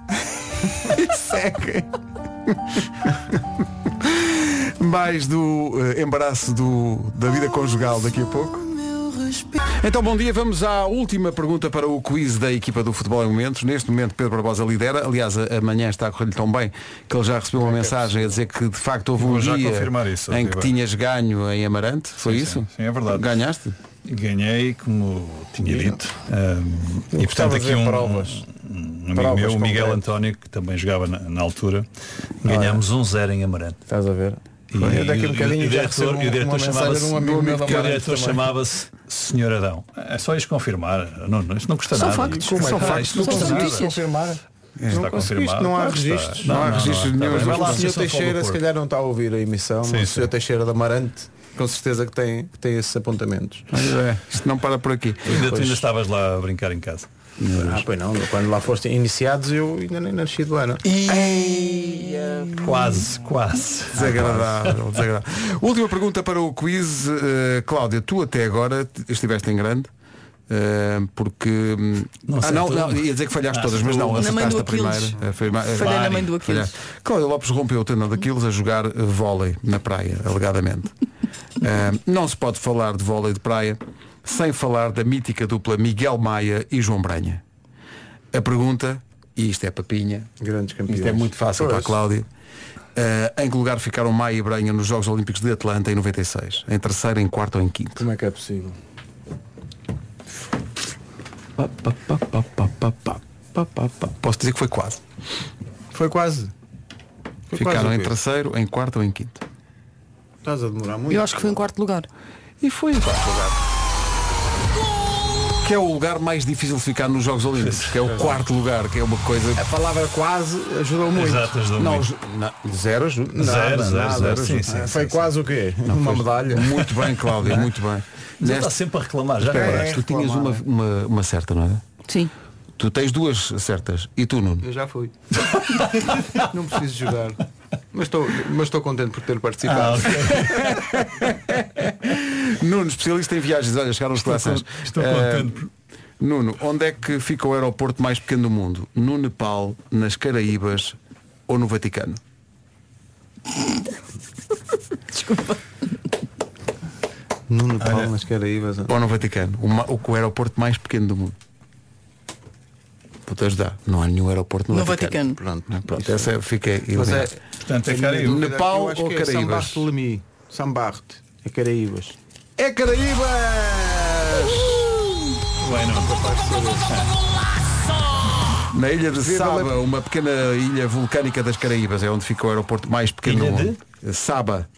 Speaker 1: (laughs) e seguem. Mais do eh, embaraço do, da vida conjugal daqui a pouco. Então, bom dia. Vamos à última pergunta para o quiz da equipa do Futebol em Momentos. Neste momento, Pedro Barbosa lidera. Aliás, a- amanhã está a correr-lhe tão bem que ele já recebeu uma mensagem a dizer que, de facto, houve um
Speaker 5: Vou já
Speaker 1: dia
Speaker 5: confirmar isso,
Speaker 1: em
Speaker 5: ok,
Speaker 1: que
Speaker 5: bem.
Speaker 1: tinhas ganho em Amarante. Foi
Speaker 5: Sim,
Speaker 1: isso?
Speaker 5: Sim, sim, é verdade.
Speaker 1: Ganhaste?
Speaker 5: Ganhei, como tinha dito. Ahm,
Speaker 4: Eu
Speaker 5: e portanto
Speaker 4: gostava de
Speaker 5: aqui
Speaker 4: ver
Speaker 5: um,
Speaker 4: provas.
Speaker 5: um amigo
Speaker 4: Provas
Speaker 5: meu, o Miguel
Speaker 4: concretas.
Speaker 5: António, que também jogava na, na altura, ganhámos 1-0 em Amarante.
Speaker 4: Estás a ver?
Speaker 5: E,
Speaker 4: Eu
Speaker 5: e,
Speaker 4: daqui a
Speaker 5: o-
Speaker 4: bocadinho
Speaker 5: e o
Speaker 4: já
Speaker 5: diretor, e o
Speaker 4: recebo uma
Speaker 5: diretor
Speaker 4: mensagem
Speaker 5: chamava-se
Speaker 4: de um amigo meu da
Speaker 5: o
Speaker 4: Amarante
Speaker 5: diretor
Speaker 4: também.
Speaker 5: chamava-se Senhor Adão. É só isto confirmar. Não, não, isto não custa
Speaker 4: São
Speaker 5: nada.
Speaker 4: factos,
Speaker 5: Isto-
Speaker 4: são
Speaker 5: isto
Speaker 4: factos,
Speaker 5: não
Speaker 4: são
Speaker 5: custa nada.
Speaker 4: notícias. Confirmar.
Speaker 5: Está
Speaker 4: Não conseguiste,
Speaker 5: confirmado.
Speaker 4: Não há
Speaker 5: Claro que está.
Speaker 4: registros.
Speaker 5: Não, não, não, está bem.
Speaker 4: Vai lá, o
Speaker 5: Associação
Speaker 4: senhor
Speaker 5: Futebol
Speaker 4: Teixeira,
Speaker 5: do
Speaker 4: se
Speaker 5: Porto.
Speaker 4: calhar não está a ouvir a emissão,
Speaker 5: Sim,
Speaker 4: mas o
Speaker 5: sim.
Speaker 4: senhor Teixeira da Amarante, com certeza que tem, que tem esses apontamentos.
Speaker 1: Isto não para por aqui.
Speaker 5: Ainda, tu ainda estavas lá a brincar em casa.
Speaker 4: Ah, pois não, quando lá foste iniciados eu ainda nem nasci do ano.
Speaker 5: Quase, quase.
Speaker 1: Desagradável, desagradável. Última pergunta para o quiz. eh, Cláudia, tu até agora t- estiveste em grande. eh, porque hum,
Speaker 5: Não
Speaker 1: ah,
Speaker 5: sei
Speaker 1: não,
Speaker 5: tudo.
Speaker 1: não, ia dizer que falhaste
Speaker 5: Ah,
Speaker 1: todas,
Speaker 5: sei
Speaker 1: mas não,
Speaker 5: tudo. Na mãe
Speaker 1: acertaste
Speaker 5: do
Speaker 1: a primeira. Eh,
Speaker 5: Aquiles.
Speaker 1: A firma-
Speaker 5: Falhei
Speaker 1: várias.
Speaker 5: na mãe do Aquiles.
Speaker 1: Falhaste. Cláudia Lopes rompeu o tendão daqueles a jogar eh, vôlei na praia,
Speaker 5: (laughs)
Speaker 1: alegadamente. Eh, não se pode falar de vôlei de praia sem falar da mítica dupla Miguel Maia e João Branha. A pergunta, e isto é papinha,
Speaker 4: Grandes campeões.
Speaker 1: isto é muito fácil para a
Speaker 4: Pois.
Speaker 1: Cláudia. Uh, em que lugar ficaram Maia e Branha nos Jogos Olímpicos de Atlanta em 96? Em terceiro, em quarto ou em quinto?
Speaker 4: Como é que é possível?
Speaker 1: Pa, pa, pa, pa, pa, pa, pa, pa, pa, pa. Posso dizer que foi quase.
Speaker 4: Foi quase. Foi
Speaker 1: ficaram
Speaker 4: quase o
Speaker 1: em
Speaker 4: quê?
Speaker 1: terceiro, em quarto ou em quinto?
Speaker 4: Estás a demorar muito.
Speaker 1: Eu acho que
Speaker 4: foi em quarto lugar.
Speaker 1: E foi em quarto lugar. Que é o lugar mais difícil de ficar nos Jogos Olímpicos, que é o quarto lugar, que é uma coisa.
Speaker 4: A palavra quase ajudou muito.
Speaker 5: Exato, ajudou
Speaker 4: não,
Speaker 5: muito.
Speaker 4: ju- não, zero ajuda.
Speaker 5: Zero,
Speaker 4: nada,
Speaker 5: zero,
Speaker 4: nada,
Speaker 5: zero,
Speaker 4: ajuda.
Speaker 5: sim, sim,
Speaker 4: Ah,
Speaker 5: sim,
Speaker 4: Foi
Speaker 5: sim.
Speaker 4: quase o quê?
Speaker 1: Não,
Speaker 4: Uma
Speaker 1: foi-
Speaker 4: medalha.
Speaker 1: Muito bem, Cláudia,
Speaker 4: Não é?
Speaker 1: muito bem.
Speaker 5: Mas ele está sempre a reclamar, já
Speaker 1: Espera,
Speaker 5: reparaste?
Speaker 1: tu tinhas uma, uma, uma certa, não é?
Speaker 21: Sim.
Speaker 1: Tu tens duas certas. E tu, Nuno?
Speaker 4: é. Eu já fui. (laughs) não preciso jogar. Mas estou, mas estou contente por ter
Speaker 1: Ah,
Speaker 4: participado.
Speaker 1: Nuno, especialista em viagens, olha, chegaram os corações.
Speaker 5: estou
Speaker 1: Eh,
Speaker 5: contente.
Speaker 1: Nuno, onde é que fica o aeroporto mais pequeno do mundo? No Nepal, nas Caraíbas ou no Vaticano?
Speaker 4: No Nepal, nas Caraíbas.
Speaker 1: Ou no Vaticano? O, ma- o, o aeroporto mais pequeno do mundo? Vou-te ajudar. Não há nenhum aeroporto no,
Speaker 3: No
Speaker 1: Vaticano.
Speaker 3: Vaticano.
Speaker 1: Pronto, não é? Pronto, essa é- fica
Speaker 4: Mas
Speaker 1: eliminada.
Speaker 4: é,
Speaker 5: Portanto, é
Speaker 4: a minha
Speaker 5: Caraíbas.
Speaker 4: dúvida,
Speaker 1: Nepal
Speaker 4: eu acho
Speaker 1: ou
Speaker 4: que é São
Speaker 1: Caraíbas?
Speaker 4: Bartolomé. São Barte. É Caraíbas.
Speaker 1: É Caraíbas!
Speaker 5: Bem, não.
Speaker 1: Na ilha de Saba, uma pequena ilha vulcânica das Caraíbas, é onde fica o aeroporto mais pequeno
Speaker 5: Ilha
Speaker 1: do
Speaker 5: de?
Speaker 1: mundo. Saba.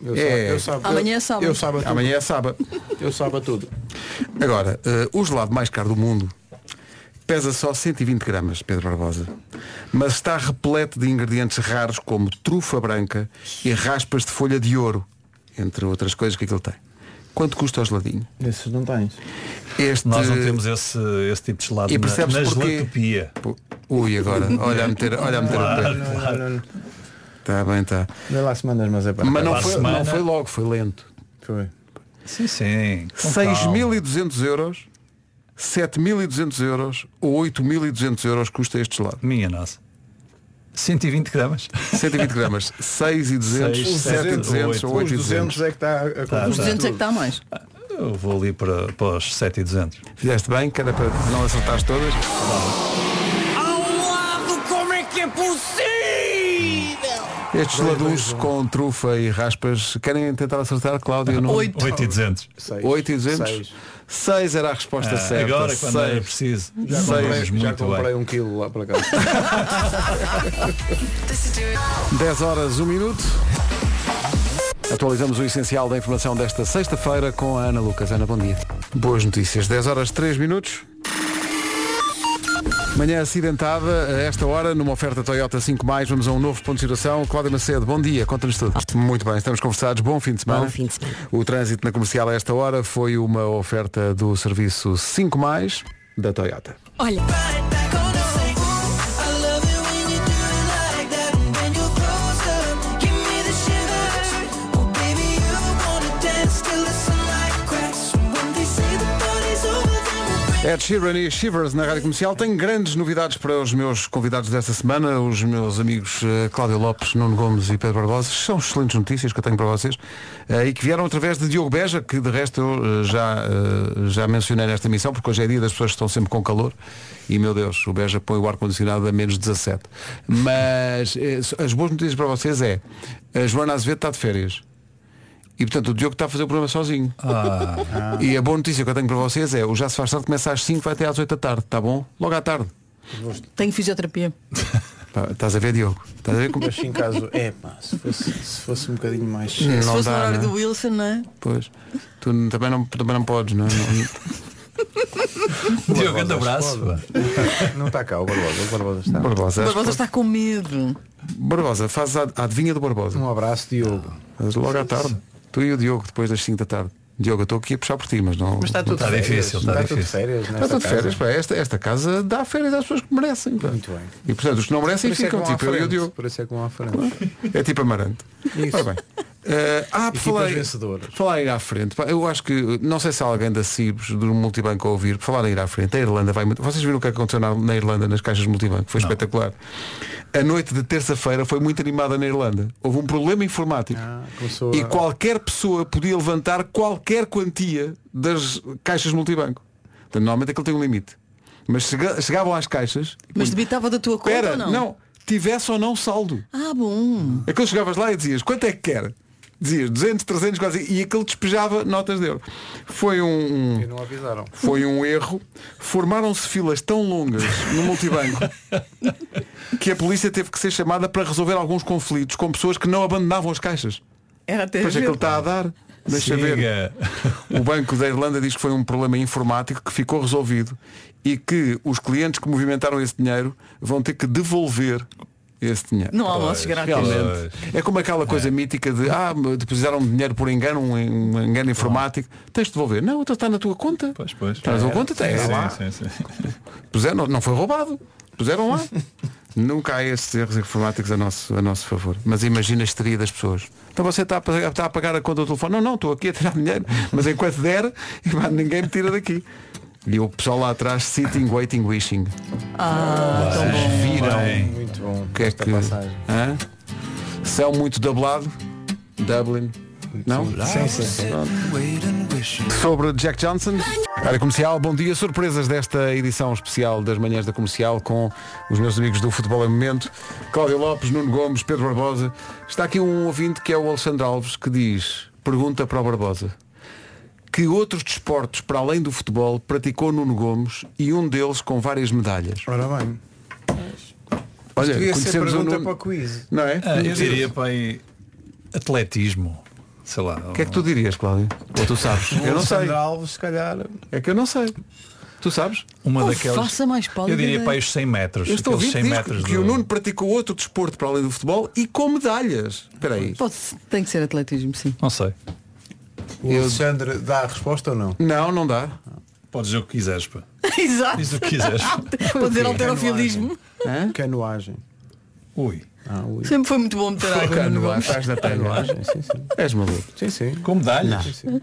Speaker 4: Eu,
Speaker 1: É.
Speaker 4: sabo,
Speaker 3: Amanhã é sábado.
Speaker 4: Eu sabo tudo.
Speaker 1: Amanhã é Saba.
Speaker 4: Eu sabo tudo.
Speaker 1: Agora, eh, o gelado mais caro do mundo pesa só 120 gramas, Pedro Barbosa, mas está repleto de ingredientes raros como trufa branca e raspas de folha de ouro, entre outras coisas que aquilo tem. Quanto custa o geladinho?
Speaker 4: Esses não tens.
Speaker 1: Este...
Speaker 5: Nós não temos esse, esse tipo de gelado
Speaker 1: E
Speaker 5: na,
Speaker 1: percebes
Speaker 5: na
Speaker 1: porquê?
Speaker 5: gelatopia.
Speaker 1: Ui, agora, olha a meter, olha a meter o pé.
Speaker 5: Claro, claro.
Speaker 1: Está bem, tá. está.
Speaker 4: Vê lá se mandas, mas é para
Speaker 1: Mas não
Speaker 5: Para a
Speaker 1: foi,
Speaker 5: semana-
Speaker 1: não foi logo, foi lento.
Speaker 4: Foi.
Speaker 5: Sim, sim. com calma.
Speaker 1: 6.200 euros, 7.200 euros ou 8.200 euros custa este gelado.
Speaker 5: Minha nossa. 120 gramas.
Speaker 1: 120
Speaker 5: (laughs)
Speaker 1: gramas, 6.200,
Speaker 5: Seis, sete,
Speaker 1: 7.200 ou
Speaker 4: Os 200
Speaker 1: 8.200.
Speaker 4: é que está a
Speaker 5: Tá,
Speaker 3: Os
Speaker 5: tá.
Speaker 3: 200 é que está a mais.
Speaker 5: Eu vou ali para, para os 7 e 200.
Speaker 1: Fizeste bem, que era para não acertares todas.
Speaker 13: Como é que é possível?
Speaker 1: Estes geladus
Speaker 4: um.
Speaker 1: com trufa e raspas, querem tentar acertar, Cláudio? Não? 8
Speaker 3: Oito.
Speaker 5: 8 e 200.
Speaker 1: 8 e 200?
Speaker 4: Seis.
Speaker 1: 6 era a resposta
Speaker 5: Ah,
Speaker 1: certa.
Speaker 5: agora, quando era
Speaker 1: Seis.
Speaker 5: preciso.
Speaker 4: Já comprei,
Speaker 5: Seis,
Speaker 4: já
Speaker 5: muito
Speaker 4: comprei
Speaker 5: bem.
Speaker 4: um quilo lá
Speaker 14: (laughs)
Speaker 4: para cá.
Speaker 1: (laughs) 10 horas, 1 minuto. Atualizamos o essencial da informação desta sexta-feira com a Ana Lucas. Ana, bom dia. Boas notícias. 10 horas, 3 minutos. Manhã acidentada, a esta hora, numa oferta Toyota 5 Mais, vamos a um novo ponto de situação. Cláudia Macedo, bom dia, conta-nos tudo. Muito bem, estamos conversados, bom fim de semana.
Speaker 2: Bom fim de semana.
Speaker 1: O trânsito na comercial a esta hora foi uma oferta do serviço 5 Mais da Toyota.
Speaker 22: Olha.
Speaker 1: Ed Sheeran e Shivers na Rádio Comercial tem grandes novidades para os meus convidados desta semana, os meus amigos eh, Cláudio Lopes, Nuno Gomes e Pedro Barbosa. São excelentes notícias que eu tenho para vocês eh, e que vieram através de Diogo Beja, que de resto eu eh, já, eh, já mencionei nesta emissão, porque hoje é dia das pessoas que estão sempre com calor e, meu Deus, o Beja põe o ar-condicionado a menos 17. Mas eh, as boas notícias para vocês é a Joana Azevedo está de férias. E portanto o Diogo está a fazer o programa sozinho.
Speaker 4: Ah.
Speaker 1: E a boa notícia que eu tenho para vocês é o Já se faz tarde começa às 5, vai até às 8 da tarde, tá bom? Logo à tarde.
Speaker 3: Tenho fisioterapia.
Speaker 1: Pá, Estás a ver, Diogo? Estás a ver
Speaker 4: (laughs)
Speaker 1: como.
Speaker 14: Mas em caso, é pá, se fosse, se fosse um bocadinho mais.
Speaker 1: Não
Speaker 14: cedo.
Speaker 1: Se
Speaker 4: Ah,
Speaker 1: fosse dá, no horário né? do
Speaker 3: Wilson, não é?
Speaker 1: Pois. Tu n- também não, também não podes, não é?
Speaker 5: Diogo, grande abraço.
Speaker 4: (laughs) Não está cá, o Barbosa. O Barbosa está.
Speaker 1: Barbosa, acho
Speaker 3: Barbosa está com medo.
Speaker 1: que- Barbosa, faz a a adivinha do Barbosa.
Speaker 4: Um abraço, Diogo.
Speaker 1: Mas logo à tarde. Tu e o Diogo, depois das 5 da tarde. Diogo, eu estou aqui a puxar por ti, mas não.
Speaker 4: Mas está tudo
Speaker 5: Está
Speaker 4: férias.
Speaker 5: difícil, está
Speaker 4: está tudo
Speaker 5: difícil.
Speaker 4: férias. nesta
Speaker 1: Está tudo de
Speaker 4: casa.
Speaker 1: férias, pá. Esta, esta casa dá férias às pessoas que merecem. pá.
Speaker 4: Muito bem.
Speaker 1: E portanto, os que não merecem
Speaker 4: Por isso é que
Speaker 1: ficam,
Speaker 4: vão à
Speaker 1: tipo eu e o
Speaker 4: frente,
Speaker 1: Diogo.
Speaker 4: Por isso é que vão à frente.
Speaker 1: É tipo amarante.
Speaker 4: Isso.
Speaker 1: Ora bem. Eh, ah, por
Speaker 4: Equipas
Speaker 1: falar,
Speaker 4: vencedoras.
Speaker 1: por falar em ir à frente, pá, eu acho que, não sei se há alguém da CIBS, do multibanco a ouvir, por falar em ir à frente, a Irlanda vai muito. Vocês viram o que aconteceu na, na Irlanda, nas caixas de multibanco, foi espetacular. A noite de terça-feira foi muito animada na Irlanda. Houve um problema informático.
Speaker 4: Ah, Começou
Speaker 1: E
Speaker 4: a-
Speaker 1: qualquer pessoa podia levantar qualquer quantia das caixas multibanco. Portanto, normalmente aquilo tem um limite. Mas chega- chegavam às caixas.
Speaker 3: Mas debitava da tua conta
Speaker 1: Espera,
Speaker 3: ou não?
Speaker 1: não, tivesse ou não saldo.
Speaker 3: Ah, bom.
Speaker 1: Aquilo É chegavas lá e dizias, quanto é que quer? Dizias 200, 300, quase, e aquilo despejava notas de euro. Foi um,
Speaker 4: E não avisaram.
Speaker 1: foi um erro. Formaram-se filas tão longas no multibanco que a polícia teve que ser chamada para resolver alguns conflitos com pessoas que não abandonavam as caixas.
Speaker 3: Era até
Speaker 1: Pois é que
Speaker 3: giro.
Speaker 1: ele está a dar. Deixa ver. O Banco da Irlanda diz que foi um problema informático que ficou resolvido e que os clientes que movimentaram esse dinheiro vão ter que devolver esse dinheiro.
Speaker 3: Não há almoços
Speaker 5: Pois,
Speaker 3: grátis.
Speaker 1: Realmente. É como aquela coisa mítica de ah, depositaram dinheiro por engano, um, um engano informático, tens de devolver. Não, então está na tua conta.
Speaker 5: Pois, pois. É.
Speaker 1: Está na
Speaker 22: um
Speaker 1: tua conta, tens
Speaker 5: Sim,
Speaker 1: É. lá.
Speaker 5: sim, sim.
Speaker 1: Puseram, não- não foi roubado.
Speaker 5: (laughs)
Speaker 1: Puseram lá. Nunca há esses erros informáticos a nosso, a nosso favor. Mas imagina a histeria das pessoas. Então você está a, pa- está a pagar a conta do telefone. Não, não, estou aqui a tirar dinheiro. Mas enquanto der, (laughs) ninguém me tira daqui. E o pessoal lá atrás, sitting, waiting, wishing.
Speaker 3: Ah, tão bom.
Speaker 1: Viram
Speaker 5: Bem.
Speaker 4: Muito bom.
Speaker 1: o que é
Speaker 4: esta
Speaker 1: que.
Speaker 4: passagem.
Speaker 1: Hã? Céu muito dublado. Dublin. Não?
Speaker 4: Sim, sim, sim.
Speaker 1: Sobre Jack Johnson. Área comercial, bom dia. Surpresas desta edição especial das manhãs da comercial com os meus amigos do Futebol em Momento. Cláudio Lopes, Nuno Gomes, Pedro Barbosa. Está aqui um ouvinte que é o Alexandre Alves que diz, pergunta para o Barbosa. Que outros desportos, para além do futebol, praticou Nuno Gomes e um deles com várias medalhas?
Speaker 14: Ora bem.
Speaker 1: Olha,
Speaker 14: Devia ser
Speaker 1: conhecemos o
Speaker 14: pergunta
Speaker 1: Nuno,
Speaker 14: para o quiz.
Speaker 1: não é?
Speaker 5: Ah, eu diria para aí atletismo. Sei lá. um-
Speaker 1: O que é que tu dirias, Cláudio? Ou tu sabes? Eu não sei.
Speaker 14: Sandra Alves, se calhar.
Speaker 1: É que eu não sei. Tu sabes?
Speaker 5: Uma
Speaker 3: Não
Speaker 5: daquelas.
Speaker 3: faça mais pálida
Speaker 5: eu diria
Speaker 3: ideia.
Speaker 5: para aí os 100 metros.
Speaker 1: Eu estou a
Speaker 5: aqueles
Speaker 1: ouvir
Speaker 5: 100 metros
Speaker 1: que
Speaker 5: do-
Speaker 1: o Nuno praticou outro desporto para além do futebol e com medalhas. Espera aí.
Speaker 3: Pode, tem que ser atletismo, sim.
Speaker 1: Oh,
Speaker 5: Não sei.
Speaker 14: O Alexandre dá a resposta ou não?
Speaker 1: Não, não dá.
Speaker 5: Podes dizer o que quiseres, pá.
Speaker 3: Exato.
Speaker 5: Diz o que quiseres.
Speaker 3: (laughs) Pode dizer alterofilismo.
Speaker 1: Hã?
Speaker 14: Canoagem.
Speaker 5: Ui.
Speaker 14: Ah, ui.
Speaker 3: Sempre foi muito bom meter água. no
Speaker 1: Canoagem.
Speaker 3: nome.
Speaker 1: Estás na canoagem.
Speaker 14: Canoagem, sim, sim.
Speaker 1: És maluco.
Speaker 14: Sim, sim.
Speaker 5: Com medalhas?
Speaker 14: Sim,
Speaker 3: Hum?
Speaker 14: sim.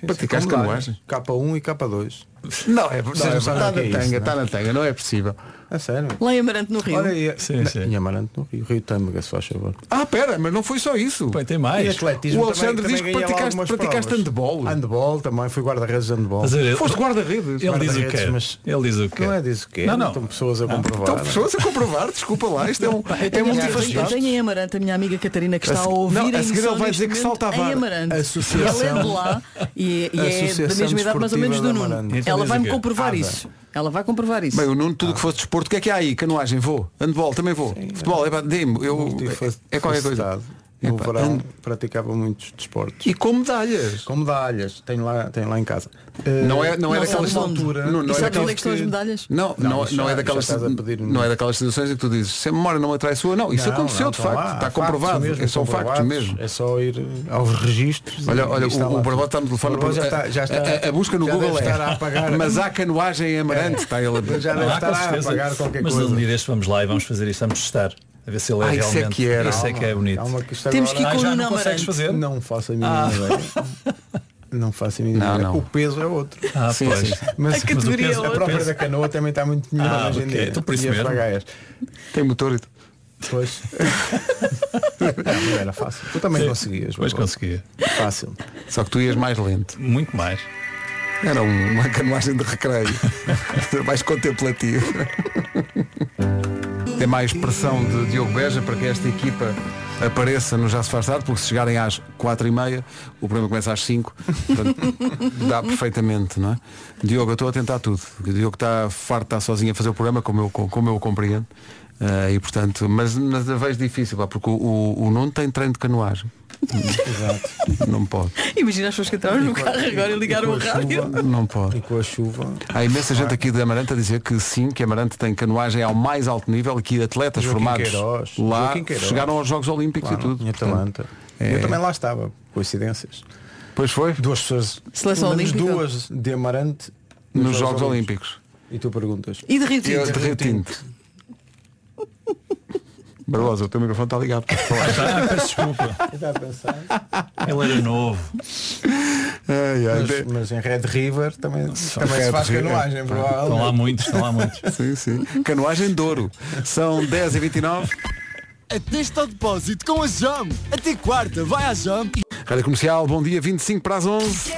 Speaker 14: Sim,
Speaker 1: Praticaste
Speaker 14: sim, como
Speaker 1: canoagem?
Speaker 14: dá. K1 e K2.
Speaker 1: Não, é, não,
Speaker 14: Vocês não sabem
Speaker 1: está
Speaker 14: o que
Speaker 1: na
Speaker 14: é isso,
Speaker 1: tanga,
Speaker 14: não é?
Speaker 1: está na tanga, não é possível.
Speaker 14: A sério.
Speaker 3: Lá em Amarante no Rio.
Speaker 14: Olha, é- e,
Speaker 5: Sim,
Speaker 14: na,
Speaker 5: sim.
Speaker 14: Em Amarante no Rio. Rio Tâmega, se faz favor.
Speaker 1: Ah, pera, mas não foi só isso.
Speaker 5: Bem, tem mais.
Speaker 14: atletismo
Speaker 1: O Alexandre diz que
Speaker 14: ganhei lá
Speaker 1: praticaste-
Speaker 14: algumas
Speaker 1: praticaste
Speaker 14: provas.
Speaker 1: handball.
Speaker 14: Handball também, fui guarda-redes de handball.
Speaker 5: Estás a ver?
Speaker 1: Foste
Speaker 5: Ele
Speaker 1: guarda-redes.
Speaker 5: diz o quê?
Speaker 14: guarda-redes, mas-
Speaker 5: Ele diz é. o quê?
Speaker 14: Não é disso que é.
Speaker 5: Não, não.
Speaker 14: Estão pessoas a comprovar.
Speaker 1: Estão pessoas a comprovar, desculpa lá, isto é, um, é
Speaker 3: Eu
Speaker 1: multifacetado.
Speaker 3: tenho em Amarante a minha amiga Catarina que
Speaker 1: A
Speaker 3: está a
Speaker 1: se-
Speaker 3: ouvir
Speaker 1: não, a
Speaker 3: a
Speaker 1: seguir
Speaker 3: emissão
Speaker 1: ele vai dizer
Speaker 3: neste
Speaker 1: que
Speaker 3: momento
Speaker 1: salta a vara.
Speaker 3: Em Amarante.
Speaker 14: Associação-
Speaker 3: Ela é de lá e, e é da
Speaker 14: Associação
Speaker 3: mesma idade mais ou menos do
Speaker 14: Desportiva de
Speaker 3: Nuno.
Speaker 14: Amarante.
Speaker 5: Então
Speaker 3: Ela
Speaker 5: diz o
Speaker 3: vai-me
Speaker 5: quê?
Speaker 1: Ah,
Speaker 3: comprovar
Speaker 14: Ava.
Speaker 3: isso. Ela vai comprovar isso.
Speaker 1: Bem, o Nuno, tudo que fosse desporto, o que é que há aí? Canoagem, vou. Handball, também vou. Futebol, é pá, dê-me. Eu, é, é qualquer coisa.
Speaker 14: Multifacetado.
Speaker 4: No
Speaker 1: Epá,
Speaker 4: verão
Speaker 1: and-
Speaker 4: praticava muitos desportos.
Speaker 1: E com medalhas.
Speaker 4: Com medalhas. Tenho lá, tenho lá em casa. Eh,
Speaker 1: Não é, não é
Speaker 4: Não
Speaker 1: daquelas
Speaker 4: sabe onde.
Speaker 1: altura.
Speaker 4: E
Speaker 1: Não, não é
Speaker 4: sabe onde
Speaker 1: daquelas
Speaker 4: é que estão as medalhas?
Speaker 1: Não, não,
Speaker 4: Não,
Speaker 1: não,
Speaker 4: já-
Speaker 1: é daquelas,
Speaker 4: já estás a pedir-
Speaker 1: não é daquelas situações em que tu dizes, se a memória não atrai sua, não, isso
Speaker 4: Não,
Speaker 1: aconteceu
Speaker 4: não,
Speaker 1: de
Speaker 3: então
Speaker 4: estão
Speaker 1: facto,
Speaker 4: lá, há
Speaker 1: está
Speaker 4: factos
Speaker 1: comprovado,
Speaker 4: mesmo,
Speaker 1: são factos
Speaker 4: comprovados.
Speaker 1: mesmo.
Speaker 4: É só ir aos registros.
Speaker 1: Olha,
Speaker 4: e
Speaker 1: olha,
Speaker 4: está
Speaker 1: o,
Speaker 4: lá.
Speaker 1: o Barbosa está no telefone.
Speaker 4: O Barbosa já
Speaker 1: a-
Speaker 4: está- já
Speaker 1: a-
Speaker 4: está-
Speaker 1: a, a busca no
Speaker 4: já
Speaker 1: Google
Speaker 4: deve
Speaker 1: é.
Speaker 4: estar a apagar. É.
Speaker 1: Mas há canoagem em Amarante, está ele a dizer.
Speaker 4: Já deve
Speaker 22: Não há,
Speaker 4: estar
Speaker 22: com
Speaker 4: a
Speaker 22: certeza.
Speaker 4: apagar qualquer
Speaker 22: Mas
Speaker 4: coisa.
Speaker 22: um dia deste vamos lá e vamos fazer isso, vamos testar. A ver se ele é
Speaker 1: Ah, isso é
Speaker 22: realmente.
Speaker 1: que era.
Speaker 22: Isso é que é bonito.
Speaker 4: Calma, que isto
Speaker 22: Temos
Speaker 4: agora-
Speaker 22: que ir com Ah, já o não Nuno consegues Amarante. fazer?
Speaker 4: Não faço a mínima
Speaker 22: Ah.
Speaker 4: ideia. Não faço a mínima
Speaker 1: Não,
Speaker 4: ideia.
Speaker 1: Ah, não.
Speaker 4: O peso é outro.
Speaker 22: Ah, pois.
Speaker 4: Mas,
Speaker 22: A categoria
Speaker 4: mas
Speaker 22: é
Speaker 4: o peso, a
Speaker 22: outra.
Speaker 4: própria da canoa também está muito melhor
Speaker 22: Ah,
Speaker 4: hoje em
Speaker 22: ok.
Speaker 4: dia.
Speaker 22: Então por isso
Speaker 4: E as
Speaker 22: mesmo.
Speaker 4: fragaias.
Speaker 1: Tem motor e tudo. (laughs)
Speaker 4: Pois. não, não era fácil. Tu também
Speaker 1: Sim.
Speaker 4: conseguias.
Speaker 1: Pois
Speaker 4: Barbosa.
Speaker 1: conseguia.
Speaker 4: Fácil.
Speaker 1: Só que tu ias mais lento.
Speaker 22: Muito mais.
Speaker 1: Era um- uma canoagem de recreio. (laughs) mais contemplativa. Tem mais pressão de Diogo Beja para que esta equipa apareça no Já se faz tarde, porque se chegarem às 4 e meia, o programa começa às 5. Portanto, dá perfeitamente, não é? Diogo, eu estou a tentar tudo. O Diogo está farto, está sozinho a fazer o programa, como eu, como eu o compreendo. Ah, e portanto, mas, mas a vejo difícil, pá, porque o, o, o Nuno tem treino de canoagem. Exato. Não pode.
Speaker 3: Imagina as pessoas que entraram no carro agora e ligaram o rádio.
Speaker 1: Não pode.
Speaker 4: E com a chuva.
Speaker 1: Há imensa gente aqui de Amarante a dizer que sim, que Amarante tem canoagem ao mais alto nível e que atletas
Speaker 4: Joaquim
Speaker 1: formados
Speaker 4: Queiroz,
Speaker 1: lá
Speaker 4: Joaquim Queiroz.
Speaker 1: chegaram aos Jogos Olímpicos
Speaker 4: Claro,
Speaker 1: e tudo.
Speaker 4: Em Atalanta.
Speaker 1: É.
Speaker 4: Eu também lá estava. Coincidências.
Speaker 1: Pois foi?
Speaker 4: Duas pessoas.
Speaker 3: Seleção
Speaker 4: pelo menos
Speaker 3: Olímpica?
Speaker 4: duas de Amarante
Speaker 1: Nos Jogos Olímpicos.
Speaker 4: E tu perguntas.
Speaker 3: E de Rio Tinto?
Speaker 1: Eu de Rio Tinto. Barbosa, o teu microfone está ligado. podes falar.
Speaker 4: (laughs) Está a pensar.
Speaker 22: Ele era novo.
Speaker 1: Ai, ai,
Speaker 4: Mas,
Speaker 1: de-
Speaker 4: mas em Red River também, também se
Speaker 22: É,
Speaker 1: Red
Speaker 4: faz
Speaker 1: River.
Speaker 4: canoagem, provavelmente.
Speaker 22: Estão lá muitos, estão lá muitos.
Speaker 1: (laughs) Sim, sim. Canoagem de ouro. São 10h29.
Speaker 23: Ateste ao depósito com a JAM. Até quarta, vai à JAM.
Speaker 1: Rádio Comercial, bom dia, 25 para as 11.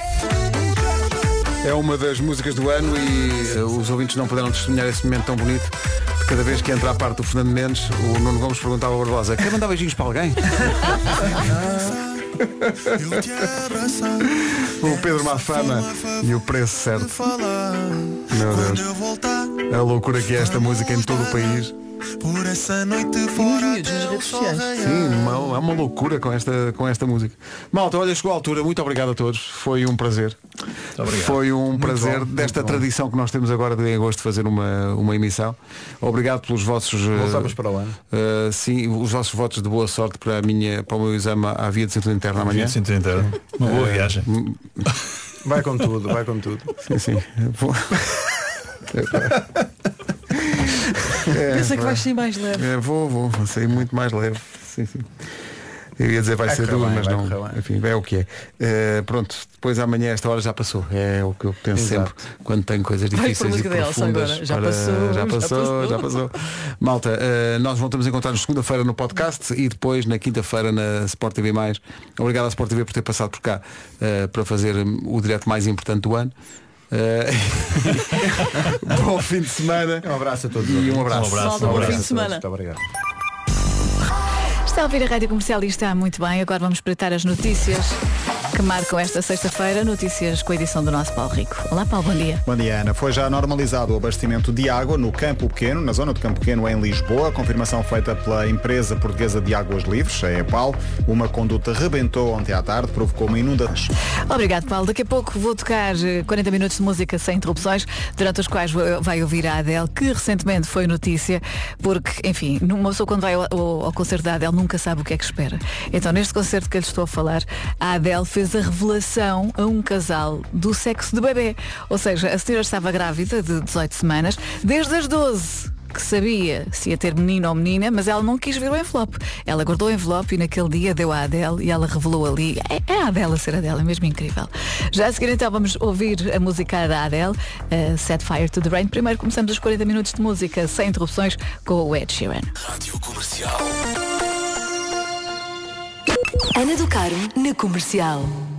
Speaker 1: É uma das músicas do ano e eh, os ouvintes não puderam testemunhar esse momento tão bonito. Cada vez que entra a parte do Fernando Mendes, o Nuno Gomes perguntava ao Barbosa, quer mandar beijinhos
Speaker 23: (laughs)
Speaker 1: para alguém? o Pedro Mafama e o preço certo. Meu Deus. A loucura que é esta música em todo o país.
Speaker 24: Por essa noite fora nas redes sociais.
Speaker 1: Sim, uma- é uma, loucura com esta, com esta música. Malta, olha, chegou a altura. Muito obrigado a todos. Foi um prazer.
Speaker 22: obrigado.
Speaker 1: Foi um
Speaker 22: Muito
Speaker 1: prazer
Speaker 22: bom, muito
Speaker 1: desta
Speaker 22: bom.
Speaker 1: tradição que nós temos agora de em agosto fazer uma, uma emissão. Obrigado pelos vossos. eh,
Speaker 4: Voltamos para o ano.
Speaker 1: eh, sim, os vossos votos de boa sorte para, a minha, para o meu exame à via de cintura interna amanhã.
Speaker 22: Via de cintura interna. Uma boa
Speaker 1: Eh,
Speaker 22: viagem.
Speaker 4: Vai com tudo, vai com tudo.
Speaker 1: Sim, sim. Vou-
Speaker 3: Pensa que
Speaker 1: pá.
Speaker 3: vais sair mais leve.
Speaker 1: É, vou, vou, vou sair muito mais leve. Sim, sim. Eu ia dizer vai,
Speaker 4: Vai
Speaker 1: ser
Speaker 4: correr
Speaker 1: duro,
Speaker 4: bem,
Speaker 1: mas
Speaker 4: vai
Speaker 1: não.
Speaker 4: correr bem.
Speaker 1: Enfim, é o que é. Eh, pronto, depois amanhã esta hora já passou. É o que eu penso
Speaker 4: Exato.
Speaker 1: sempre quando tenho coisas
Speaker 4: Vai por
Speaker 1: difíceis e
Speaker 4: música da Elsa
Speaker 1: profundas.
Speaker 4: agora. Já passou,
Speaker 1: já
Speaker 4: já
Speaker 1: passou,
Speaker 4: passou.
Speaker 1: já passou. Malta, eh, nós voltamos a encontrar-nos segunda-feira no podcast e depois na quinta-feira na Sport TV. Obrigado à Sport TV por ter passado por cá eh, para fazer o direto mais importante do ano. Eh, (laughs) Bom fim de semana.
Speaker 4: Um abraço a todos.
Speaker 1: e um abraço. Um
Speaker 4: Um
Speaker 1: abraço.
Speaker 4: abraço a todos. Muito obrigado.
Speaker 25: Está a ouvir a Rádio Comercial e está muito bem. Agora vamos espreitar as notícias que marcam esta sexta-feira. Notícias com a edição do nosso Paulo Rico. Olá, Paulo, bom dia.
Speaker 26: Bom dia, Ana. Foi já normalizado o abastecimento de água no Campo Pequeno, na zona do Campo Pequeno, em Lisboa. Confirmação feita pela empresa portuguesa de águas livres, a EPAL. Uma conduta rebentou ontem à tarde, provocou uma inundação.
Speaker 25: Obrigado, Paulo. Daqui a pouco vou tocar eh, 40 minutos de música sem interrupções, durante os quais eh, vai ouvir a Adele, que recentemente foi notícia, porque, enfim, uma pessoa quando vai ao, ao- ao concerto da Adele nunca sabe o que é que espera. Então, neste concerto que eu lhe estou a falar, a Adele fez a revelação a um casal do sexo de bebê. Ou seja, a senhora estava grávida de 18 semanas, desde as 12 que sabia se ia ter menino ou menina, mas ela não quis ver o envelope. Ela guardou o envelope e naquele dia deu à Adele e ela revelou ali. É, é a Adele a ser a Adele, é mesmo incrível. Já a seguir então vamos ouvir a música da Adele, eh, Set Fire to the Rain. Primeiro começamos os 40 minutos de música sem interrupções com o Ed Sheeran.
Speaker 27: Ana do Caro, na comercial.